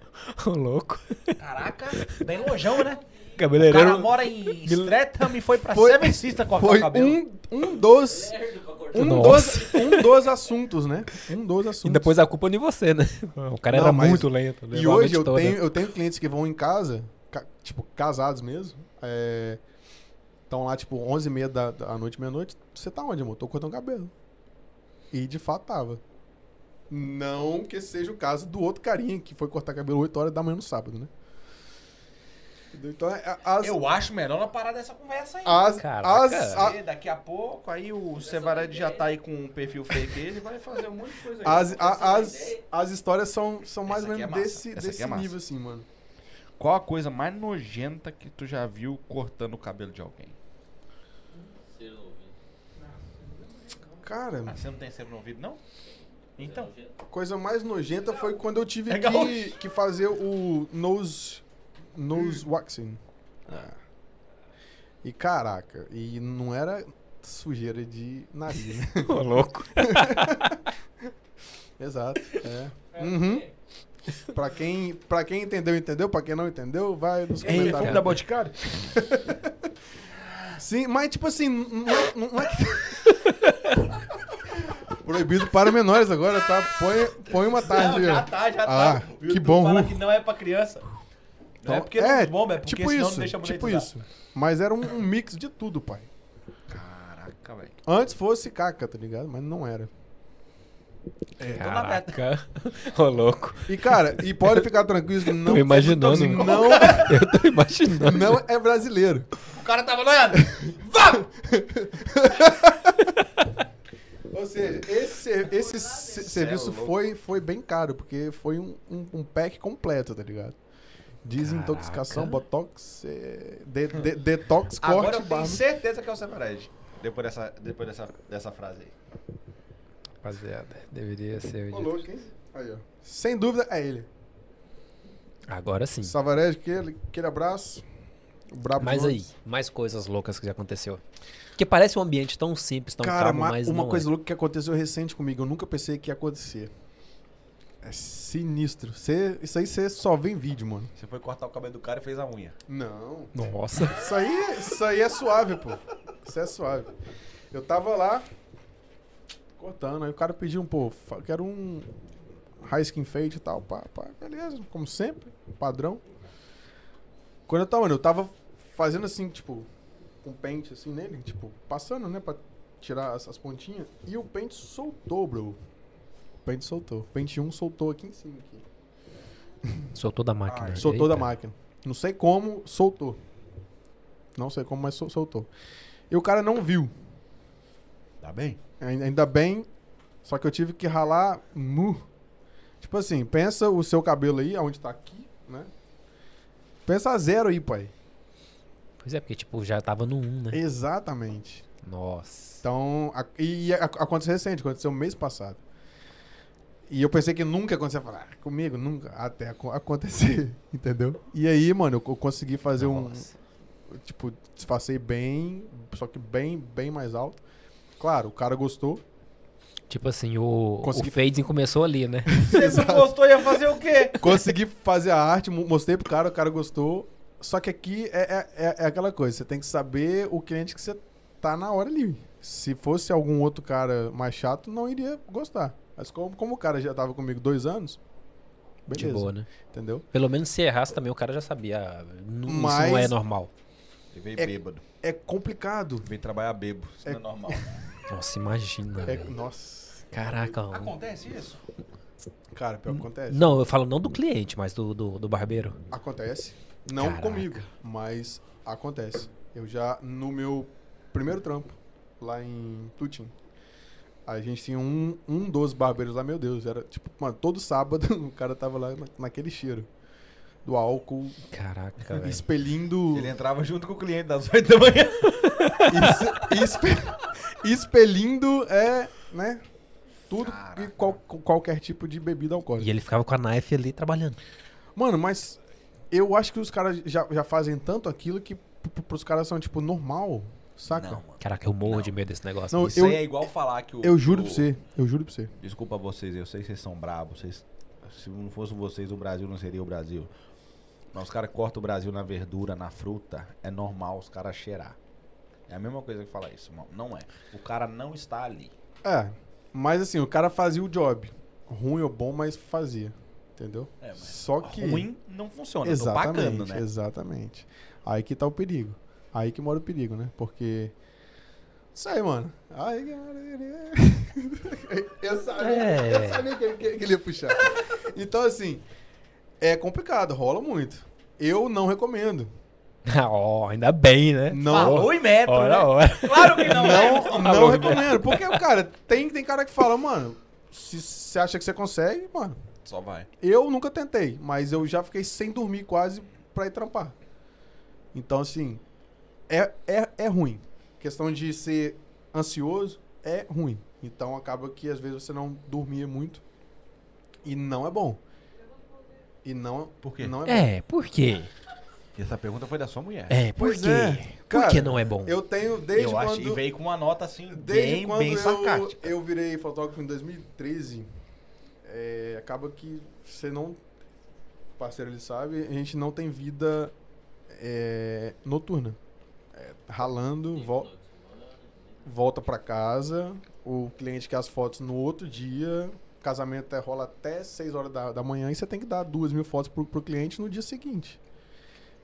Ô, louco.
Caraca, bem longeão, né? O
Cabeleireiro.
cara mora em Streatham e foi pra
Foi-
Seven Sisters cortar
Foi
o cabelo.
um, um dos. Um dos,
Nossa.
um dos assuntos, né? Um dos assuntos.
E depois a culpa é de você, né? O cara
Não,
era
mas-
muito lento.
E
levou a
hoje
noite
eu
toda.
tenho, eu tenho clientes que vão em casa, ca- tipo, casados mesmo. Estão lá, tipo, 11 e meia da, da noite, meia-noite. Você tá onde, amor? Tô cortando cabelo. E de fato tava. Não que seja o caso do outro carinha que foi cortar cabelo 8 horas da manhã no sábado, né? Entendeu? Então, é- é- as,
Eu acho melhor não parar dessa conversa aí.
as,
Caraca.
as, a-
Porque daqui a pouco, aí o Sevarelli já tá aí com um perfil fake dele, vai fazer um monte de coisa aí.
as, a- as, as histórias são, são mais
Essa
ou
aqui
menos
é massa.
desse,
Essa aqui
desse
é massa.
nível, assim, mano.
Qual a coisa mais nojenta que tu já viu cortando o cabelo de alguém?
Cara,
Ah, você não tem sebo no ouvido, não? Então.
a coisa mais nojenta foi quando eu tive
É
que,
gaúcho.
que fazer o nose, nose waxing.
É.
Ah. E caraca, e não era sujeira de nariz, né?
*laughs* Ô, louco.
*laughs* Exato, é. Uhum. Pra quem, pra quem entendeu, entendeu. Pra quem não entendeu, vai nos
Ei,
comentários.
vamos dar
Boticário? *laughs* Sim, mas tipo assim, não é, não é que... *laughs* Proibido para menores agora, tá? Põe, põe uma tarde.
Não, já
ó.
tá, já
Ah,
tá. O
que
YouTube
bom,
Fala
Ru.
que não é pra criança. Não é porque não é bom, é porque senão não deixa
tipo
monetizar.
isso. Mas era um, um mix de tudo, pai.
Caraca, velho.
Antes fosse caca, tá ligado? Mas não era.
É, Caraca. Ô, louco.
E cara, e pode ficar tranquilo que não,
Tô imaginando.
não,
Eu tô imaginando.
não é brasileiro.
O cara tava olhando.
Ou seja, esse, esse se- serviço
Cê é louco.
foi, foi bem caro, porque foi um, um, um pack completo, tá ligado? Desintoxicação,
Caraca.
botox, eh, de- de- detox,
Agora
corte,
eu tenho
barba.
certeza que é o Severage. Depois dessa, depois dessa, dessa frase aí.
*laughs* Rapaziada, deveria ser.
Ô, louco, hein? Aí, ó. Sem dúvida, é ele.
Agora sim.
Savarez, aquele, aquele abraço. Brabo
Mas
junto.
aí, mais coisas loucas que já aconteceu. Porque parece um ambiente tão simples, tão
Cara,
calmo,
ma-
então mas
uma
não
coisa
é.
louca que aconteceu recente comigo, eu nunca pensei que ia acontecer. É sinistro. Cê- isso aí você só vê em vídeo, mano.
Você foi cortar o cabelo do cara e fez a unha.
Não.
é. Nossa.
Isso aí, isso aí é suave, pô. Isso é suave. Eu tava lá cortando, aí o cara pediu um, pô, fa- quero um high skin fade e tal, pá, pá, beleza, como sempre, padrão. Quando eu tava, mano, eu tava fazendo assim, tipo, com pente assim nele, tipo, passando, né, pra tirar as, as pontinhas, e o pente soltou, bro. O pente soltou. O pente 1 soltou aqui em cima. Aqui.
Soltou da máquina.
Ah, soltou da
Eita.
máquina. Não sei como, soltou. Não sei como, mas sol- soltou. E o cara não viu.
Tá bem?
Ai- Ainda bem, só que eu tive que ralar mu. Tipo assim, pensa o seu cabelo aí, aonde tá aqui, né? Pensa a zero aí, pai.
Pois é, porque tipo, já tava no 1, né?
Exatamente.
Nossa.
Então, a- e a- aconteceu recente, aconteceu mês passado. E eu pensei que nunca acontecia. Eu falei, ah, comigo, nunca. Até acon- acontecer, *laughs* entendeu? E aí, mano, eu, eu consegui fazer um.
Nossa.
Tipo, disfarcei bem, só que bem, bem mais alto. Claro, o cara
*laughs*
gostou.
Tipo assim, o,
Consegui-
o fading começou ali, né?
Você não gostou, ia fazer o quê?
Consegui fazer a arte, mo- mostrei pro cara, o cara gostou. Só que aqui é, é- é- é aquela coisa, você tem que saber o cliente que você tá na hora ali. Se fosse algum outro cara mais chato, não iria gostar. Mas como, como o cara já tava comigo dois anos, beleza.
De boa, né?
Entendeu?
Pelo menos se errasse também, o cara já sabia. ah, nu- Isso não
Mas-
é normal.
Ele veio
É-
bêbado.
É complicado.
Veio trabalhar bêbado. Isso
É-
não é normal.
Nossa, imagina.
É-
velho.
nossa,
Caraca. um-
Acontece isso?
cara, pior que acontece.
Não, eu falo não do cliente, mas do, do, do barbeiro.
Acontece. Não
Caraca.
comigo, mas acontece. Eu já, no meu primeiro trampo, lá em Tutim, a gente tinha um, um dos barbeiros lá, meu Deus, era tipo, mano, todo sábado *laughs* o cara tava lá na- naquele cheiro. Do álcool,
*laughs* Caraca, velho.
expelindo.
Ele é- entrava junto com o cliente das 8 da manhã.
es- espe- expelindo, é, né? Tudo e qual- qualquer tipo de bebida alcoólica.
E ele ficava com a knife ali trabalhando.
Mano, mas eu acho que os caras já, já fazem tanto aquilo que p- p- pros caras são, tipo, normal, saca?
Não, mano.
Caraca, eu morro de medo desse negócio.
Não,
Isso
*laughs* eu-
aí é igual falar que o.
Eu juro
o-
pra você, eu juro pra você.
Desculpa vocês, eu sei que vocês são brabos. Vocês, se não fossem vocês, o Brasil não seria o Brasil. Mas os caras cortam o Brasil na verdura, na fruta. É normal os caras cheirar. É a mesma coisa que falar isso, irmão. Não é. O cara não está ali.
É, mas assim, o cara fazia o job. Ruim ou bom, mas fazia. Entendeu?
É, mas
Só que.
Ruim não funciona. Eu tô
exatamente,
pagando, né?
Exatamente. Aí que tá o perigo. Aí que mora o perigo, né? Porque. Isso aí, mano. Aí que mora o perigo. *laughs* Eu sabia,
É.
eu sabia que, ele- que ele ia puxar. Então, assim, é complicado, rola muito. Eu não recomendo.
Ah, *laughs* ó, ainda bem, né?
Não.
Ó,
em metro,
Ora,
né?
ora.
Claro que não, né?
Não, não recomendo. Porque, cara, tem, tem cara que fala, mano, se você acha que você consegue, mano.
Só vai.
Eu nunca tentei, mas eu já fiquei sem dormir quase pra ir trampar. Então, assim, é, é, é ruim. Questão de ser ansioso é ruim. Então acaba que às vezes você não dormia muito. E não é bom. E não,
Por quê?
não é, bom.
É, por quê?
E essa pergunta foi da sua mulher.
É, por
Pois
quê?
é,
por
cara,
que não é bom?
Eu tenho desde
eu
quando
acho, e veio com uma nota assim,
Desde
bem,
quando
bem
eu,
sarcástica.
eu virei fotógrafo em 2013, é, acaba que você não. Parceiro, ele sabe, a gente não tem vida é, noturna. É, ralando, vol- volta pra casa, o cliente quer as fotos no outro dia, o casamento até rola até 6 horas da, da manhã e você tem que dar duas mil fotos pro, pro cliente no dia seguinte.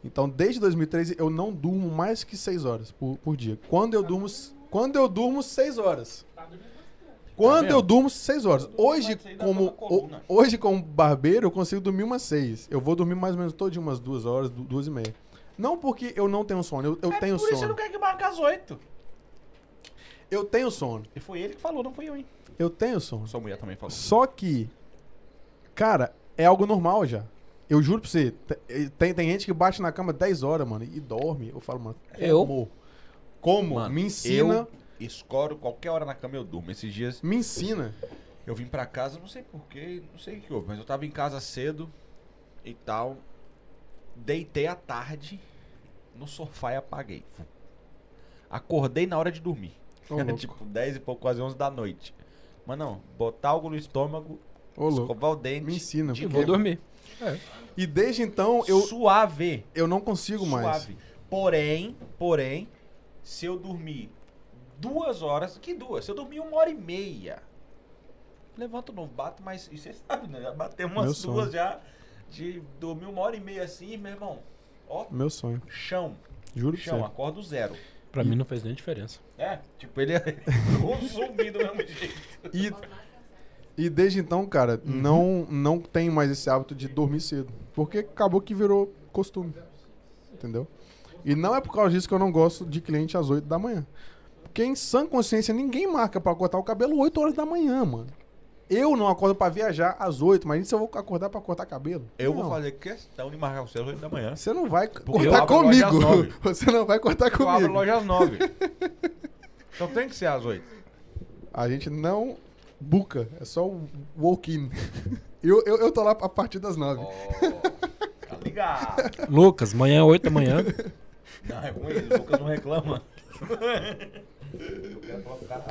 Então, desde 2013, eu não durmo mais que 6 horas por, por dia. Quando eu durmo, quando eu durmo 6 horas.
Tá
Quando
mesmo?
eu durmo 6 horas. Hoje,
Mas isso aí dá
como,
pra coluna.
ho- hoje, como barbeiro, eu consigo dormir umas 6. Eu vou dormir mais ou menos todo dia umas 2 horas, 2 e meia. Não porque eu não tenho sono, eu, eu tenho
É por isso você
sono.
não quer que marque às oito.
Eu tenho sono,
E foi ele que falou, não foi eu, hein?
eu tenho sono.
Sua mulher também falou.
Só que, cara, é algo normal já. Eu juro pra você, te- tem, tem gente que bate na cama 10 horas, mano, e dorme. Eu falo, mano,
Eu?
como? Como?
Mano,
me ensina,
Eu escoro qualquer hora na cama, eu durmo. Esses dias
me ensina.
eu vim pra casa, não sei porquê, não sei o que houve, mas eu tava em casa cedo e tal. Deitei à tarde no sofá e apaguei. Acordei na hora de dormir. *laughs*
Ô,
Era
louco.
tipo 10 e pouco, quase 11 da noite. Mas não, botar algo no estômago,
Ô, louco,
escovar o dente,
me ensina.
Tipo,
Eu vou
porque-
dormir.
E desde então, eu,
suave.
eu não consigo mais.
Suave. Porém, porém, se eu dormir duas horas, que duas? Se eu dormir uma hora e meia, levanto o novo, bato, mas e você sabe, né? Já bateu
Meu
umas
sonho.
duas já de dormir uma hora e meia assim, meu irmão. Ó,
Meu sonho,
chão,
juro pra
chão,
você.
acordo zero.
Pra mim não fez nem diferença.
É, tipo, ele *laughs* é um zumbi do mesmo jeito.
E, e desde então, cara,
Uhum.
não, não tenho mais esse hábito de dormir cedo. Porque acabou que virou costume. Entendeu? E não é por causa disso que eu não gosto de cliente às 8 da manhã. Porque em sã consciência ninguém marca pra cortar o cabelo 8 horas da manhã, mano. Eu não acordo pra viajar às 8, mas se eu vou acordar pra cortar cabelo.
Eu vou
Não.
fazer questão de marcar o céu às 8 da manhã.
Você não vai
eu
cortar
abro loja às
comigo.
nove.
*laughs* Você não vai cortar
Eu abro a
comigo.
loja às
*laughs*
9. então tem que ser às 8.
A gente não buca, é só o walk-in. *laughs* Eu, eu, eu tô lá a partir das 9.
tá ligado?
Lucas, manhã 8 da manhã. *laughs*
Não, é ruim, o Lucas não reclama.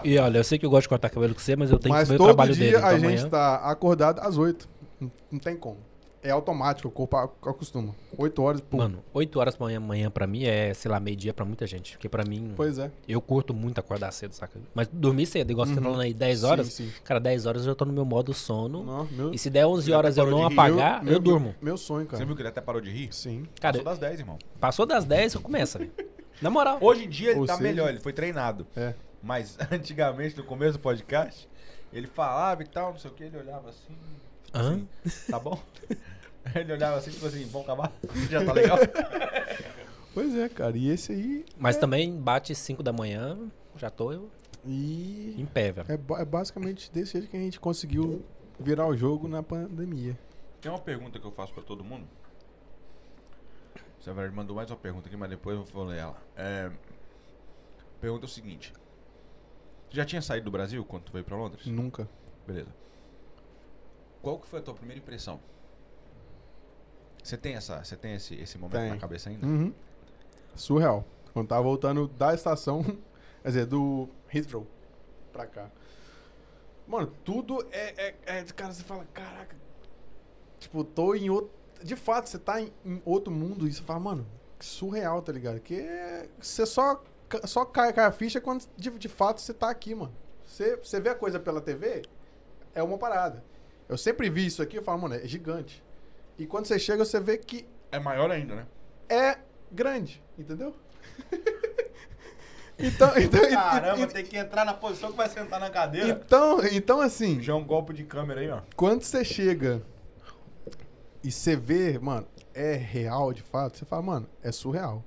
E olha, eu sei que eu gosto de cortar cabelo com você, mas eu tenho
Mas
que ver o
todo
trabalho
dia
dele.
a
Então amanhã.
gente tá acordado às 8. Não, não tem como. É automático, o corpo ac- acostuma. 8 horas, pum.
Mano, 8 horas da manhã, manhã pra mim é, sei lá, meio-dia pra muita gente. Porque pra mim,
Pois é.
eu curto muito acordar cedo, saca? Mas dormir cedo, igual você tá falando aí, 10 horas.
Uhum. Sim, sim.
Cara, 10 horas eu já tô no meu modo sono.
Não, meu,
E se der 11
Já
tá
horas eu
parou
não
de rir?
apagar, eu durmo.
Meu sonho,
Você
cara.
viu que ele até parou de rir?
Sim.
Cara,
Passou das 10, irmão.
passou das 10 eu começo, velho. Na moral.
Hoje em dia ele
Ou
tá
seja-
melhor, ele foi treinado.
É.
Mas *laughs* antigamente, no começo do podcast, ele falava e tal, não sei o que, ele olhava assim,
Hã?
tá bom? *laughs* Ele olhava assim, tipo assim, vamos acabar? *laughs* Já tá legal?
Pois é, cara. E esse aí.
Mas também bate 5 da manhã, já tô eu
E.
em pé,
*laughs*
velho.
É, ba- é basicamente desse jeito que a gente conseguiu virar o jogo na pandemia.
Tem uma pergunta que eu faço pra todo mundo. Você vai mandou mais uma pergunta aqui, mas depois eu vou ler ela. É, Pergunta é o seguinte. Já tinha saído do Brasil quando tu veio pra Londres?
Nunca.
Beleza. Qual que foi a tua primeira impressão? Você tem essa, você tem esse, esse momento
Tem.
na cabeça ainda?
Uhum. Surreal. Quando tava voltando da estação, *laughs* quer dizer, do Heathrow pra cá. Mano, tudo é, é, é- Cara, você fala, caraca. Tipo, tô em outro. De fato, você tá em, em outro mundo e você fala, mano, que surreal, tá ligado? Que é- você só, ca- só cai, cai a ficha quando de, de fato você tá aqui, mano. Você, você vê a coisa pela TV, é uma parada. Eu sempre vi isso aqui e falo, mano, é gigante. E quando você chega, você vê que
É maior ainda, né?
é grande, entendeu? *laughs* então, *laughs* então, e-
Caramba,
e-
tem que entrar na posição que vai sentar na cadeira.
então, então assim,
Já é um golpe de câmera aí, ó.
quando você chega e você vê, mano, é real de fato, você fala, mano, é surreal.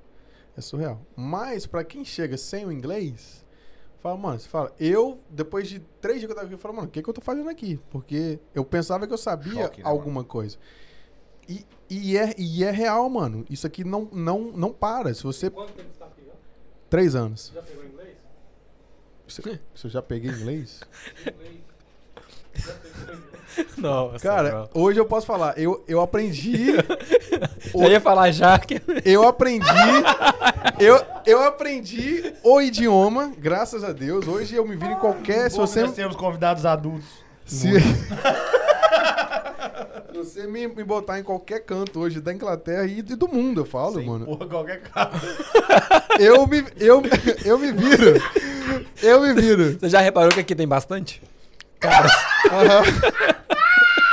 É surreal. Mas pra quem chega sem o inglês, fala, mano, você fala, eu, depois de três dias que eu tava aqui, eu falo, mano, o que, que eu tô fazendo aqui? Porque eu pensava que eu sabia
Choque, né,
alguma coisa. E, e, é, e é real, mano. Isso aqui não, não, não para. Se você.
Quanto tempo você tá pegando?
Três anos.
Já pegou inglês?
Se, se eu já peguei inglês.
Nossa,
Cara, hoje eu posso falar. Eu, eu aprendi.
eu ia falar já que. *laughs*
Eu aprendi. eu, eu aprendi o idioma, graças a Deus. Hoje eu me viro em qualquer. é, Se
Bom,
você,
Nós temos convidados adultos.
se... *laughs* Se você me, me botar em qualquer canto hoje da Inglaterra e do mundo, eu falo, mano.
Porra, qualquer cara.
Eu me, eu, eu me viro. Eu me viro.
Você já reparou que aqui tem bastante? *laughs*
Aham.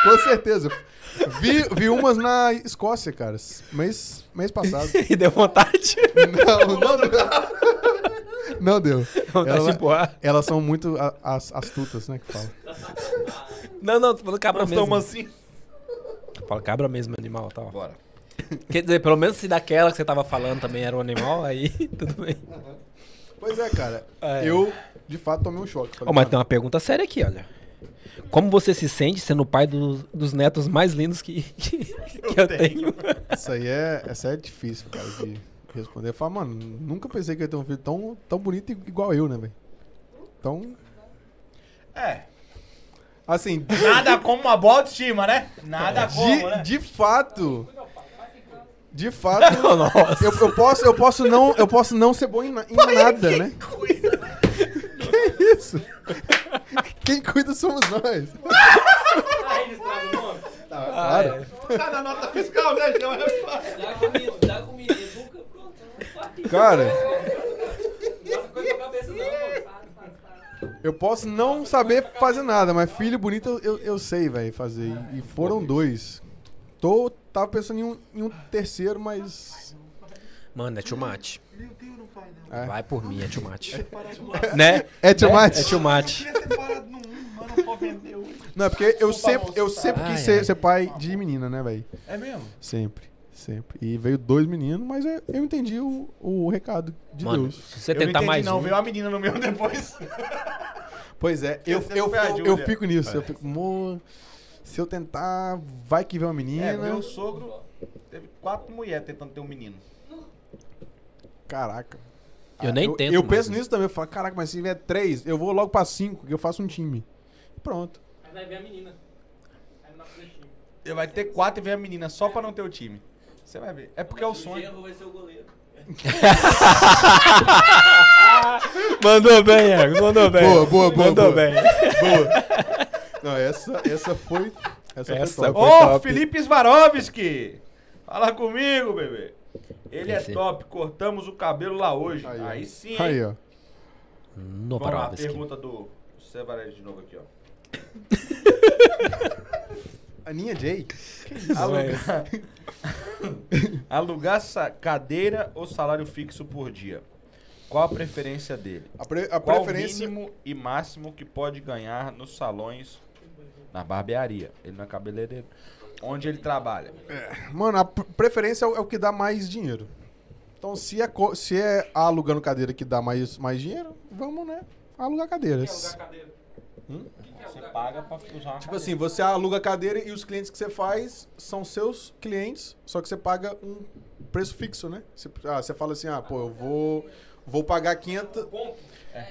Com certeza. Vi, vi umas na Escócia, cara. Mês, mês passado.
E deu vontade.
Não, não deu. *laughs* Não deu.
Vontade de
Ela-
empurrar.
elas são muito a- as, astutas, né, que fala.
Não, não, tu falou cabra
Nós
mesmo.
estamos assim.
Fala cabra mesmo, animal, tá? ó.
Bora.
Quer dizer, pelo menos se daquela que você tava falando também era um animal, aí *laughs* tudo bem.
Pois é, cara.
É.
Eu, de fato, tomei um choque. Falei,
Ó, mas
"Mano,
tem uma pergunta séria aqui, olha. Como você se sente sendo o pai dos- dos netos mais lindos que, *laughs* que, que eu tenho? *laughs*
Isso aí é, essa é difícil, cara, de responder. Eu falo, mano, nunca pensei que eu ia ter um filho tão, tão bonito igual eu, né, velho? Então,
É.
assim, de,
Nada como uma boa autoestima, né? Nada como, né?
de, de fato. De fato,
Nossa.
eu, eu posso, eu, posso não, eu posso não ser bom em, na- em nada, né? *laughs* Que isso? Quem cuida somos nós.
Tá registrado o nome?
Ah,
Claro.
é.
Tá na nota fiscal, né? Então é fácil.
Dá comida, dá comida. Nunca, pronto.
Cara,
Essa coisa na cabeça não. pô.
eu posso não saber fazer nada, mas filho bonito eu, eu, eu sei, velho, fazer. E- E foram dois. Tô, tava pensando em um, em um terceiro, mas.
Mano, é too much.
É.
Vai por mim, é too much. né?
É too
Né?
much?
É too much.
Separado num, mas não pode vender um. hoje.
Não, é porque eu sempre, eu sempre
Ai,
quis
ai.
ser, ser pai de menina, né, velho?
É mesmo?
Sempre, sempre. E veio dois meninos, mas eu, eu entendi o, o recado de
Mano,
Deus.
se você
eu não
tentar
entendi,
mais
não.
um...
Veio a menina no meu depois.
Pois é, eu,
Você
eu,
foi a
eu,
Júlia.
eu fico nisso.
É.
Eu fico, "Mô, se eu tentar, vai que vem uma menina.
É, meu sogro teve quatro mulheres tentando ter um menino.
Caraca.
Eu nem
eu,
tento
Eu
mais,
penso
né?
nisso também. Eu falo, caraca, mas se vier três, eu vou logo pra cinco, que eu faço um time. Pronto.
Aí vai ver a menina. Aí na flechinha.
Você vai ter quatro e vem a menina só pra não ter o time. Você vai ver. É porque é o
O
sonho.
Genro vai ser o goleiro.
Mandou bem, Iago, mandou bem.
É. Boa, boa, boa,
Mandou
boa. *laughs*
bem.
Não, essa, essa foi. Essa,
Essa
foi top.
Ô,
foi top.
Felipe Svarovski! Fala comigo, bebê. Ele é
Esse.
top, cortamos o cabelo lá hoje.
Aí,
Aí,
ó.
sim.
Aí,
hein?
ó.
No
Vamos lá,
Parovski.
pergunta do Sevarelli de novo aqui, ó.
Aninha J.
Alugar, *laughs* Alugar sa- cadeira ou salário fixo por dia? Qual a preferência dele?
A, pre- a
Qual
preferência.
o mínimo e máximo que pode ganhar nos salões, na barbearia, ele não é cabeleireiro, onde ele trabalha?
Mano, a pr- preferência é o, é o que dá mais dinheiro. Então, se é, co- se é alugando cadeira que dá mais, mais dinheiro, vamos, né? Alugar cadeiras.
Cadeira.
Você paga pra usar uma
Tipo assim, você aluga a cadeira e os clientes que você faz são seus clientes, só que você paga um preço fixo, né? Você, ah, você fala assim, ah, pô, eu vou, vou pagar 500,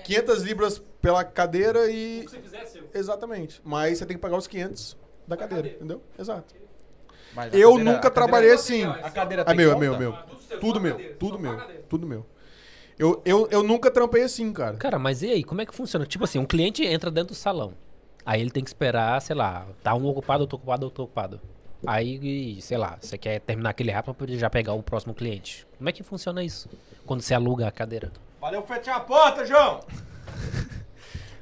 500 libras pela cadeira e...
Se fizer, seu.
Exatamente. Mas você tem que pagar os 500 da cadeira, entendeu? Exato.
Mas a
Eu nunca
cadeira- a cadeira-
trabalhei assim.
A cadeira
É
tem
meu, é
conta?
meu, é meu.
Tudo seu, só
Tudo
a
meu,
cadeira,
tudo
só a
meu,
cadeira.
tudo meu. Eu, eu, eu nunca trampei assim, cara.
Cara, mas e aí, como é que funciona? Tipo assim, um cliente entra dentro do salão. Aí ele tem que esperar, sei lá, tá um ocupado, outro ocupado, outro ocupado. Aí, sei lá, você quer terminar aquele rápido pra poder já pegar o próximo cliente. Como é que funciona isso? Quando você aluga a cadeira?
Valeu, fechar a porta, João!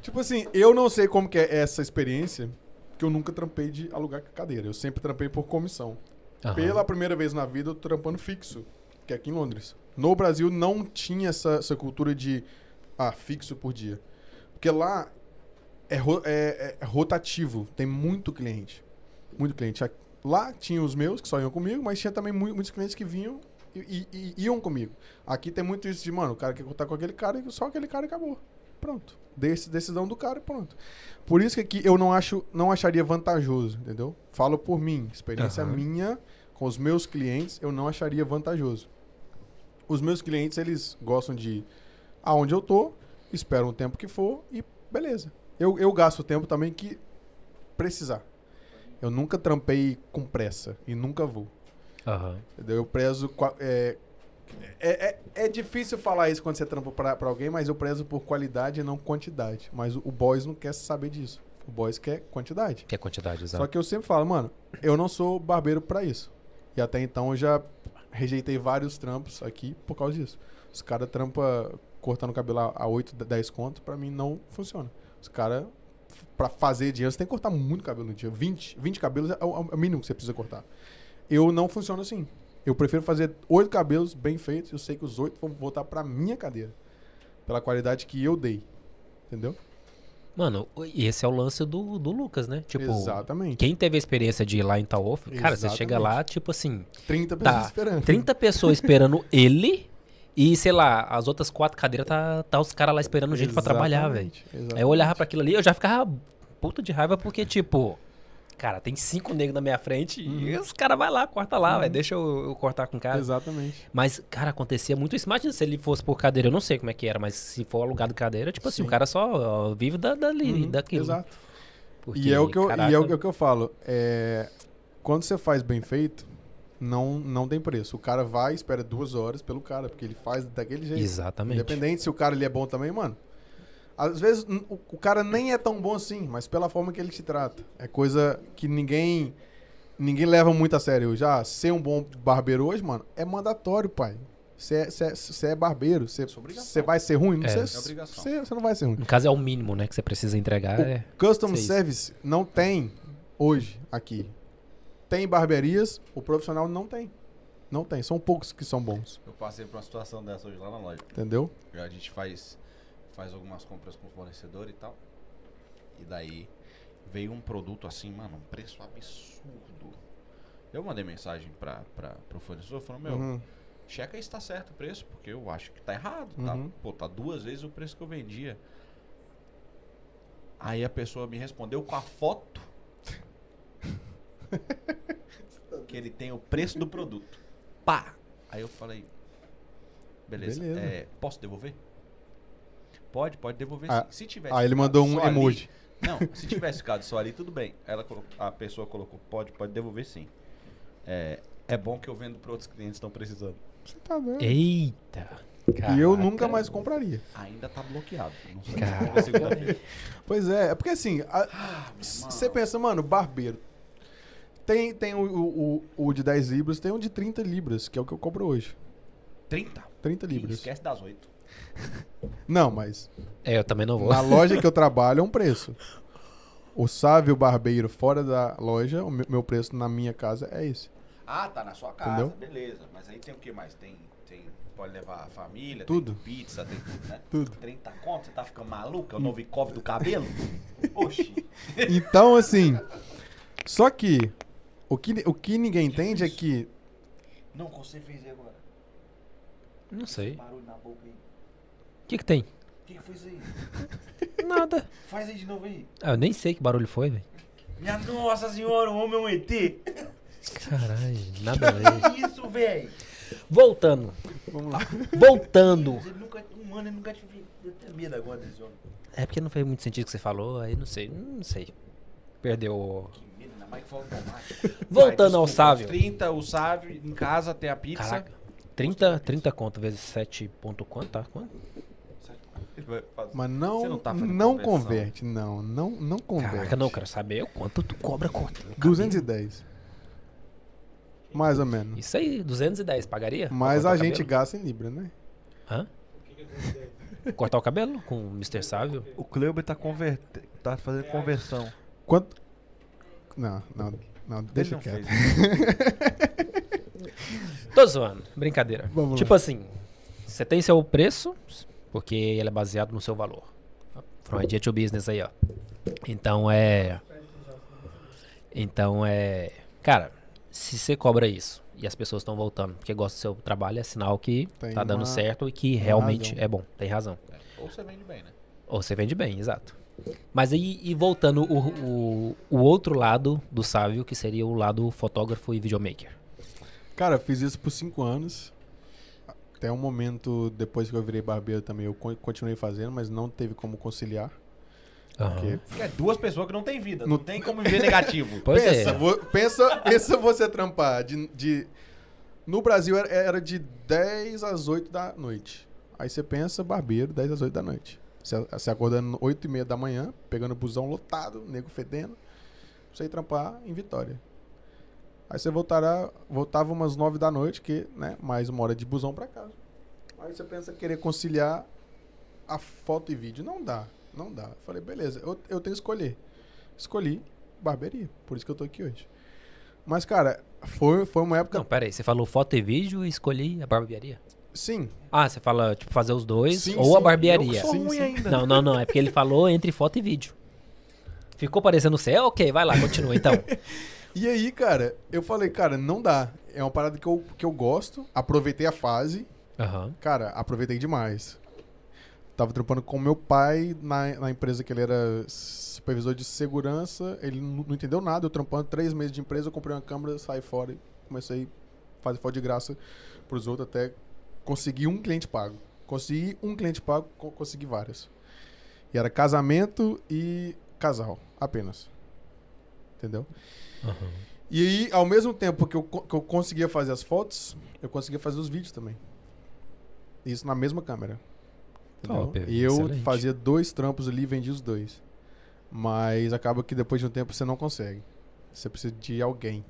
Tipo assim, eu não sei como que é essa experiência, que eu nunca trampei de alugar cadeira. Eu sempre trampei por comissão.
Aham.
Pela primeira vez na vida, eu tô trampando fixo, que é aqui em Londres. No Brasil não tinha essa, essa cultura de ah, fixo por dia. Porque lá é, ro- é- é rotativo, tem muito cliente. Muito cliente. Aqui- Lá tinha os meus, que só iam comigo, mas tinha também mu- muitos clientes que vinham e, e- e iam comigo. Aqui tem muito isso de, mano, o cara quer contar com aquele cara e só aquele cara e acabou. Pronto. Desse, decisão do cara e pronto. Por isso que aqui eu não, acho, não acharia vantajoso, entendeu? Falo por mim, experiência
Aham.
minha com os meus clientes, eu não acharia vantajoso. Os meus clientes, eles gostam de aonde eu tô e espero um tempo que for e beleza. Eu, eu gasto o tempo também que precisar. Eu nunca trampei com pressa e nunca vou.
Aham.
Entendeu? Eu prezo. qua- É, é, é, é difícil falar isso quando você trampa pra, pra alguém, mas eu prezo por qualidade e não quantidade. Mas o, o boys não quer saber disso. O boys quer quantidade.
Que é quantidade,
Só
exato.
que eu sempre falo, mano, eu não sou barbeiro pra isso. E até então eu já rejeitei vários trampos aqui por causa disso. Os caras trampa cortando o cabelo a a 8, 10 conto, pra mim não funciona. Os caras, pra fazer dinheiro, você tem que cortar muito cabelo no dia. 20, 20 cabelos é o, é o mínimo que você precisa cortar. Eu não funciono assim. Eu prefiro fazer oito cabelos bem feitos, eu sei que os oito vão voltar pra minha cadeira. Pela qualidade que eu dei. Entendeu?
Mano, e esse é o lance do, do Lucas, né? Tipo,
Exatamente.
quem teve a experiência de ir lá em Taof, cara, você chega
Exatamente.
lá, tipo assim,
30 pessoas
tá
esperando.
30 pessoas esperando ele e, sei lá, as outras quatro cadeiras tá, tá os caras lá esperando gente pra trabalhar, velho. É
Exatamente,
Aí eu olhava pra aquilo ali, eu já ficava puto de raiva porque, tipo, cara, tem cinco negros na minha frente
Uhum.
e os caras vai lá, corta lá, velho, deixa eu, eu cortar com o cara.
Exatamente.
Mas, cara, acontecia muito isso. Imagina se ele fosse por cadeira, eu não sei como é que era, mas se for alugado cadeira, tipo assim,
Sim. Uhum.
o cara só ó, vive da, dali, daquilo.
Exato.
Porque,
E é o que eu, e é o,
caraca,
que- é o que eu falo. É, quando você faz bem feito, não, não tem preço. O cara vai e espera duas horas pelo cara, porque ele faz daquele jeito.
Exatamente.
Independente se o cara ele é bom também, mano. Às vezes n- o, o cara nem é tão bom assim, mas pela forma que ele te trata. É coisa que ninguém ninguém leva muito a sério. hoje. Já ser um bom barbeiro hoje, mano, é mandatório, pai. Você é, cê é- cê é barbeiro, você vai ser ruim?
É.
Você
obrigação.
não vai ser ruim.
No caso, é o mínimo, né, que você precisa entregar.
O
é.
Custom
Sei.
Service não tem hoje aqui. Tem barbearias, o profissional não tem. Não tem, são poucos que são bons,
Eu passei por uma situação dessa hoje lá na loja.
entendeu?
A gente faz, faz algumas compras com o fornecedor e tal. E daí veio um produto assim, mano, um preço absurdo. Eu mandei mensagem pra, pra, pro fornecedor falando, meu,
Uhum.
checa aí se tá certo o preço, porque eu acho que tá errado.
Uhum.
Tá, pô, tá duas vezes o preço que eu vendia. Aí a pessoa me respondeu com a
*laughs*
foto que ele tem o preço do produto. Pá! Aí eu falei, beleza,
Beleza.
é, posso devolver? Pode, pode devolver.
Ah,
sim. se tiver
Aí ele mandou um
só ali-
emoji.
não, se tivesse ficado só ali, tudo bem. Ela colo- a pessoa colocou, pode, pode devolver sim. É, é bom que eu vendo para outros clientes que estão precisando.
Você tá doido.
Eita.
E eu
É. caraca.
nunca mais compraria.
Ainda tá bloqueado. Não sei
Cara.
se vai segunda-feira.
Pois é, é porque assim,
Ah,
você pensa, mano, barbeiro. Tem, tem o, o, o- o de 10 libras, tem um de 30 libras, que é o que eu compro hoje.
30?
30
Ih,
libras.
Esquece das 8.
Não, mas
É, eu também não vou.
na loja que eu trabalho é um preço. O Sávio Barbeiro fora da loja, o meu meu preço na minha casa é esse.
Ah, tá na sua casa,
Entendeu?
beleza. Mas aí tem o que mais? Tem, tem pode levar a família,
Tudo.
tem pizza, tem tudo, né?
Tudo.
30 conto, você tá ficando maluco? É o novo Icov do cabelo? Oxi.
Então, assim. Só que o, que o que ninguém entende é que.
Não, o que você fez aí agora?
Não sei.
Barulho na boca aí. O
O que que tem?
que, que foi isso aí?
Nada.
Faz aí de novo aí.
Ah, eu nem sei que barulho foi, velho.
Minha nossa senhora, o homem é um ET. Que
Caralho, nada a ver.
isso, velho?
Voltando.
Vamos lá.
*laughs* Voltando.
Ele nunca, um ano, eu nunca tive. Eu tenho medo agora desse homem.
É porque não fez muito sentido o que você falou, aí não sei. Não sei. Perdeu o.
Que medo, ainda mais que falta um tomate.
Voltando ao
desculpa,
Sávio.
os 30, o Sávio, em casa tem a pizza.
Caraca. 30, 30 conto vezes 7 ponto quanto, tá? Quanto?
Ele vai fazer-
Mas não,
Você
não,
não tá fazendo conversão.
converte. Não, não, não converte.
Caraca, não, eu quero saber o quanto tu cobra quanto.
210. Mais ou menos.
Isso aí, 210, pagaria? Pra
Mas
cortar
a
o
gente
cabelo?
gasta em Libra, né?
Cortar o cabelo com o Mr. Sávio?
O Cleuber tá, converte... tá fazendo conversão.
Quanto. Não, não, não, deixa
não
quieto.
Tô zoando, brincadeira.
Vamos lá.
tipo assim, você tem seu preço, porque ele é baseado no seu valor. Freud é to business aí, ó. Então é. Então é. Cara, se você cobra isso e as pessoas estão voltando porque gostam do seu trabalho, é sinal que
Tem
tá dando
uma-
certo e que realmente
razão.
é bom. Tem razão.
Ou você vende bem, né?
Ou você vende bem, exato. Mas aí, e voltando, o, o, o outro lado do sábio, que seria o lado fotógrafo e videomaker.
Cara, eu fiz isso por 5 anos. Até um momento, depois que eu virei barbeiro também, eu con- continuei fazendo, mas não teve como conciliar. Porque
É duas pessoas que não tem vida,
Não-
não tem como viver *laughs* negativo.
Pois
pensa,
é.
vo- pensa, *laughs* pensa você trampar de, de- No Brasil era- era de 10 às 8 da noite. Aí você pensa, barbeiro, 10 às 8 da noite. Você você acordando 8 e meia da manhã, pegando busão lotado, nego fedendo, pra você ir trampar em Vitória. Aí você voltará, voltava umas 9 da noite, que, né, mais uma hora de busão pra casa. Aí você pensa querer conciliar a foto e vídeo. Não dá, não dá. Eu Falei, beleza, eu, eu tenho que escolher. Escolhi barbearia, por isso que eu tô aqui hoje. Mas, cara, foi, foi uma época.
Não, pera aí. Você falou foto e vídeo e escolhi a barbearia?
Sim,
Ah, você fala, tipo, fazer os dois
Sim,
ou
sim.
a barbearia.
Eu sou ruim Sim, sim.
ainda. Não, não, não. É porque ele falou entre foto e vídeo. Ficou parecendo céu? Ok, vai lá, continua
*laughs*
então.
E aí, cara, eu falei, cara, não dá. É uma parada que eu, que eu gosto. Aproveitei a fase.
Aham.
Cara, aproveitei demais. Tava trampando com meu pai na, na empresa que ele era supervisor de segurança. Ele n- não entendeu nada. Eu trampando três meses de empresa, eu comprei uma câmera, saí fora e comecei a fazer foto de graça pros outros até conseguir um cliente pago. Consegui um cliente pago, co- consegui vários. E era casamento e casal, apenas. Entendeu? E aí, ao mesmo tempo que eu, co- que eu conseguia fazer as fotos, eu conseguia fazer os vídeos também. Isso na mesma câmera. Entendeu?
Top,
e eu
excelente.
fazia dois trampos ali e vendia os dois. Mas acaba que depois de um tempo você não consegue. Você precisa de alguém.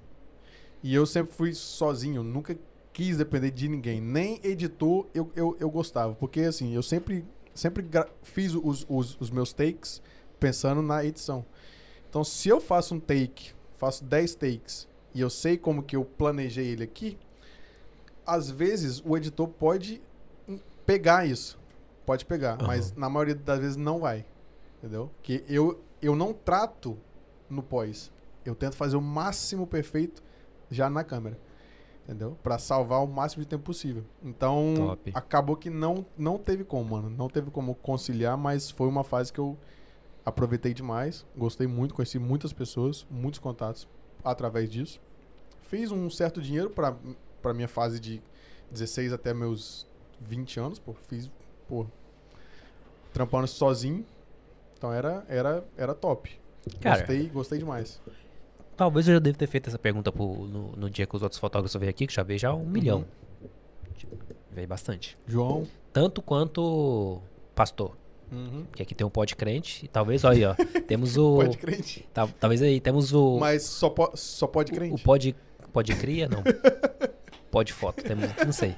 E eu sempre fui sozinho, nunca quis depender de ninguém. Nem editor eu, eu, eu gostava. Porque assim, eu sempre, sempre gra- fiz os, os, os meus takes pensando na edição. Então, se eu faço um take, faço 10 takes, e eu sei como que eu planejei ele aqui, às vezes o editor pode hum, pegar isso. Pode pegar,
Aham.
mas na maioria das vezes não vai. Entendeu? Que eu, eu não trato no pós. Eu tento fazer o máximo perfeito já na câmera. Entendeu? Pra salvar o máximo de tempo possível. Então,
Top.
acabou que não, não teve como, mano. Não teve como conciliar, mas foi uma fase que eu Aproveitei demais, gostei muito, conheci muitas pessoas, muitos contatos através disso. Fiz um certo dinheiro pra para minha fase de 16 até meus 20 anos, pô, fiz, pô, trampando sozinho. Então era era era top.
Cara.
Gostei, gostei demais.
Talvez eu já devo ter feito essa pergunta pro- no, no dia que os outros fotógrafos vieram aqui, que já veio já um milhão.
Uhum.
Veio bastante.
João,
Tanto quanto pastor.
uhum.
Porque aqui tem um pó de crente. E talvez, olha aí,
*laughs*
ó. Temos o.
pode crente.
tal- talvez aí, temos o.
Mas só po- só pode
O- O
crente.
pode, pode cria, não. *laughs* pode foto, temos, não sei.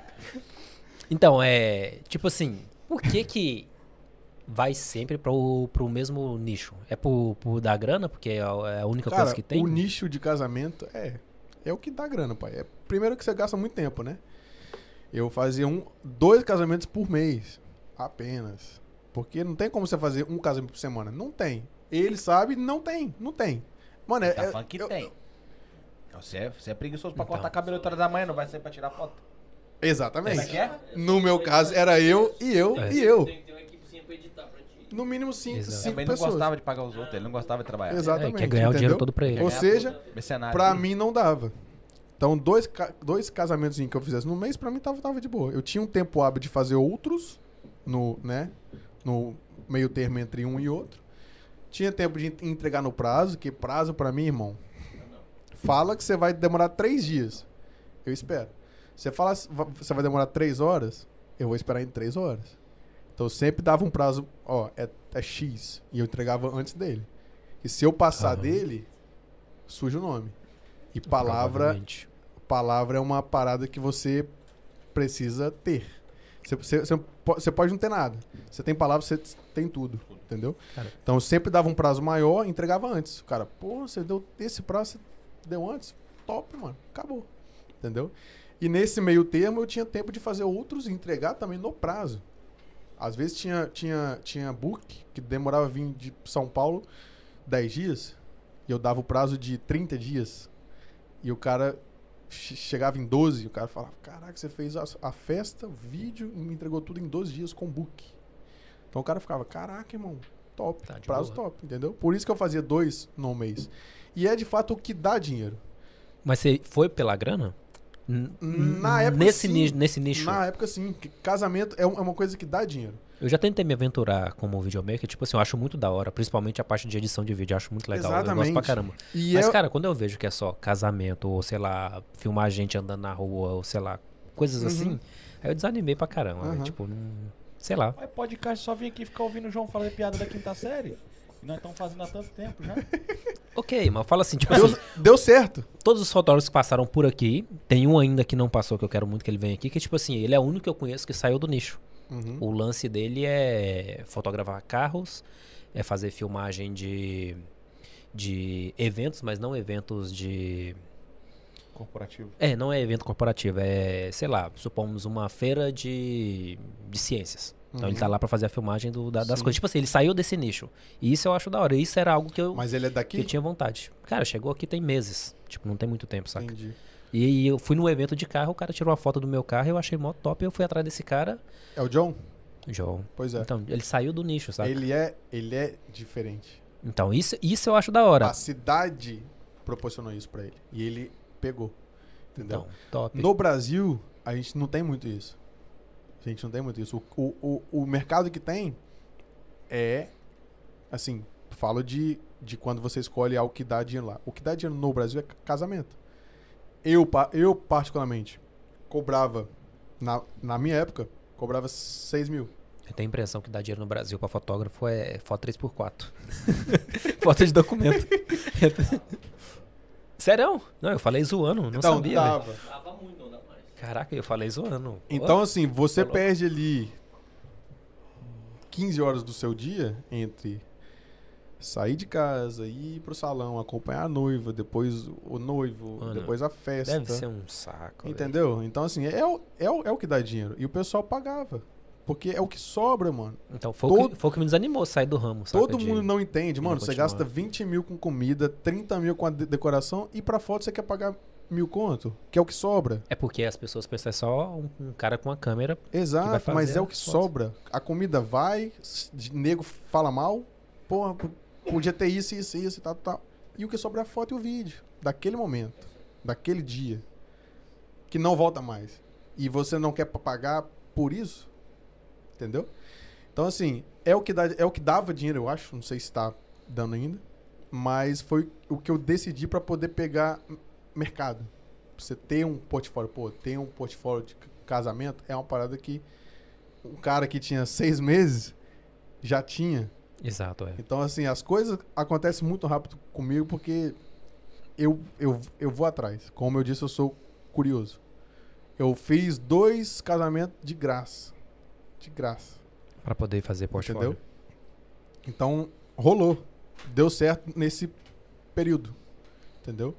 Então, é, tipo assim, por que que vai sempre pro, pro mesmo nicho? É por, por dar grana, porque é a é a única
Cara,
coisa que tem?
o nicho de casamento é é o que dá grana, pai. É primeiro que você gasta muito tempo, né? Eu fazia um, dois casamentos por mês, apenas. Porque não tem como você fazer um casamento por semana, não tem. Ele sabe, não tem, não tem. Mano, é,
Tá
é-
falando que
eu-
tem. Você é, você é preguiçoso pra
Então.
cortar cabelo 8 horas da manhã, não vai ser pra tirar foto. Como é
exatamente.
que é?
No meu caso era eu e eu
É.
e eu.
Tem que ter uma equipezinha pra editar pra ti.
No mínimo cinco,
Exato.
cinco
Também não
pessoas.
gostava de pagar os outros, ele não gostava de trabalhar.
É,
Exatamente.
quer ganhar o dinheiro
entendeu?
todo pra ele.
Ou seja,
Mercenário.
Pra mim não dava. Então, dois, ca- dois casamentos que eu fizesse no mês, pra mim tava, tava de boa. Eu tinha um tempo hábil de fazer outros, no, né? No meio termo entre um e outro. Tinha tempo de en- entregar no prazo, que prazo pra mim, irmão. Fala que você vai demorar três dias. Eu espero. Você fala s- va- você vai demorar três horas, eu vou esperar em três horas. Então eu sempre dava um prazo, ó, é, é X. E eu entregava antes dele. E se eu passar
Aham.
dele, surge o nome. E palavra,
Provavelmente.
palavra é uma parada que você precisa ter. Você, você- você po- você pode não ter nada. Você tem palavra, você tem tudo. Entendeu?
Cara.
Então eu sempre dava um prazo maior e entregava antes. O cara, pô, você deu esse prazo, você deu antes? Top, mano. Acabou. Entendeu? E nesse meio termo eu tinha tempo de fazer outros e entregar também no prazo. Às vezes tinha, tinha, tinha book que demorava vir de São Paulo 10 dias e eu dava o prazo de 30 dias. E o cara che- chegava em 12 e o cara falava: Caraca, você fez a, a festa, o vídeo e me entregou tudo em 12 dias com book. Então o cara ficava: Caraca, irmão, top,
Tá de
prazo
boa.
top, entendeu? Por isso que eu fazia dois no mês. E é de fato o que dá dinheiro.
Mas você foi pela grana? N-
Na época,
nesse,
sim.
nicho, nesse nicho.
Na época, sim. que Casamento é um- é uma coisa que dá dinheiro.
Eu já tentei me aventurar como videomaker, tipo assim, eu acho muito da hora, principalmente a parte de edição de vídeo, eu acho muito legal, eu gosto pra
Exatamente.
caramba.
E
Mas,
é-
cara, quando eu vejo que é só casamento, ou sei lá, filmar gente andando na rua, ou sei lá, coisas assim, aí eu desanimei pra caramba,
Uhum.
velho, tipo, não... sei lá.
Mas podcast só vir aqui ficar ouvindo o João falar piada da quinta série? E nós estamos fazendo há tanto tempo já.
*laughs* Ok, mas fala assim, tipo assim,
deu, deu certo.
todos os fotógrafos que passaram por aqui, tem um ainda que não passou, que eu quero muito que ele venha aqui, que tipo assim, ele é o único que eu conheço que saiu do nicho.
Uhum.
O lance dele é fotografar carros, é fazer filmagem de, de eventos, mas não eventos de.
Corporativo.
É, não é evento corporativo, é, sei lá, supomos uma feira de, de ciências. Então ele tá lá pra fazer a filmagem do- da- das
Uhum. Sim.
coisas. Tipo assim, ele saiu desse nicho. E isso eu acho da hora. e Isso era algo que eu,
Mas ele é
que eu
daqui?
tinha vontade. Cara, chegou aqui tem meses. Tipo, não tem muito tempo, saca?
Entendi.
E, e eu fui num evento de carro, o cara tirou uma foto do meu carro, eu achei mó top, eu fui atrás desse cara.
É o John?
João.
Pois é.
Então, ele saiu do nicho, sabe?
ele é. Ele é diferente.
Então, isso, isso eu acho da hora.
A cidade proporcionou isso pra ele. E ele pegou. Entendeu?
então, top.
No Brasil, a gente não tem muito isso. A gente não tem muito isso. O, o, o, o mercado que tem é. Assim, falo de, de quando você escolhe algo que dá dinheiro lá. O que dá dinheiro no Brasil é ca- casamento. Eu, pa- eu particularmente, cobrava, na, na minha época, cobrava 6 mil.
Eu tenho a impressão que dar dinheiro no Brasil pra fotógrafo é foto 3x4. *laughs* foto de documento. *laughs* Sério? Não, eu falei zoando, não
então,
sabia. velho.
dava.
Dava muito, não dá mais.
Caraca, eu falei zoando.
Então, assim, você
Tá louco.
perde ali 15 horas do seu dia entre sair de casa, ir pro salão, acompanhar a noiva, depois o noivo,
Mano,
depois a
Pô,
festa.
deve ser um saco. velho.
Entendeu? Então, assim, é o, é, o, é o que dá dinheiro. E o pessoal pagava. Porque é o que sobra, mano.
Então, foi, o que,
Todo-
foi o que me desanimou sair do ramo. saca,
Todo
de-
mundo não entende.
de
Mano,
não
você
continuar.
gasta 20 mil com comida, 30 mil com a de- decoração e pra foto você quer pagar mil conto, que é o que sobra.
É porque as pessoas pensam só um, um cara com a câmera.
Exato,
fazer
mas é o
as
que
fotos.
sobra. A comida vai, s- de- nego fala mal, porra, p- podia ter isso, isso, isso e tal, tal. E o que sobra é a foto e o vídeo, daquele momento, daquele dia, que não volta mais. E você não quer pa- pagar por isso, entendeu? Então, assim, é o que, dá, é o que dava dinheiro, eu acho, não sei se tá dando ainda, mas foi o que eu decidi pra poder pegar m- mercado. Pra Você ter um portfólio, pô, ter um portfólio de c- casamento é uma parada que um cara que tinha seis meses já tinha.
Exato, é.
Então, assim, as coisas acontecem muito rápido comigo porque eu, eu, eu vou atrás. Como eu disse, eu sou curioso. Eu fiz dois casamentos de graça. De graça.
Pra poder fazer portfólio.
Entendeu? Então, rolou. Deu certo nesse período. Entendeu?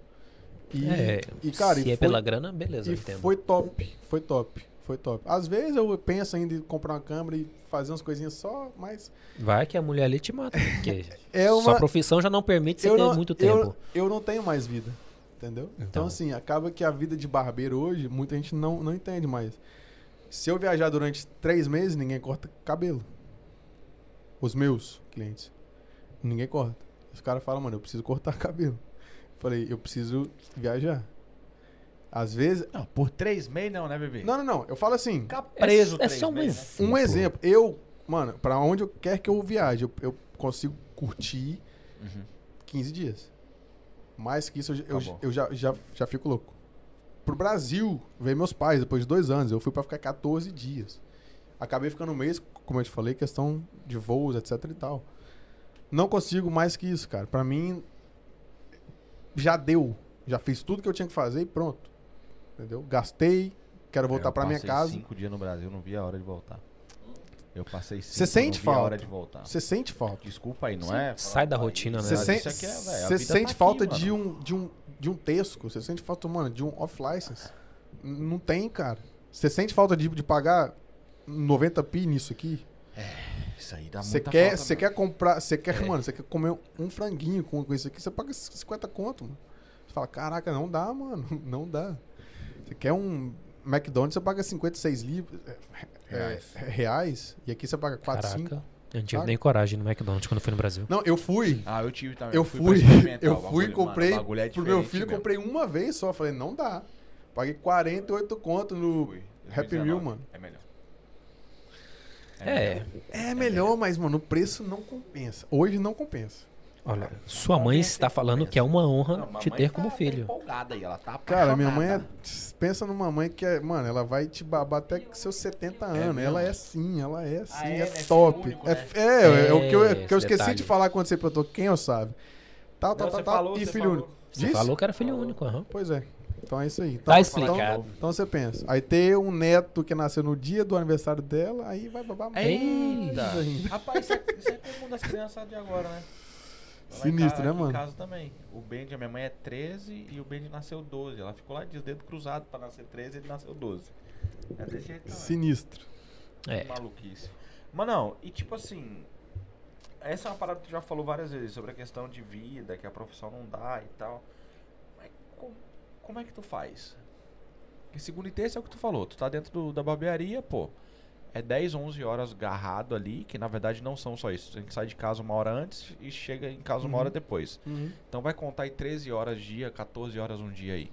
E,
É,
e cara,
se
e
é
foi,
pela grana, beleza,
e
eu entendo.
foi top. Foi top. Foi top. Às vezes eu penso ainda em comprar uma câmera e fazer umas coisinhas só, mas.
Vai que a mulher ali te mata. Porque
*laughs* É
sua
uma.
profissão já não permite você
eu
ter
não,
muito
eu-
tempo.
Eu, não tenho mais vida. Entendeu? Então.
Então.
assim, acaba que a vida de barbeiro hoje, muita gente não, não entende mais. Se eu viajar durante três meses, ninguém corta cabelo. Os meus clientes. Ninguém corta. Os caras falam, mano, eu preciso cortar *laughs* cabelo. Eu Falei, eu preciso viajar. Às vezes.
Não, por três meses não, né, bebê?
Não, não, não. Eu falo assim.
Ficar
É-
preso
é,
três
só um
meses. né?
exemplo.
Um exemplo, eu, mano, pra onde eu quer que eu viaje, eu, eu consigo curtir 15 dias. Mais que isso, eu, já- eu,
Uhum. Tá bom.
eu já, já, já fico louco. Pro Brasil, veio meus pais depois de dois anos. Eu fui pra ficar 14 dias. Acabei ficando um mês, como eu te falei, questão de voos, etc e tal. Não consigo mais que isso, cara. Pra mim, já deu. Já fiz tudo que eu tinha que fazer e pronto. Entendeu? Gastei, quero voltar
É, Eu
pra minha
passei
casa.
cinco dias no Brasil, não vi a hora de voltar. Eu passei cinco,
Você sente
não vi
falta?
a hora de voltar.
Você sente falta.
Desculpa aí, não
Sim,
é?
sai da
Falar
rotina,
isso,
né?
Você
Mas
sente,
mas isso aqui é, velho, a
você
vida
sente
tá
falta
aqui,
de,
mano.
um, de, um, de um texto, você sente falta, mano, de um off-license. N- Não tem, cara. Você sente falta de, de pagar 90 pi nisso aqui?
Isso aí dá
Você
muita
quer,
falta
você
mesmo. É.
quer comprar, você quer, mano, você quer comer um franguinho com, com isso aqui, você paga 50 conto, mano. Você fala, caraca, não dá, mano, *laughs* não dá. Você quer um McDonald's, você paga 56 libras, reais. é, reais, e aqui você paga 4,
Caraca.
5.
Eu não tive nem coragem no McDonald's quando eu fui no Brasil.
Não, eu fui,
Ah, eu tive também.
eu
pra
fui, *laughs*
experimentar
eu
o
fui,
bagulho, mano, o
comprei
bagulho é
pro meu
diferente
filho,
mesmo.
comprei uma vez só. Falei, não dá. Paguei 48 conto no
Fui.
Happy Meal,
2019.
mano.
É melhor.
É,
É melhor, mas, mano, o preço não compensa. Hoje não compensa.
olha, sua mãe está falando que é uma honra
Não,
te
mamãe
ter
tá-
como
tá
filho.
empolgada aí, ela tá
Cara, minha mãe
apaixonada.
é. Pensa numa mãe que é. Mano, ela vai te babar até com seus 70 anos. ela é assim, ela é assim,
Ah, é,
é,
né? Filho
top.
único,
é,
né?
é, é, o que eu,
É,
que
esse
eu esqueci
detalhe.
de falar quando você perguntou quem eu sabe. Tal, tal, tal,
Não, você
tal.
falou,
e
você
filho
falou.
único.
Você
Disse?
falou que era filho único, aham.
Pois é. Então é isso aí. Então,
Tá
Então,
explicado.
então você pensa. Aí ter um neto que nasceu no dia do aniversário dela, aí vai babar mais
Eita.
ainda.
Rapaz, isso é, isso é comum das crianças de agora, né? Lá em
Sinistro,
ca-
né,
aqui em
mano?
casa também. O Bendy, a minha mãe é 13 e o Bendy nasceu 12. Ela ficou lá de dedo cruzado pra nascer 13 e ele nasceu 12. É desse jeito, não é?
Sinistro.
É.
Maluquice. Mas não, e tipo assim. Essa é uma parada que tu já falou várias vezes sobre a questão de vida, que a profissão não dá e tal. Mas co- como é que tu faz? Porque segunda e terça é o que tu falou. Tu tá dentro do- da barbearia, pô. É 10, 11 horas garrado ali, que na verdade não são só isso. Tu tem que sair de casa uma hora antes e chega em casa uma hora depois. Então vai contar aí 13 horas dia, 14 horas um dia aí.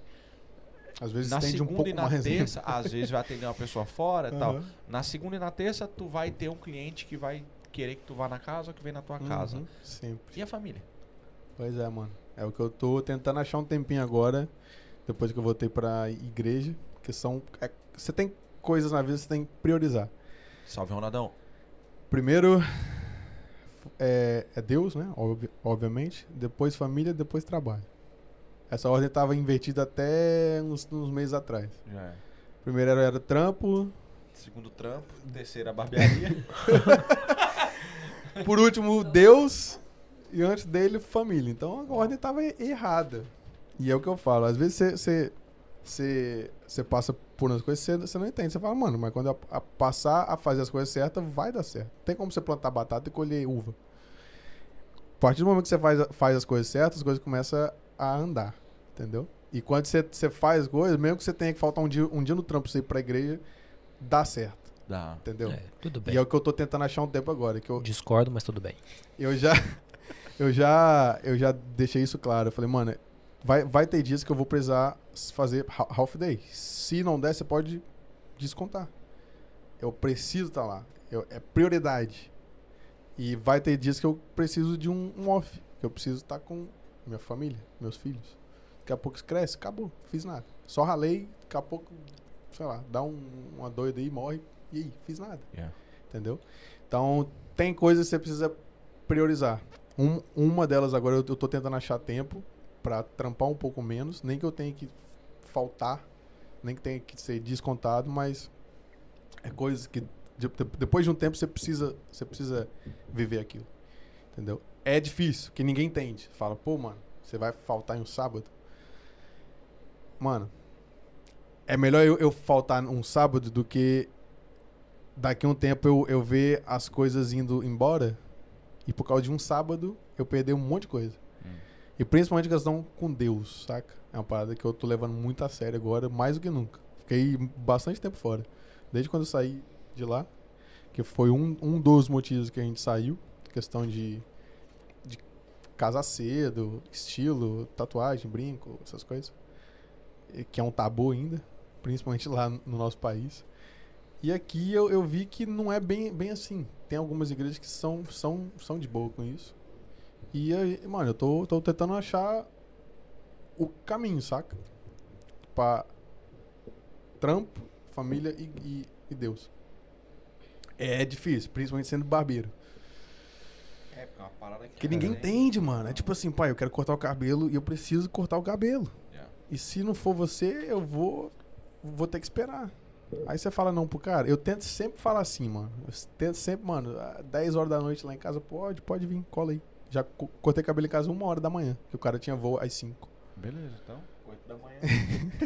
Às vezes
Na
estende um
segunda
pouco
e na
mais. né?
terça, às vezes vai atender uma pessoa fora e tal.
Aham.
Na segunda e na terça, tu vai ter um cliente que vai querer que tu vá na casa ou que vem na tua casa.
Uhum, Sempre.
E a família?
Pois é, mano. É o que eu tô tentando achar um tempinho agora, depois que eu voltei pra igreja, que são... é- você tem coisas na vida que você tem que priorizar.
Salve, Ronaldão.
Primeiro é, é Deus, né? Obvi- obviamente. Depois família, depois trabalho. Essa ordem tava invertida até uns, uns meses atrás.
Já é.
Primeiro era, era trampo,
Segundo trampo, terceira barbearia. *laughs*
por último Deus e antes dele família. Então a ordem tava e- errada. E é o que eu falo, às vezes você- você você você passa por umas coisas que você- você não entende. Você fala, mano, mas quando eu a- passar a fazer as coisas certas, vai dar certo. Tem como você plantar batata e colher uva. A partir do momento que você faz, a- faz as coisas certas, as coisas começam a andar, entendeu? E quando você, você faz as coisas, mesmo que você tenha que faltar um dia, um dia no trampo pra você ir pra igreja, dá certo,
Dá.
entendeu?
É, tudo
e é
bem.
o que eu tô tentando achar um tempo agora, que eu,
Discordo, mas
*laughs*
tudo bem.
eu já, eu já, eu já deixei isso claro. Eu falei, mano, vai, vai ter dias que eu vou precisar fazer ha- half day. Se não der, você pode descontar. Eu preciso estar lá. Eu- é prioridade. E vai ter dias que eu preciso de um, um off. Que eu preciso estar com minha família, meus filhos. Daqui a pouco cresce, acabou, fiz nada. Só ralei, daqui a pouco, sei lá, dá um- uma doida aí, morre, e aí, fiz nada.
Yeah.
Entendeu? Então, tem coisas que você precisa priorizar. Um- uma delas agora eu, eu tô tentando achar tempo pra trampar um pouco menos, nem que eu tenha que faltar, nem que tenha que ser descontado, mas é coisas que de- de- depois de um tempo você precisa, você precisa viver aquilo. Entendeu? É difícil, que ninguém entende. Fala, pô, mano, você vai faltar em um sábado? Mano, é melhor eu, eu faltar um sábado do que daqui a um tempo eu, eu ver as coisas indo embora e por causa de um sábado eu perder um monte de coisa. E principalmente questão com Deus, saca? É uma parada que eu tô levando muito a sério agora, mais do que nunca. Fiquei bastante tempo fora. Desde quando eu saí de lá, que foi um, um dos motivos que a gente saiu. Questão de, de casar cedo, estilo, tatuagem, brinco, essas coisas. E Que é um tabu ainda, principalmente lá no nosso país. E aqui eu, eu vi que não é bem, bem assim. Tem algumas igrejas que são, são, são de boa com isso. E, aí, mano, eu tô, tô tentando achar o caminho, saca? Pra trampo, família e, e- e Deus. É difícil, principalmente sendo barbeiro.
É, porque é uma parada que.
Porque ninguém entende, mano. É tipo assim, pai, eu quero cortar o cabelo e eu preciso cortar o cabelo.
Yeah.
E se não for você, eu vou vou ter que esperar. Aí você fala não pro cara. Eu tento sempre falar assim, mano. Eu tento sempre, mano, ah, 10 horas da noite lá em casa, pode, pode vir, cola aí. Já co- cortei cabelo em casa uma hora da manhã, que o cara tinha voo às 5.
Beleza, então.
8 da manhã.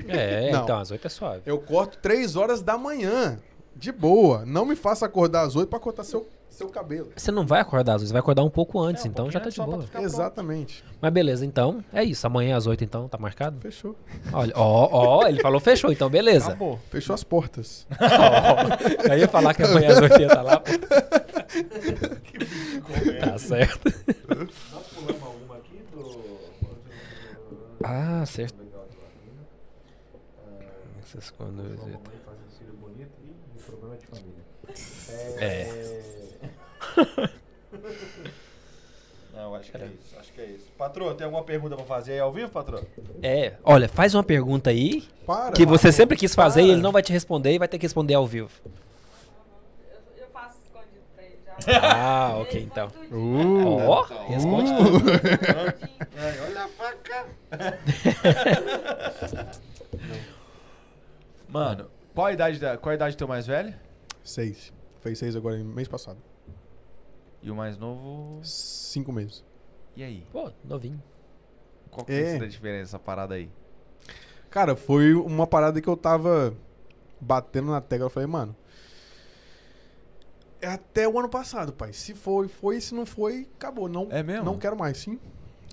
É,
Não.
então, às oito é suave.
Eu corto 3 horas da manhã. De boa. Não me faça acordar às 8 pra cortar seu, seu cabelo.
Você não vai acordar às oito, você vai acordar um pouco antes,
É, um
então já
pouquinho
tá
antes
de
só pra
boa.
tu ficar
Exatamente.
Mas beleza, então, é isso. Amanhã às oito, então, tá marcado?
Fechou.
Olha, ó, ó, ele falou fechou, então beleza.
Acabou.
Fechou as portas.
*laughs* Ó, eu ia falar que amanhã às 80 tá lá. pô.
*laughs* né?
tá certo.
Nós pulamos uma aqui do. do- do-
Ah, certo.
né? Ah,
do- do- do- do- do- do- do- do- do- do- do- do- do- do- do-
Essas quando.
Uma mamãe fazendo um filho bonito e problema de família.
É.
*laughs* Não, acho que é isso. Acho que é isso. Patroa, tem alguma pergunta pra fazer aí ao vivo, patroa?
É, olha, faz uma pergunta aí
Para.
que você sempre quis fazer e
Para.
ele não vai te responder e vai ter que responder ao
*laughs*
vivo.
Eu, eu faço escondido pra ele já.
Ah,
Ele
ok,
responde
então.
tudinho.
Ó,
então.
responde
Uh.
tudo.
Ai, É, olha a faca. Mano, qual a idade da, qual a idade do teu mais velho?
*laughs* Seis. Fez seis agora em mês passado.
E o mais novo.
Cinco meses.
E aí?
Pô, novinho.
Qual que
que É.
é.
tem sido
a
a
diferença essa parada aí?
Cara, foi uma parada que eu tava batendo na tecla. Eu falei, mano. É até o ano passado, pai. Se foi, foi. Se não foi, acabou. Não,
É mesmo?
não quero mais, sim.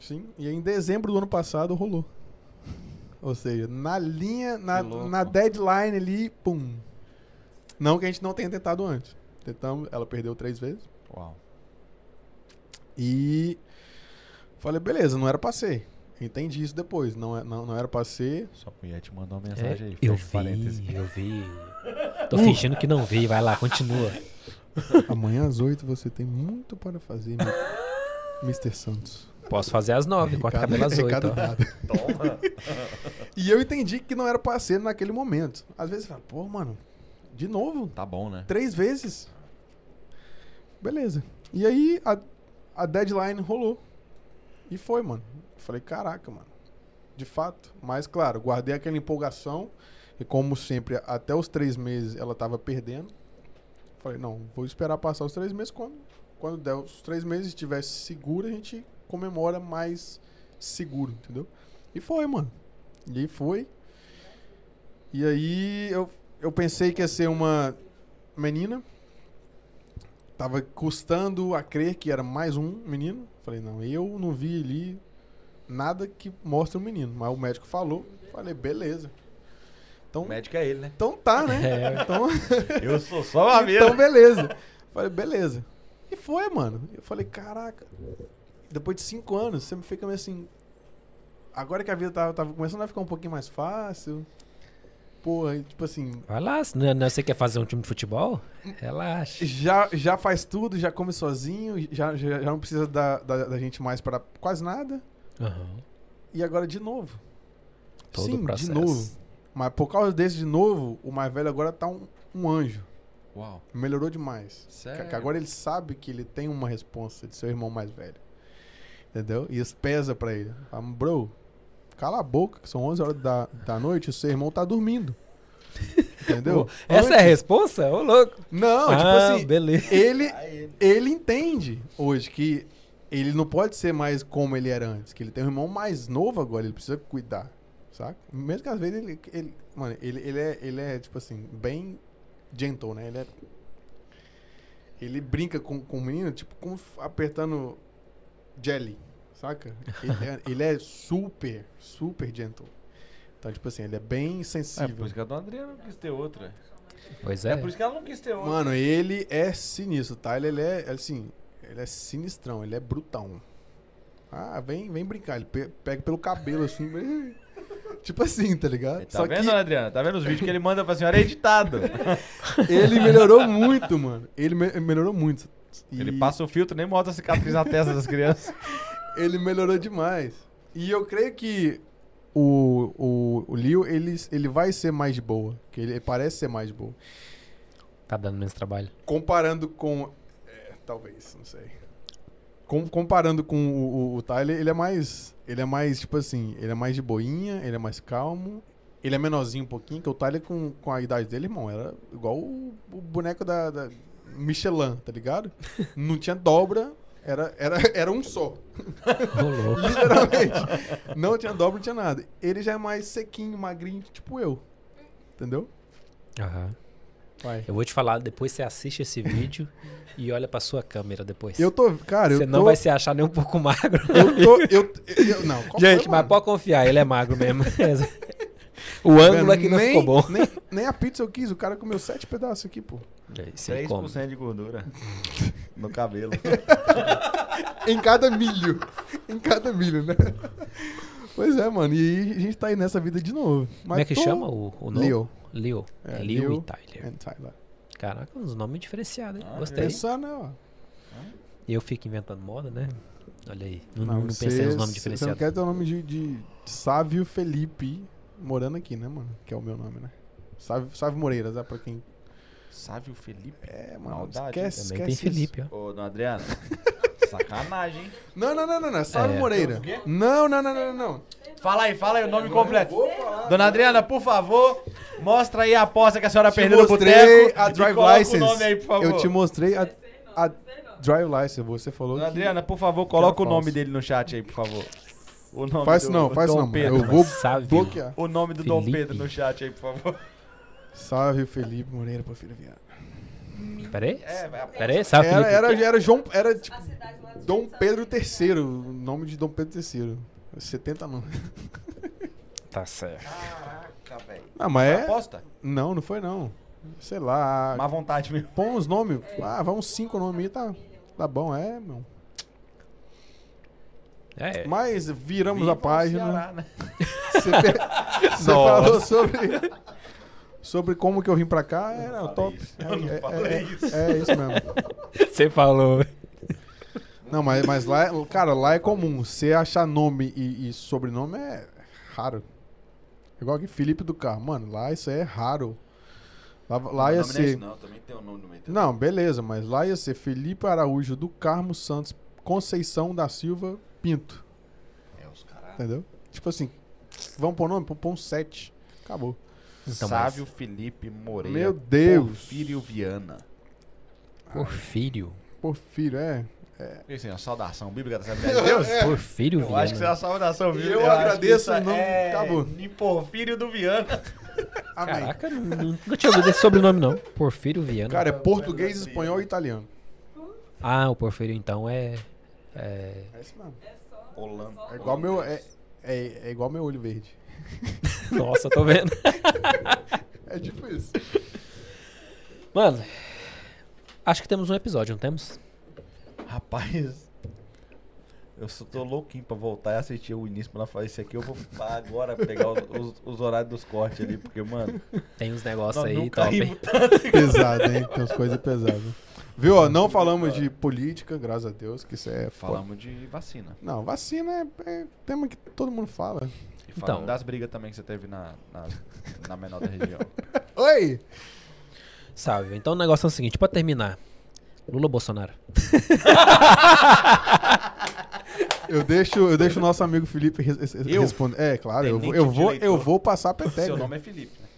Sim. E aí, em dezembro do ano passado rolou. *laughs* Ou seja, na linha, na,
Que louco.
na deadline ali, pum. Não que a gente não tenha tentado antes. Tentamos, ela perdeu três vezes.
Uau.
E falei, beleza, não era pra ser. Entendi isso depois. Não, é- não, não era pra ser.
Sua mulher te mandou uma
É,
mensagem aí.
eu
fecha o parêntese.
vi, eu vi. Tô fingindo que não vi, vai lá, continua.
Amanhã às 8 você tem muito para fazer, mi- Mr. Santos.
Posso fazer às nove, corta cabelo às oito.
recado
ó.
dado. *laughs* e eu entendi que não era pra ser naquele momento. Às vezes você fala, pô, mano, de novo?
Tá bom, né?
Três vezes? Beleza. E aí a, a deadline rolou. E foi, mano. Eu falei, caraca, mano. De fato. Mas, claro, guardei aquela empolgação. E como sempre, até os três meses ela tava perdendo. Falei, não, vou esperar passar os três meses. Quando, quando der os três meses e estiver seguro, a gente comemora mais seguro, entendeu? E foi, mano. E aí foi. E aí eu, eu pensei que ia ser uma menina. Tava custando a crer que era mais um menino. Falei, não, eu não vi ali nada que mostra um menino. Mas o médico falou. Falei, beleza.
O
Então,
médico é ele, né?
então tá, né? Então.
Eu sou só
Tá
uma
Então, beleza. Falei, beleza. E foi, mano. Eu falei, caraca. Depois de cinco anos, você me fica meio assim. Agora que a vida tava, tava começando a ficar um pouquinho mais fácil. Porra, e tipo assim.
Vai lá, se não, não você quer fazer um time de futebol? Relaxa.
Já, já faz tudo, já come sozinho, já, já, já não precisa da, da, da gente mais para quase nada.
Aham.
E agora de novo.
Todo
Sim,
o processo.
de novo. Mas por causa desse de novo, o mais velho agora tá um, um anjo.
Uau.
Melhorou demais.
É.
Que-
Sério?
Que agora ele sabe que ele tem uma responsa de seu irmão mais velho. Entendeu? E isso pesa pra ele. Fala, bro, cala a boca, que são 11 horas da, da noite e seu irmão
*laughs*
tá dormindo. Entendeu?
Pô, Essa é a responsa? Ô, louco.
Não, tipo
ah,
assim,
beleza.
*laughs*
ele, ele entende hoje que ele não pode ser mais como ele era antes, que ele tem um irmão mais novo agora, ele precisa cuidar, saca? Mesmo que às vezes ele, ele mano, ele, ele, é, ele é, tipo assim, bem gentle, né? Ele é- ele brinca com, com o menino, tipo, como f- apertando jelly, saca? Ele
*laughs*
é, ele é super, super gentle. Então, tipo assim, ele é bem
É
sensível.
por isso que a dona Adriana não quis ter outra.
Pois
É,
é.
por isso que ela não quis ter outra.
Mano, ele é sinistro, tá? Ele, ele é, assim, ele é sinistrão, ele é brutão. Ah, vem, vem brincar. Ele pe- pega pelo cabelo, assim, *laughs* bem- tipo assim, tá ligado?
Tá
Só
vendo, dona Adriana? Tá vendo os vídeos que ele manda pra
É
*laughs*
senhora editado?
que ele melhorou muito, mano. Ele me- melhorou muito. E
Ele passa o filtro, nem bota a cicatriz na testa das
*laughs*
crianças.
Ele melhorou demais. E eu creio que o, o, o Leo, ele, ele vai ser mais de boa. Que ele parece ser mais de boa.
Tá dando menos trabalho.
comparando com. é, talvez, não sei. Com- comparando com o, o- o Tyler, ele é mais. Ele é mais, tipo assim, ele é mais de boinha, ele é mais calmo. Ele é menorzinho um pouquinho, que o Tyler com, com a idade dele, irmão, era igual o, o boneco da, da Michelin,
*laughs*
tá ligado? Não tinha dobra, era, era, era um só. *laughs*
Ô, louco. *laughs*
Literalmente. Não tinha dobra, não tinha nada. Ele já é mais sequinho, magrinho, tipo eu. Entendeu?
Aham.
Vai.
Eu vou te falar, depois você assiste esse vídeo e olha pra sua câmera depois.
Eu tô. Cara, eu
você
tô.
não vai se achar nem um pouco magro.
Eu tô. Eu, eu- não,
*laughs*
qual
Gente,
foi,
mas
mano?
pode confiar, ele é magro
*laughs*
mesmo. *laughs* o ângulo aqui não
nem,
ficou bom.
Nem, nem a pizza eu quis, o cara comeu sete pedaços aqui, pô.
É, isso aí come.
3%
*laughs*
de gordura no cabelo.
Em cada milho. Em cada milho, né? Pois é, mano. E a gente tá aí nessa vida de novo. Mas
Como é que
tô-
chama o, o nome?
Leo.
Leo.
É,
Leo,
Leo
e Tyler.
and Tyler.
Caraca, uns nomes diferenciados, hein?
Ah,
Gostei.
Pensar, né, ó.
E eu fico inventando moda, né? Olha aí. Não,
Não,
não
você-
pensei nos nomes
Você não
diferenciados.
quer ter o nome de, de Sávio Felipe morando aqui, né, mano? Que é o meu nome, né? Sávio, Sávio Moreiras, é pra quem.
Sávio Felipe.
É, mano.
Maldade.
esquece,
Também tem
esquece isso.
Felipe, ó.
Ô, Dona Adriana. Sacanagem, hein?
Não, não, não, não, não. É Sávio
É.
Moreira. Não, não, não, não, não.
Fala aí, fala aí o nome completo. Dona Adriana, por favor, mostra aí a aposta que a senhora
Eu te
perdeu no
mostrei
Tá boteco.
a
e
Drive
coloca
License.
o nome aí, por favor.
Eu te mostrei a,
Sei não,
a
sei não.
Drive License. Você falou.
Dona
que-
Adriana, por favor, coloca o
falso.
nome dele no chat aí, por favor. O nome
Faz
do-
isso não,
do
faz isso
Dom
não.
Pedro.
Eu vou
Sávio.
bloquear.
O nome do Dom
Felipe.
Pedro no chat aí, por favor.
Sávio Felipe Moreira, Porfírio Viana.
Pera aí.
É, vai
Pera aí, Sávio
Era,
Ah, Felipe.
era, era João. Era tipo.
A cidade lá de
Dom
São
Pedro
Paulo.
III, o nome de Dom Pedro III. 70 não.
Tá certo.
Caraca, velho.
Ah, mas é.
Aposta?
Não, não foi não. Sei lá.
Má vontade mesmo.
Põe uns nomes.
É.
Ah, vai uns cinco nomes aí, tá, tá bom, é, meu.
É.
Mas viramos
Viva
a
o
página.
Ceará, né?
Você, pe- *laughs* você falou sobre. Sobre como que eu vim pra cá, era o top. É, é- é- é isso mesmo.
É, *laughs* Você falou.
Não, mas, mas lá, é- cara, lá é comum. Você achar nome e, e sobrenome é raro. Igual aqui, Felipe do Carmo. Mano, lá isso aí é raro. Lá, lá
é
ia ser.
Não, também tem o nome no meio.
Não, beleza, mas lá ia ser Felipe Araújo do Carmo Santos Conceição da Silva Pinto.
É, os caras.
Entendeu? Tipo assim, vamos pôr nome? Pôr um 7. Acabou.
Então, mas-
Sávio Felipe Moreira.
Meu Deus.
Porfírio Viana.
Porfírio.
Porfírio, é.
Porque assim, uma saudação bíblica da
*laughs*
Assembleia de Deus.
Porfírio
É. Eu acho que isso é
Viana.
uma saudação bíblica.
Eu
acho que
agradeço,
isso
não-
é
acabou.
Ni Porfírio do Viana. né?
Amém.
Caraca, nu- nu- nunca tinha ouvido esse sobrenome, não. Porfírio Viana.
Cara, é português, espanhol e italiano.
Ah, o Porfírio, então, é... é...
É isso mesmo.
É só-
Holanda.
É igual meu. É, é, é igual meu olho verde.
Nossa, tô vendo. *laughs*
É tipo isso.
Mano, acho que temos um episódio, não temos?
Rapaz, eu só tô louquinho pra voltar e assistir o início pra falar isso aqui. Eu vou pra agora pegar os, os- os horários dos cortes ali, porque, mano,
Tem uns
nós
negócios aí,
nunca
top. hein?
rimos tanto.
*laughs* Pesado, hein? Tem umas coisas pesadas. Viu? ó, Não falamos de política, graças a Deus, que isso é. foda.
Falamos de vacina.
Não, vacina é, é tema que todo mundo fala.
E
Então.
falamos das brigas também que você teve na, na, na menor da
*laughs*
região.
Oi!
Salve. Então o negócio é o seguinte, pra terminar. Lula ou
*laughs*
Bolsonaro?
Eu deixo, eu deixo o nosso amigo Felipe res, res-
Eu?
responder. É, claro, eu, vou-
Tenente
eu, vou,
de
eu
leitura.
vou passar peteca.
Seu nome é Felipe, né?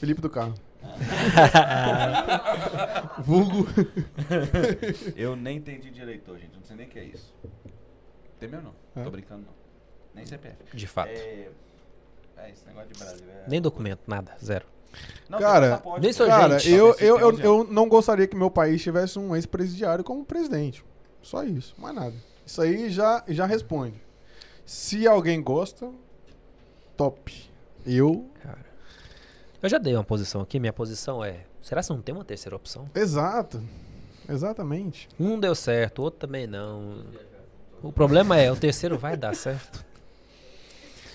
Felipe do Carmo. Vulgo.
Eu nem entendi direito, gente. Não sei nem o que é isso. Tem meu não.
É?
Tô brincando, não. Nem CPF.
De fato.
É, é esse negócio de Brasil. É...
Nem documento, nada, zero.
Não, tem
Cara,
passaporte. né?
nem sou
Cara,
gente.
eu, eu,
Talvez
eu,
vocês
eu não gostaria que meu país tivesse um ex-presidiário como presidente. Só isso, mais nada. Isso aí já, já responde. Se alguém gosta, top. Eu.
Cara. Eu já dei uma posição aqui, minha posição é. Será que não tem uma terceira opção?
Exato. Exatamente.
Um não deu certo, o outro também não. O problema é, o terceiro vai dar certo.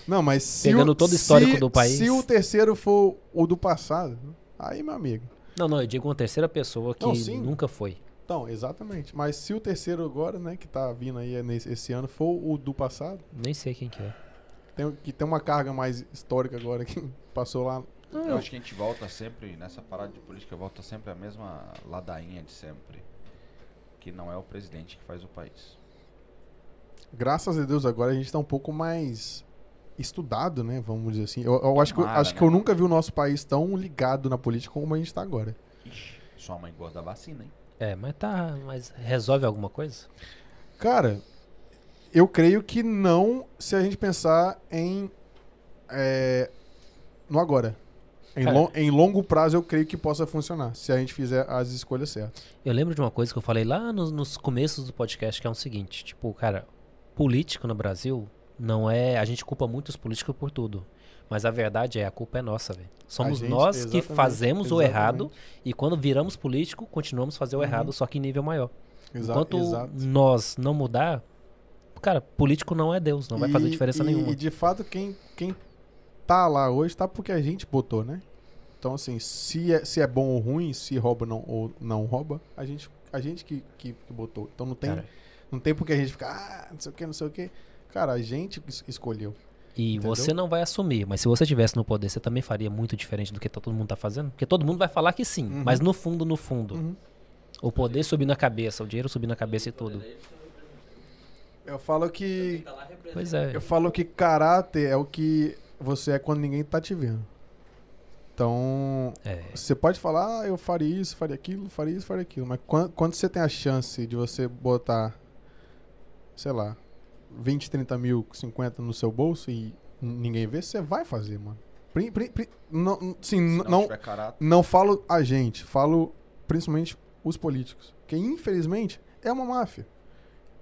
Não, mas se
Pegando
o,
todo o
se-
histórico do país.
Se o terceiro for o do passado, aí, meu amigo.
Não, não, eu digo uma terceira pessoa que
Não, sim.
nunca foi.
Então, exatamente. Mas se o terceiro agora, né, que tá vindo aí nesse, esse ano, for o do passado,
Nem sei quem que é.
tem, que tem uma carga mais histórica agora que *laughs* passou
Ah,
lá.
Eu acho que a gente volta sempre, nessa parada de política, volta sempre a mesma ladainha de sempre. Que não é o presidente que faz o país.
Graças a Deus agora a gente tá um pouco mais estudado, né, vamos dizer assim. Eu, eu acho, que, eu-
Tomara,
acho que
né,
eu
mano?
nunca vi o nosso país tão ligado na política como a gente tá agora.
Ixi, sua mãe gosta da vacina, hein?
É, mas tá. Mas resolve alguma coisa?
Cara, eu creio que não se a gente pensar em. é, no agora. Em,
Cara.
lon- em longo prazo, eu creio que possa funcionar, se a gente fizer as escolhas certas.
Eu lembro de uma coisa que eu falei lá nos, nos começos do podcast, que é o seguinte, tipo, cara, político no Brasil não é. A gente culpa muito os políticos por tudo. Mas a verdade é, a culpa é nossa, velho. Somos
A gente-
nós que
exatamente,
fazemos o
exatamente. Uhum.
errado e quando viramos político, continuamos a fazer o errado, só que em nível maior.
Exa-
Enquanto
exato.
nós não mudar, Cara, político não é Deus, não vai fazer
E-
diferença
e-
nenhuma.
E de fato, quem, quem tá lá hoje tá porque a gente botou, né? Então, assim, se é, se é bom ou ruim, se rouba não, ou não rouba, a gente, a gente que, que, que botou. Então não tem,
Cara.
não tem porque a gente ficar, ah, não sei o que, não sei o que. Cara, a gente es- escolheu.
E
Entendeu?
você não vai assumir, mas se você tivesse no poder, você também faria muito diferente do que tá- todo mundo tá fazendo? Porque todo mundo vai falar que sim,
Uhum.
mas no fundo, no fundo,
Uhum.
o poder subir na cabeça, o dinheiro subir na cabeça e tudo.
Eu falo que.
Tá lá representando.
Pois é.
Eu falo que caráter é o que você é quando ninguém tá te vendo. Então,
É.
Você pode falar, ah, eu faria isso, faria aquilo, faria isso, faria aquilo. Mas quan- quando, você tem a chance de você botar, sei lá, 20, 30 mil, 50 no seu bolso e ninguém vê, você vai fazer, mano. Pri- pri- pri- não, não- sim,
Se
não, não,
tiver caráter.
falo a gente, falo principalmente os políticos. Que infelizmente é uma máfia.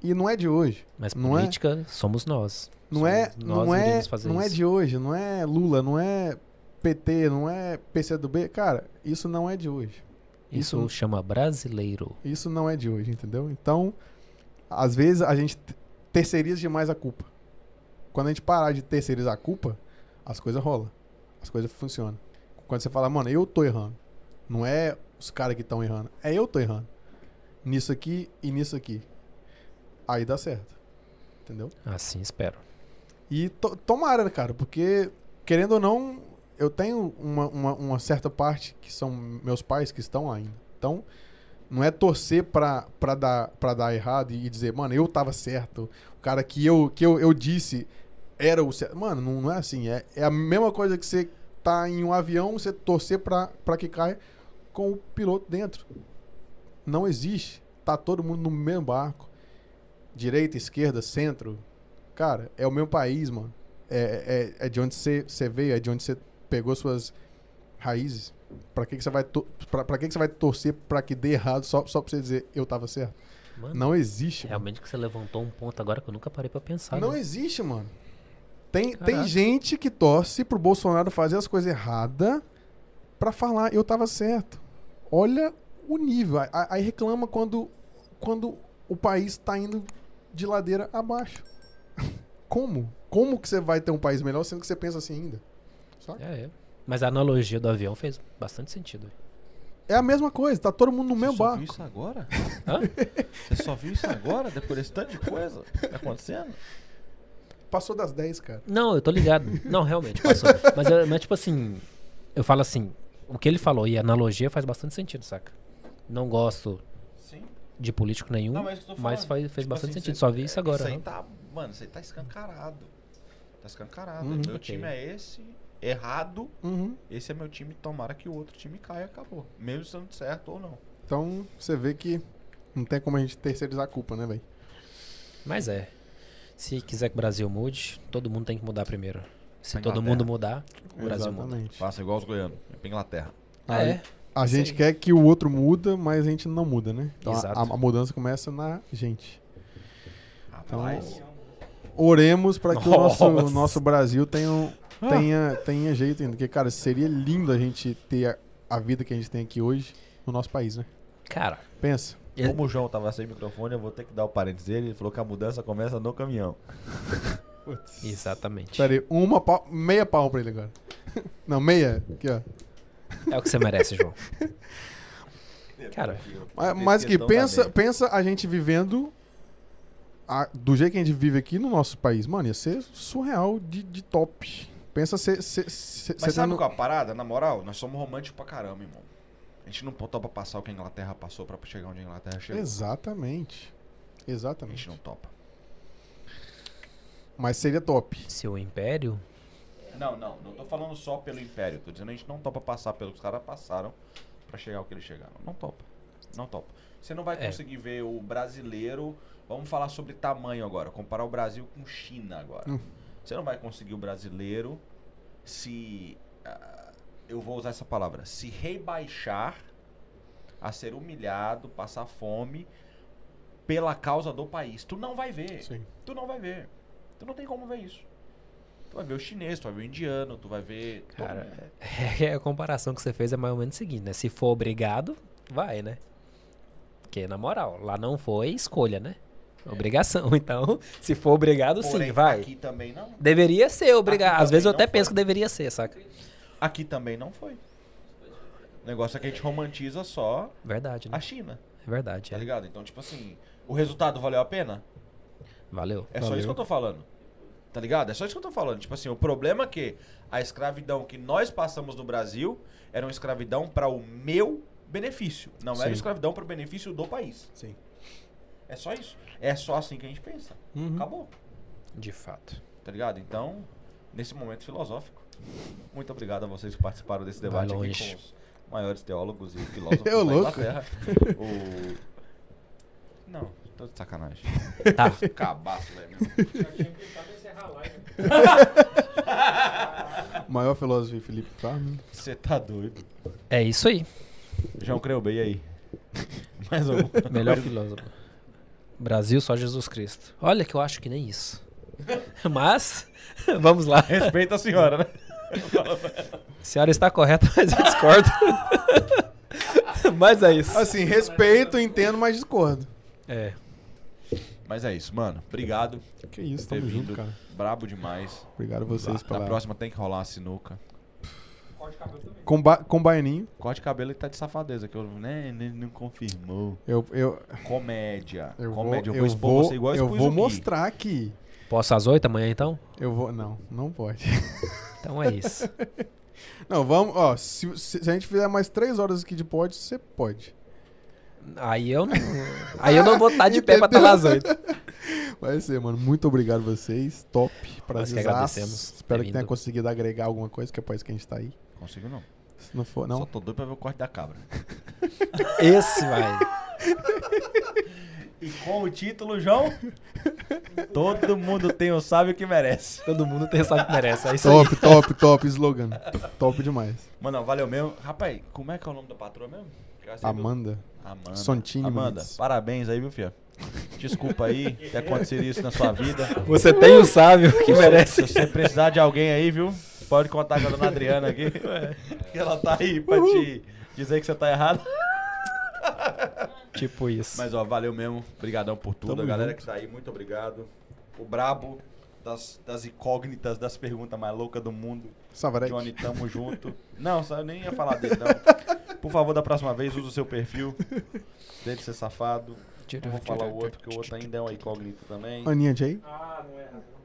E não é de hoje.
Mas
Não é?
política somos nós.
Não
Somos
é,
nós
não, é,
iremos fazer
não é
isso.
de hoje, não é Lula, não é PT, não é PCdoB. Cara, isso não é de hoje.
Isso
isso-
chama brasileiro.
Isso não é de hoje, entendeu? Então, às vezes a gente te- terceiriza demais a culpa. Quando a gente parar de terceirizar a culpa, as coisas rolam. As coisas funcionam. Quando você fala, mano, eu tô errando. Não é os caras que estão errando. É eu tô errando. Nisso aqui e nisso aqui. Aí dá certo. Entendeu?
Assim espero.
E to tomara, né, cara, porque, querendo ou não, eu tenho uma, uma, uma certa parte que são meus pais que estão lá ainda. Então, não é torcer pra, pra, dar, pra dar errado e dizer, mano, eu tava certo, o cara que eu, que eu, eu disse era o certo. Mano, não, não é assim. É, é a mesma coisa que você tá em um avião, você torcer pra, pra que caia com o piloto dentro. Não existe. Tá todo mundo no mesmo barco. Direita, esquerda, centro, Cara, é o meu país, mano. É, é, é de onde você você veio, é de onde você pegou suas raízes. Pra que, que você vai to- pra, pra que, que você vai torcer pra que dê errado só, só pra você dizer eu tava certo?
Mano, é
Não existe. mano.
realmente que você levantou um ponto agora que eu nunca parei pra pensar.
Não
né?
existe, mano. Tem, tem
Caraca.
gente que torce pro Bolsonaro fazer as coisas erradas pra falar, eu tava certo. Olha o nível. A- a- Aí reclama quando, quando o país tá indo de ladeira abaixo. *laughs* Como? Como que você vai ter um país melhor sendo que você pensa assim ainda?
É, é. Mas a analogia do avião fez bastante sentido.
É a mesma coisa, tá todo mundo no
Você
mesmo
só viu
barco.
isso agora?
*laughs* Hã?
Você só viu isso agora? Depois desse tanto de
*laughs*
coisa que tá acontecendo?
Passou das 10, cara.
Não, eu tô ligado. Não, realmente, passou. mas, eu- mas, tipo assim, eu falo assim, o que ele falou e a analogia faz bastante sentido, saca? Não gosto
Sim.
de político nenhum,
Não,
mas,
mas é isso que eu tô falando.
faz- fez
Tipo
bastante
assim,
sentido.
cê-
Só vi isso agora.
Isso aí
né?
tá, mano, isso aí tá escancarado. Tá escancarado.
Uhum.
meu
Ok.
time é esse, errado.
Uhum.
Esse é meu time, tomara que o outro time caia, acabou. Mesmo estando certo ou não.
Então você vê que não tem como a gente terceirizar a culpa, né, velho?
Mas é. Se quiser que o Brasil mude, todo mundo tem que mudar primeiro. Se
A
todo
Inglaterra.
mundo mudar, o Brasil muda.
Exatamente.
Faça igual os goianos, é pra Inglaterra.
Ah,
Aí-
é?
A
Isso
gente
aí.
quer que o outro muda, mas a gente não muda, né? Então a-
Exato.
A, a mudança começa na gente.
Então,
Rapaz,
Oremos para que o nosso,
Nossa.
o nosso Brasil tenha, um-
Ah.
tenha, tenha jeito ainda. Porque, cara, seria lindo a gente ter a, a vida que a gente tem aqui hoje no nosso país, né?
Cara,
Pensa.
Eu-
como o João tava sem microfone, eu vou ter que dar o parênteses dele. Ele falou que a mudança começa no caminhão.
exatamente.
Pera aí, uma pau, meia pau pra ele agora. *laughs* Não, meia. Aqui, ó.
É o que você merece,
*laughs*
João. Cara,
Mas,
Fez
mas que
questão da
pensa,
meia.
pensa a gente vivendo a- do jeito que a gente vive aqui no nosso país. Mano, ia ser surreal de, de top. Pensa você
Mas sabe
tendo...
qual é a parada? Na moral, nós somos românticos pra caramba, irmão. A gente não topa passar o que a Inglaterra passou pra chegar onde a Inglaterra chegou.
Exatamente.
A gente
Exatamente.
não topa.
Mas seria top.
seu império
Não, não, não tô falando só pelo império, tô dizendo a gente não topa passar pelo que os caras passaram pra chegar ao que eles chegaram. Não topa. Não topa. Você não vai
É.
conseguir ver o brasileiro. Vamos falar sobre tamanho agora, comparar o Brasil com China agora.
Hum.
Você não vai conseguir o brasileiro se ah, eu vou usar essa palavra, se rebaixar a ser humilhado, passar fome pela causa do país. Tu não vai ver.
Sim.
Tu não vai ver. Tu não tem como ver isso. Tu vai ver o chinês, tu vai ver o indiano, tu vai ver. todo
Cara,
mundo.
É, *laughs* a comparação que você fez é mais ou menos o seguinte, né? Se for obrigado, vai, né? Porque, na moral, lá não foi escolha, né? Obrigação. *laughs* Então, se for obrigado,
É. Porém,
sim, vai.
Aqui também não.
Deveria ser obrigado.
Aqui
Às vezes eu
também
até
não
penso
foi.
que deveria ser, saca?
Aqui também não foi. O negócio é que a gente romantiza só
Verdade, né?
a China,
É verdade.
tá
é.
ligado? Então, tipo assim, o resultado valeu a pena?
Valeu.
É só isso que eu tô falando. Tá ligado? É só isso que eu tô falando. Tipo assim, o problema é que a escravidão que nós passamos no Brasil era uma escravidão para o meu benefício. Não era
Sim.
escravidão para o benefício do país.
Sim.
É só isso. É só assim que a gente pensa. Acabou.
De fato.
Tá ligado? Então, nesse momento filosófico, muito obrigado a vocês que participaram desse
Vai
debate aqui
longe.
com os maiores teólogos e
*laughs*
filósofos
Eu
da
louco.
Inglaterra. O... Não, tô de sacanagem.
Tá.
Cabaço, né, velho.
Já tinha que pra encerrar a live.
Maior filósofo Felipe Carmo.
Você tá doido.
É isso aí.
João Creubê, e aí? *laughs* Mais um.
Melhor filósofo. Brasil só Jesus Cristo. Olha que eu acho que nem isso. *laughs* Mas, vamos lá.
Respeita a senhora, né?
A senhora está correta, mas eu discordo. *laughs* mas é isso.
Assim, respeito, entendo, mas discordo.
É.
Mas é isso, mano. Obrigado
Que isso,
por ter
tamo
vindo.
junto, cara.
Brabo demais.
Obrigado a vocês
Na
pela...
próxima tem que rolar a sinuca.
Corte cabelo também.
Comba... Combaininho,
Corte de cabelo ele tá de safadeza, que eu né, ele não confirmou.
eu, eu,
Comédia.
eu vou,
Comédia.
eu
expor
vou,
você igual
eu
expus
vou
o Gui.
mostrar aqui.
Posso às oito amanhã então?
Eu vou, não, não pode. *laughs*
Então é isso.
Não, vamos, ó, se, se a gente fizer mais três horas aqui de pod, você pode.
Aí eu não. Aí eu não vou estar de pé pra estar lá às oito.
Vai ser, mano, muito obrigado a vocês, top, prazer.
agradecemos por
Espero
ter
que tenha
vindo.
conseguido agregar alguma coisa, que é pra isso que a gente tá aí.
Consigo não.
Se não
Só
for, não,
tô doido pra ver o corte da cabra.
Esse vai.
E com o título, João? Todo mundo tem o sabe o que merece.
Todo mundo tem sabe que merece. É isso aí.
top, top, top, slogan, top demais.
Mano, valeu mesmo. Rapaz, como é que é o nome da patroa mesmo? Já sei do-
Amanda,
Amanda.
Sontini
Amanda,
Muniz.
parabéns aí, viu, filha? Desculpa aí ter acontecido isso na sua vida.
Você tem o sábio que merece.
Se você precisar de alguém aí, viu? Pode contar com a dona Adriana aqui. Que ela tá aí pra te dizer que você tá errado.
Tipo isso.
Mas ó, valeu mesmo. Obrigadão por tudo.
Tamo
a galera
junto.
que tá aí, muito obrigado. O brabo das, das incógnitas, das perguntas mais loucas do mundo.
Savarek.
Johnny,
*laughs*
tamo junto. Não, só- eu nem ia falar dele, não. Por favor, da próxima vez, usa o seu perfil. Deixa de ser safado. Não
Tipo,
vou falar o outro, porque o outro ainda é um incógnito também.
Aninha Jay.
Ah, não
é,
erra. não.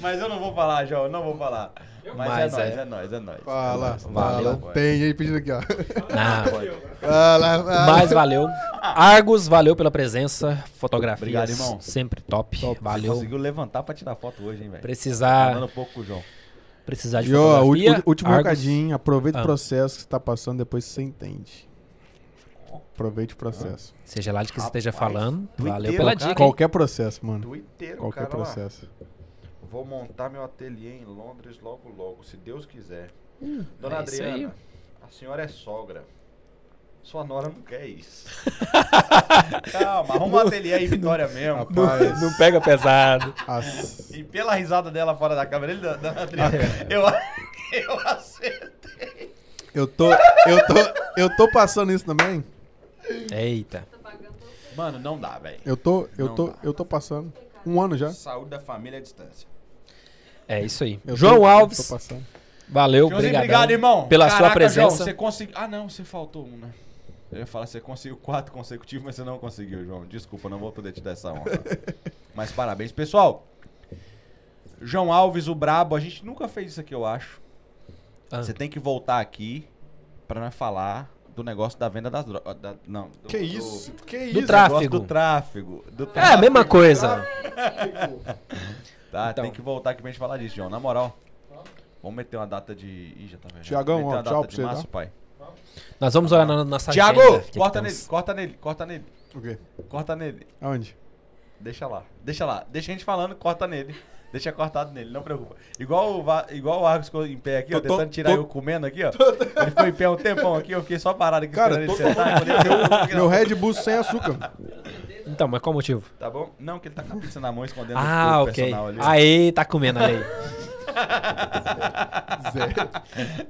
Mas eu não vou falar, João, eu não vou falar. Mas,
Mas
é, nóis,
é.
é nóis, é nóis.
Fala,
Valeu.
fala. Tem aí pedindo aqui, ó.
Ah,
Fala, fala.
mas valeu. Argos, valeu pela presença. Fotografias.
Obrigado, irmão.
Sempre top. Valeu.
Conseguiu levantar pra tirar foto hoje, hein, velho?
Precisar,
Falando pouco com o João.
precisar de
E ó, o
fotografia.
ulti- último
Argos.
recadinho, aproveita
Ah.
o processo que você tá passando, depois você entende. Aproveite o processo.
Seja lá de que você esteja
Rapaz,
falando. Valeu
Twitter,
pela
cara.
dica. hein?
Qualquer processo, mano.
Twitter,
Qualquer
cara. lá.
é processo.
Vou montar meu ateliê em Londres logo, logo, se Deus quiser. Dona
é isso
Adriana, a senhora é sogra. Sua nora não quer isso. *laughs* Calma, arruma um ateliê aí, Vitória mesmo.
Rapaz,
Não pega
*laughs*
pesado.
as-
E pela risada dela fora da câmera, ele da, da Adriana,
Ah, é.
eu, *laughs* eu acertei.
eu tô. Eu tô. Eu tô passando isso também.
Eita.
Tá pagando pra você.
Mano, não dá, velho.
Eu tô. Eu
Não
tô.
dá.
Eu tô passando. Um ano já.
Saúde da família à distância.
É isso aí.
Eu tô-
João
Eu tô
Alves,
passando.
valeu.
Joãozinho,
brigadão
obrigado, irmão.
Pela sua
Caraca,
presença.
João, você conseguiu. Ah, não, você faltou um, né? Eu ia falar, você conseguiu quatro consecutivos, mas você não conseguiu, João. Desculpa, não vou poder te dar essa
*laughs*
honra. mas parabéns, pessoal. João Alves, o Brabo, a gente nunca fez isso aqui, eu acho.
Ah.
Você tem que voltar aqui pra nós falar do negócio da venda das drogas. da- não. Do,
Que
do-
isso? Que
Do
isso?
do negócio
tráfego.
Do tráfego. Do
É a
tráfego.
mesma coisa.
Tá,
Então.
tem que voltar aqui pra gente falar disso, João. Na moral. Vamos meter uma data de. Ih, já tá vendo.
Tiagão,
Meter
ó,
uma
tchau
data de
pra você, tá?
março, pai.
Nós vamos olhar na nossa
Tiago,
agenda, Tá que que
corta
temos.
nele, corta nele, corta nele,
O quê?
corta nele.
Aonde?
Deixa lá, deixa lá. Deixa a gente falando, corta nele. Deixa cortado nele, não preocupa. Igual o, Va- igual o Arcos ficou em pé aqui, ó,
Tô- tô-
tentando tirar
tô-
eu comendo aqui, ó. Ele ficou em pé um tempão aqui, eu fiquei só parado aqui
Cara,
esperando ele
tô-
um sentar. eu falei, "Não, não, não,
Meu
não."
Red Bull sem açúcar.
Então, mas qual o motivo?
Tá bom? Não, que ele tá com a pizza na mão escondendo o
Ah,
corpo
ok.
personal ali.
Aí, tá comendo ali.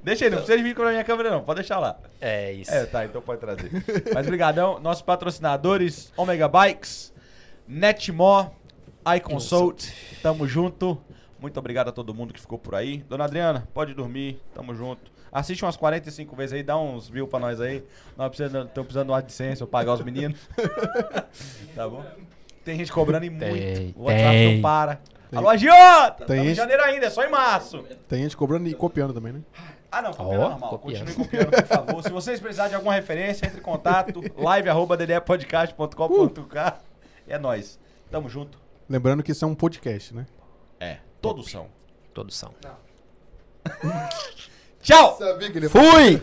Deixa aí, não precisa de vir com a minha câmera, não. Pode deixar lá.
É isso.
*laughs* É, tá, então pode trazer. Mas brigadão. Nossos patrocinadores, Omega Bikes, Netmore, iConsult, tamo junto. Muito obrigado a todo mundo que ficou por aí. Dona Adriana, pode dormir, tamo junto. Assiste umas 45 vezes aí, dá uns views pra nós aí. Nós precisamos, estamos precisando de uma licença pra pagar os meninos. *laughs* tá bom? Tem gente cobrando e muito.
Tem,
o WhatsApp
tem.
não para. Alô, agiota!
Tem
Tamo em
gente-
janeiro ainda, é só em março.
Tem gente cobrando e copiando também, né?
Ah, não, copiando
Ó,
é normal.
copiando.
Continue copiando, por favor. Se vocês precisarem de alguma referência, entre
*laughs*
em contato.
Uh.
live.ddepodcast.com.br É nóis. Tamo junto.
Lembrando que isso é um podcast, né?
É, todos são.
Todos são.
Tchau!
Sabia que ele
Fui!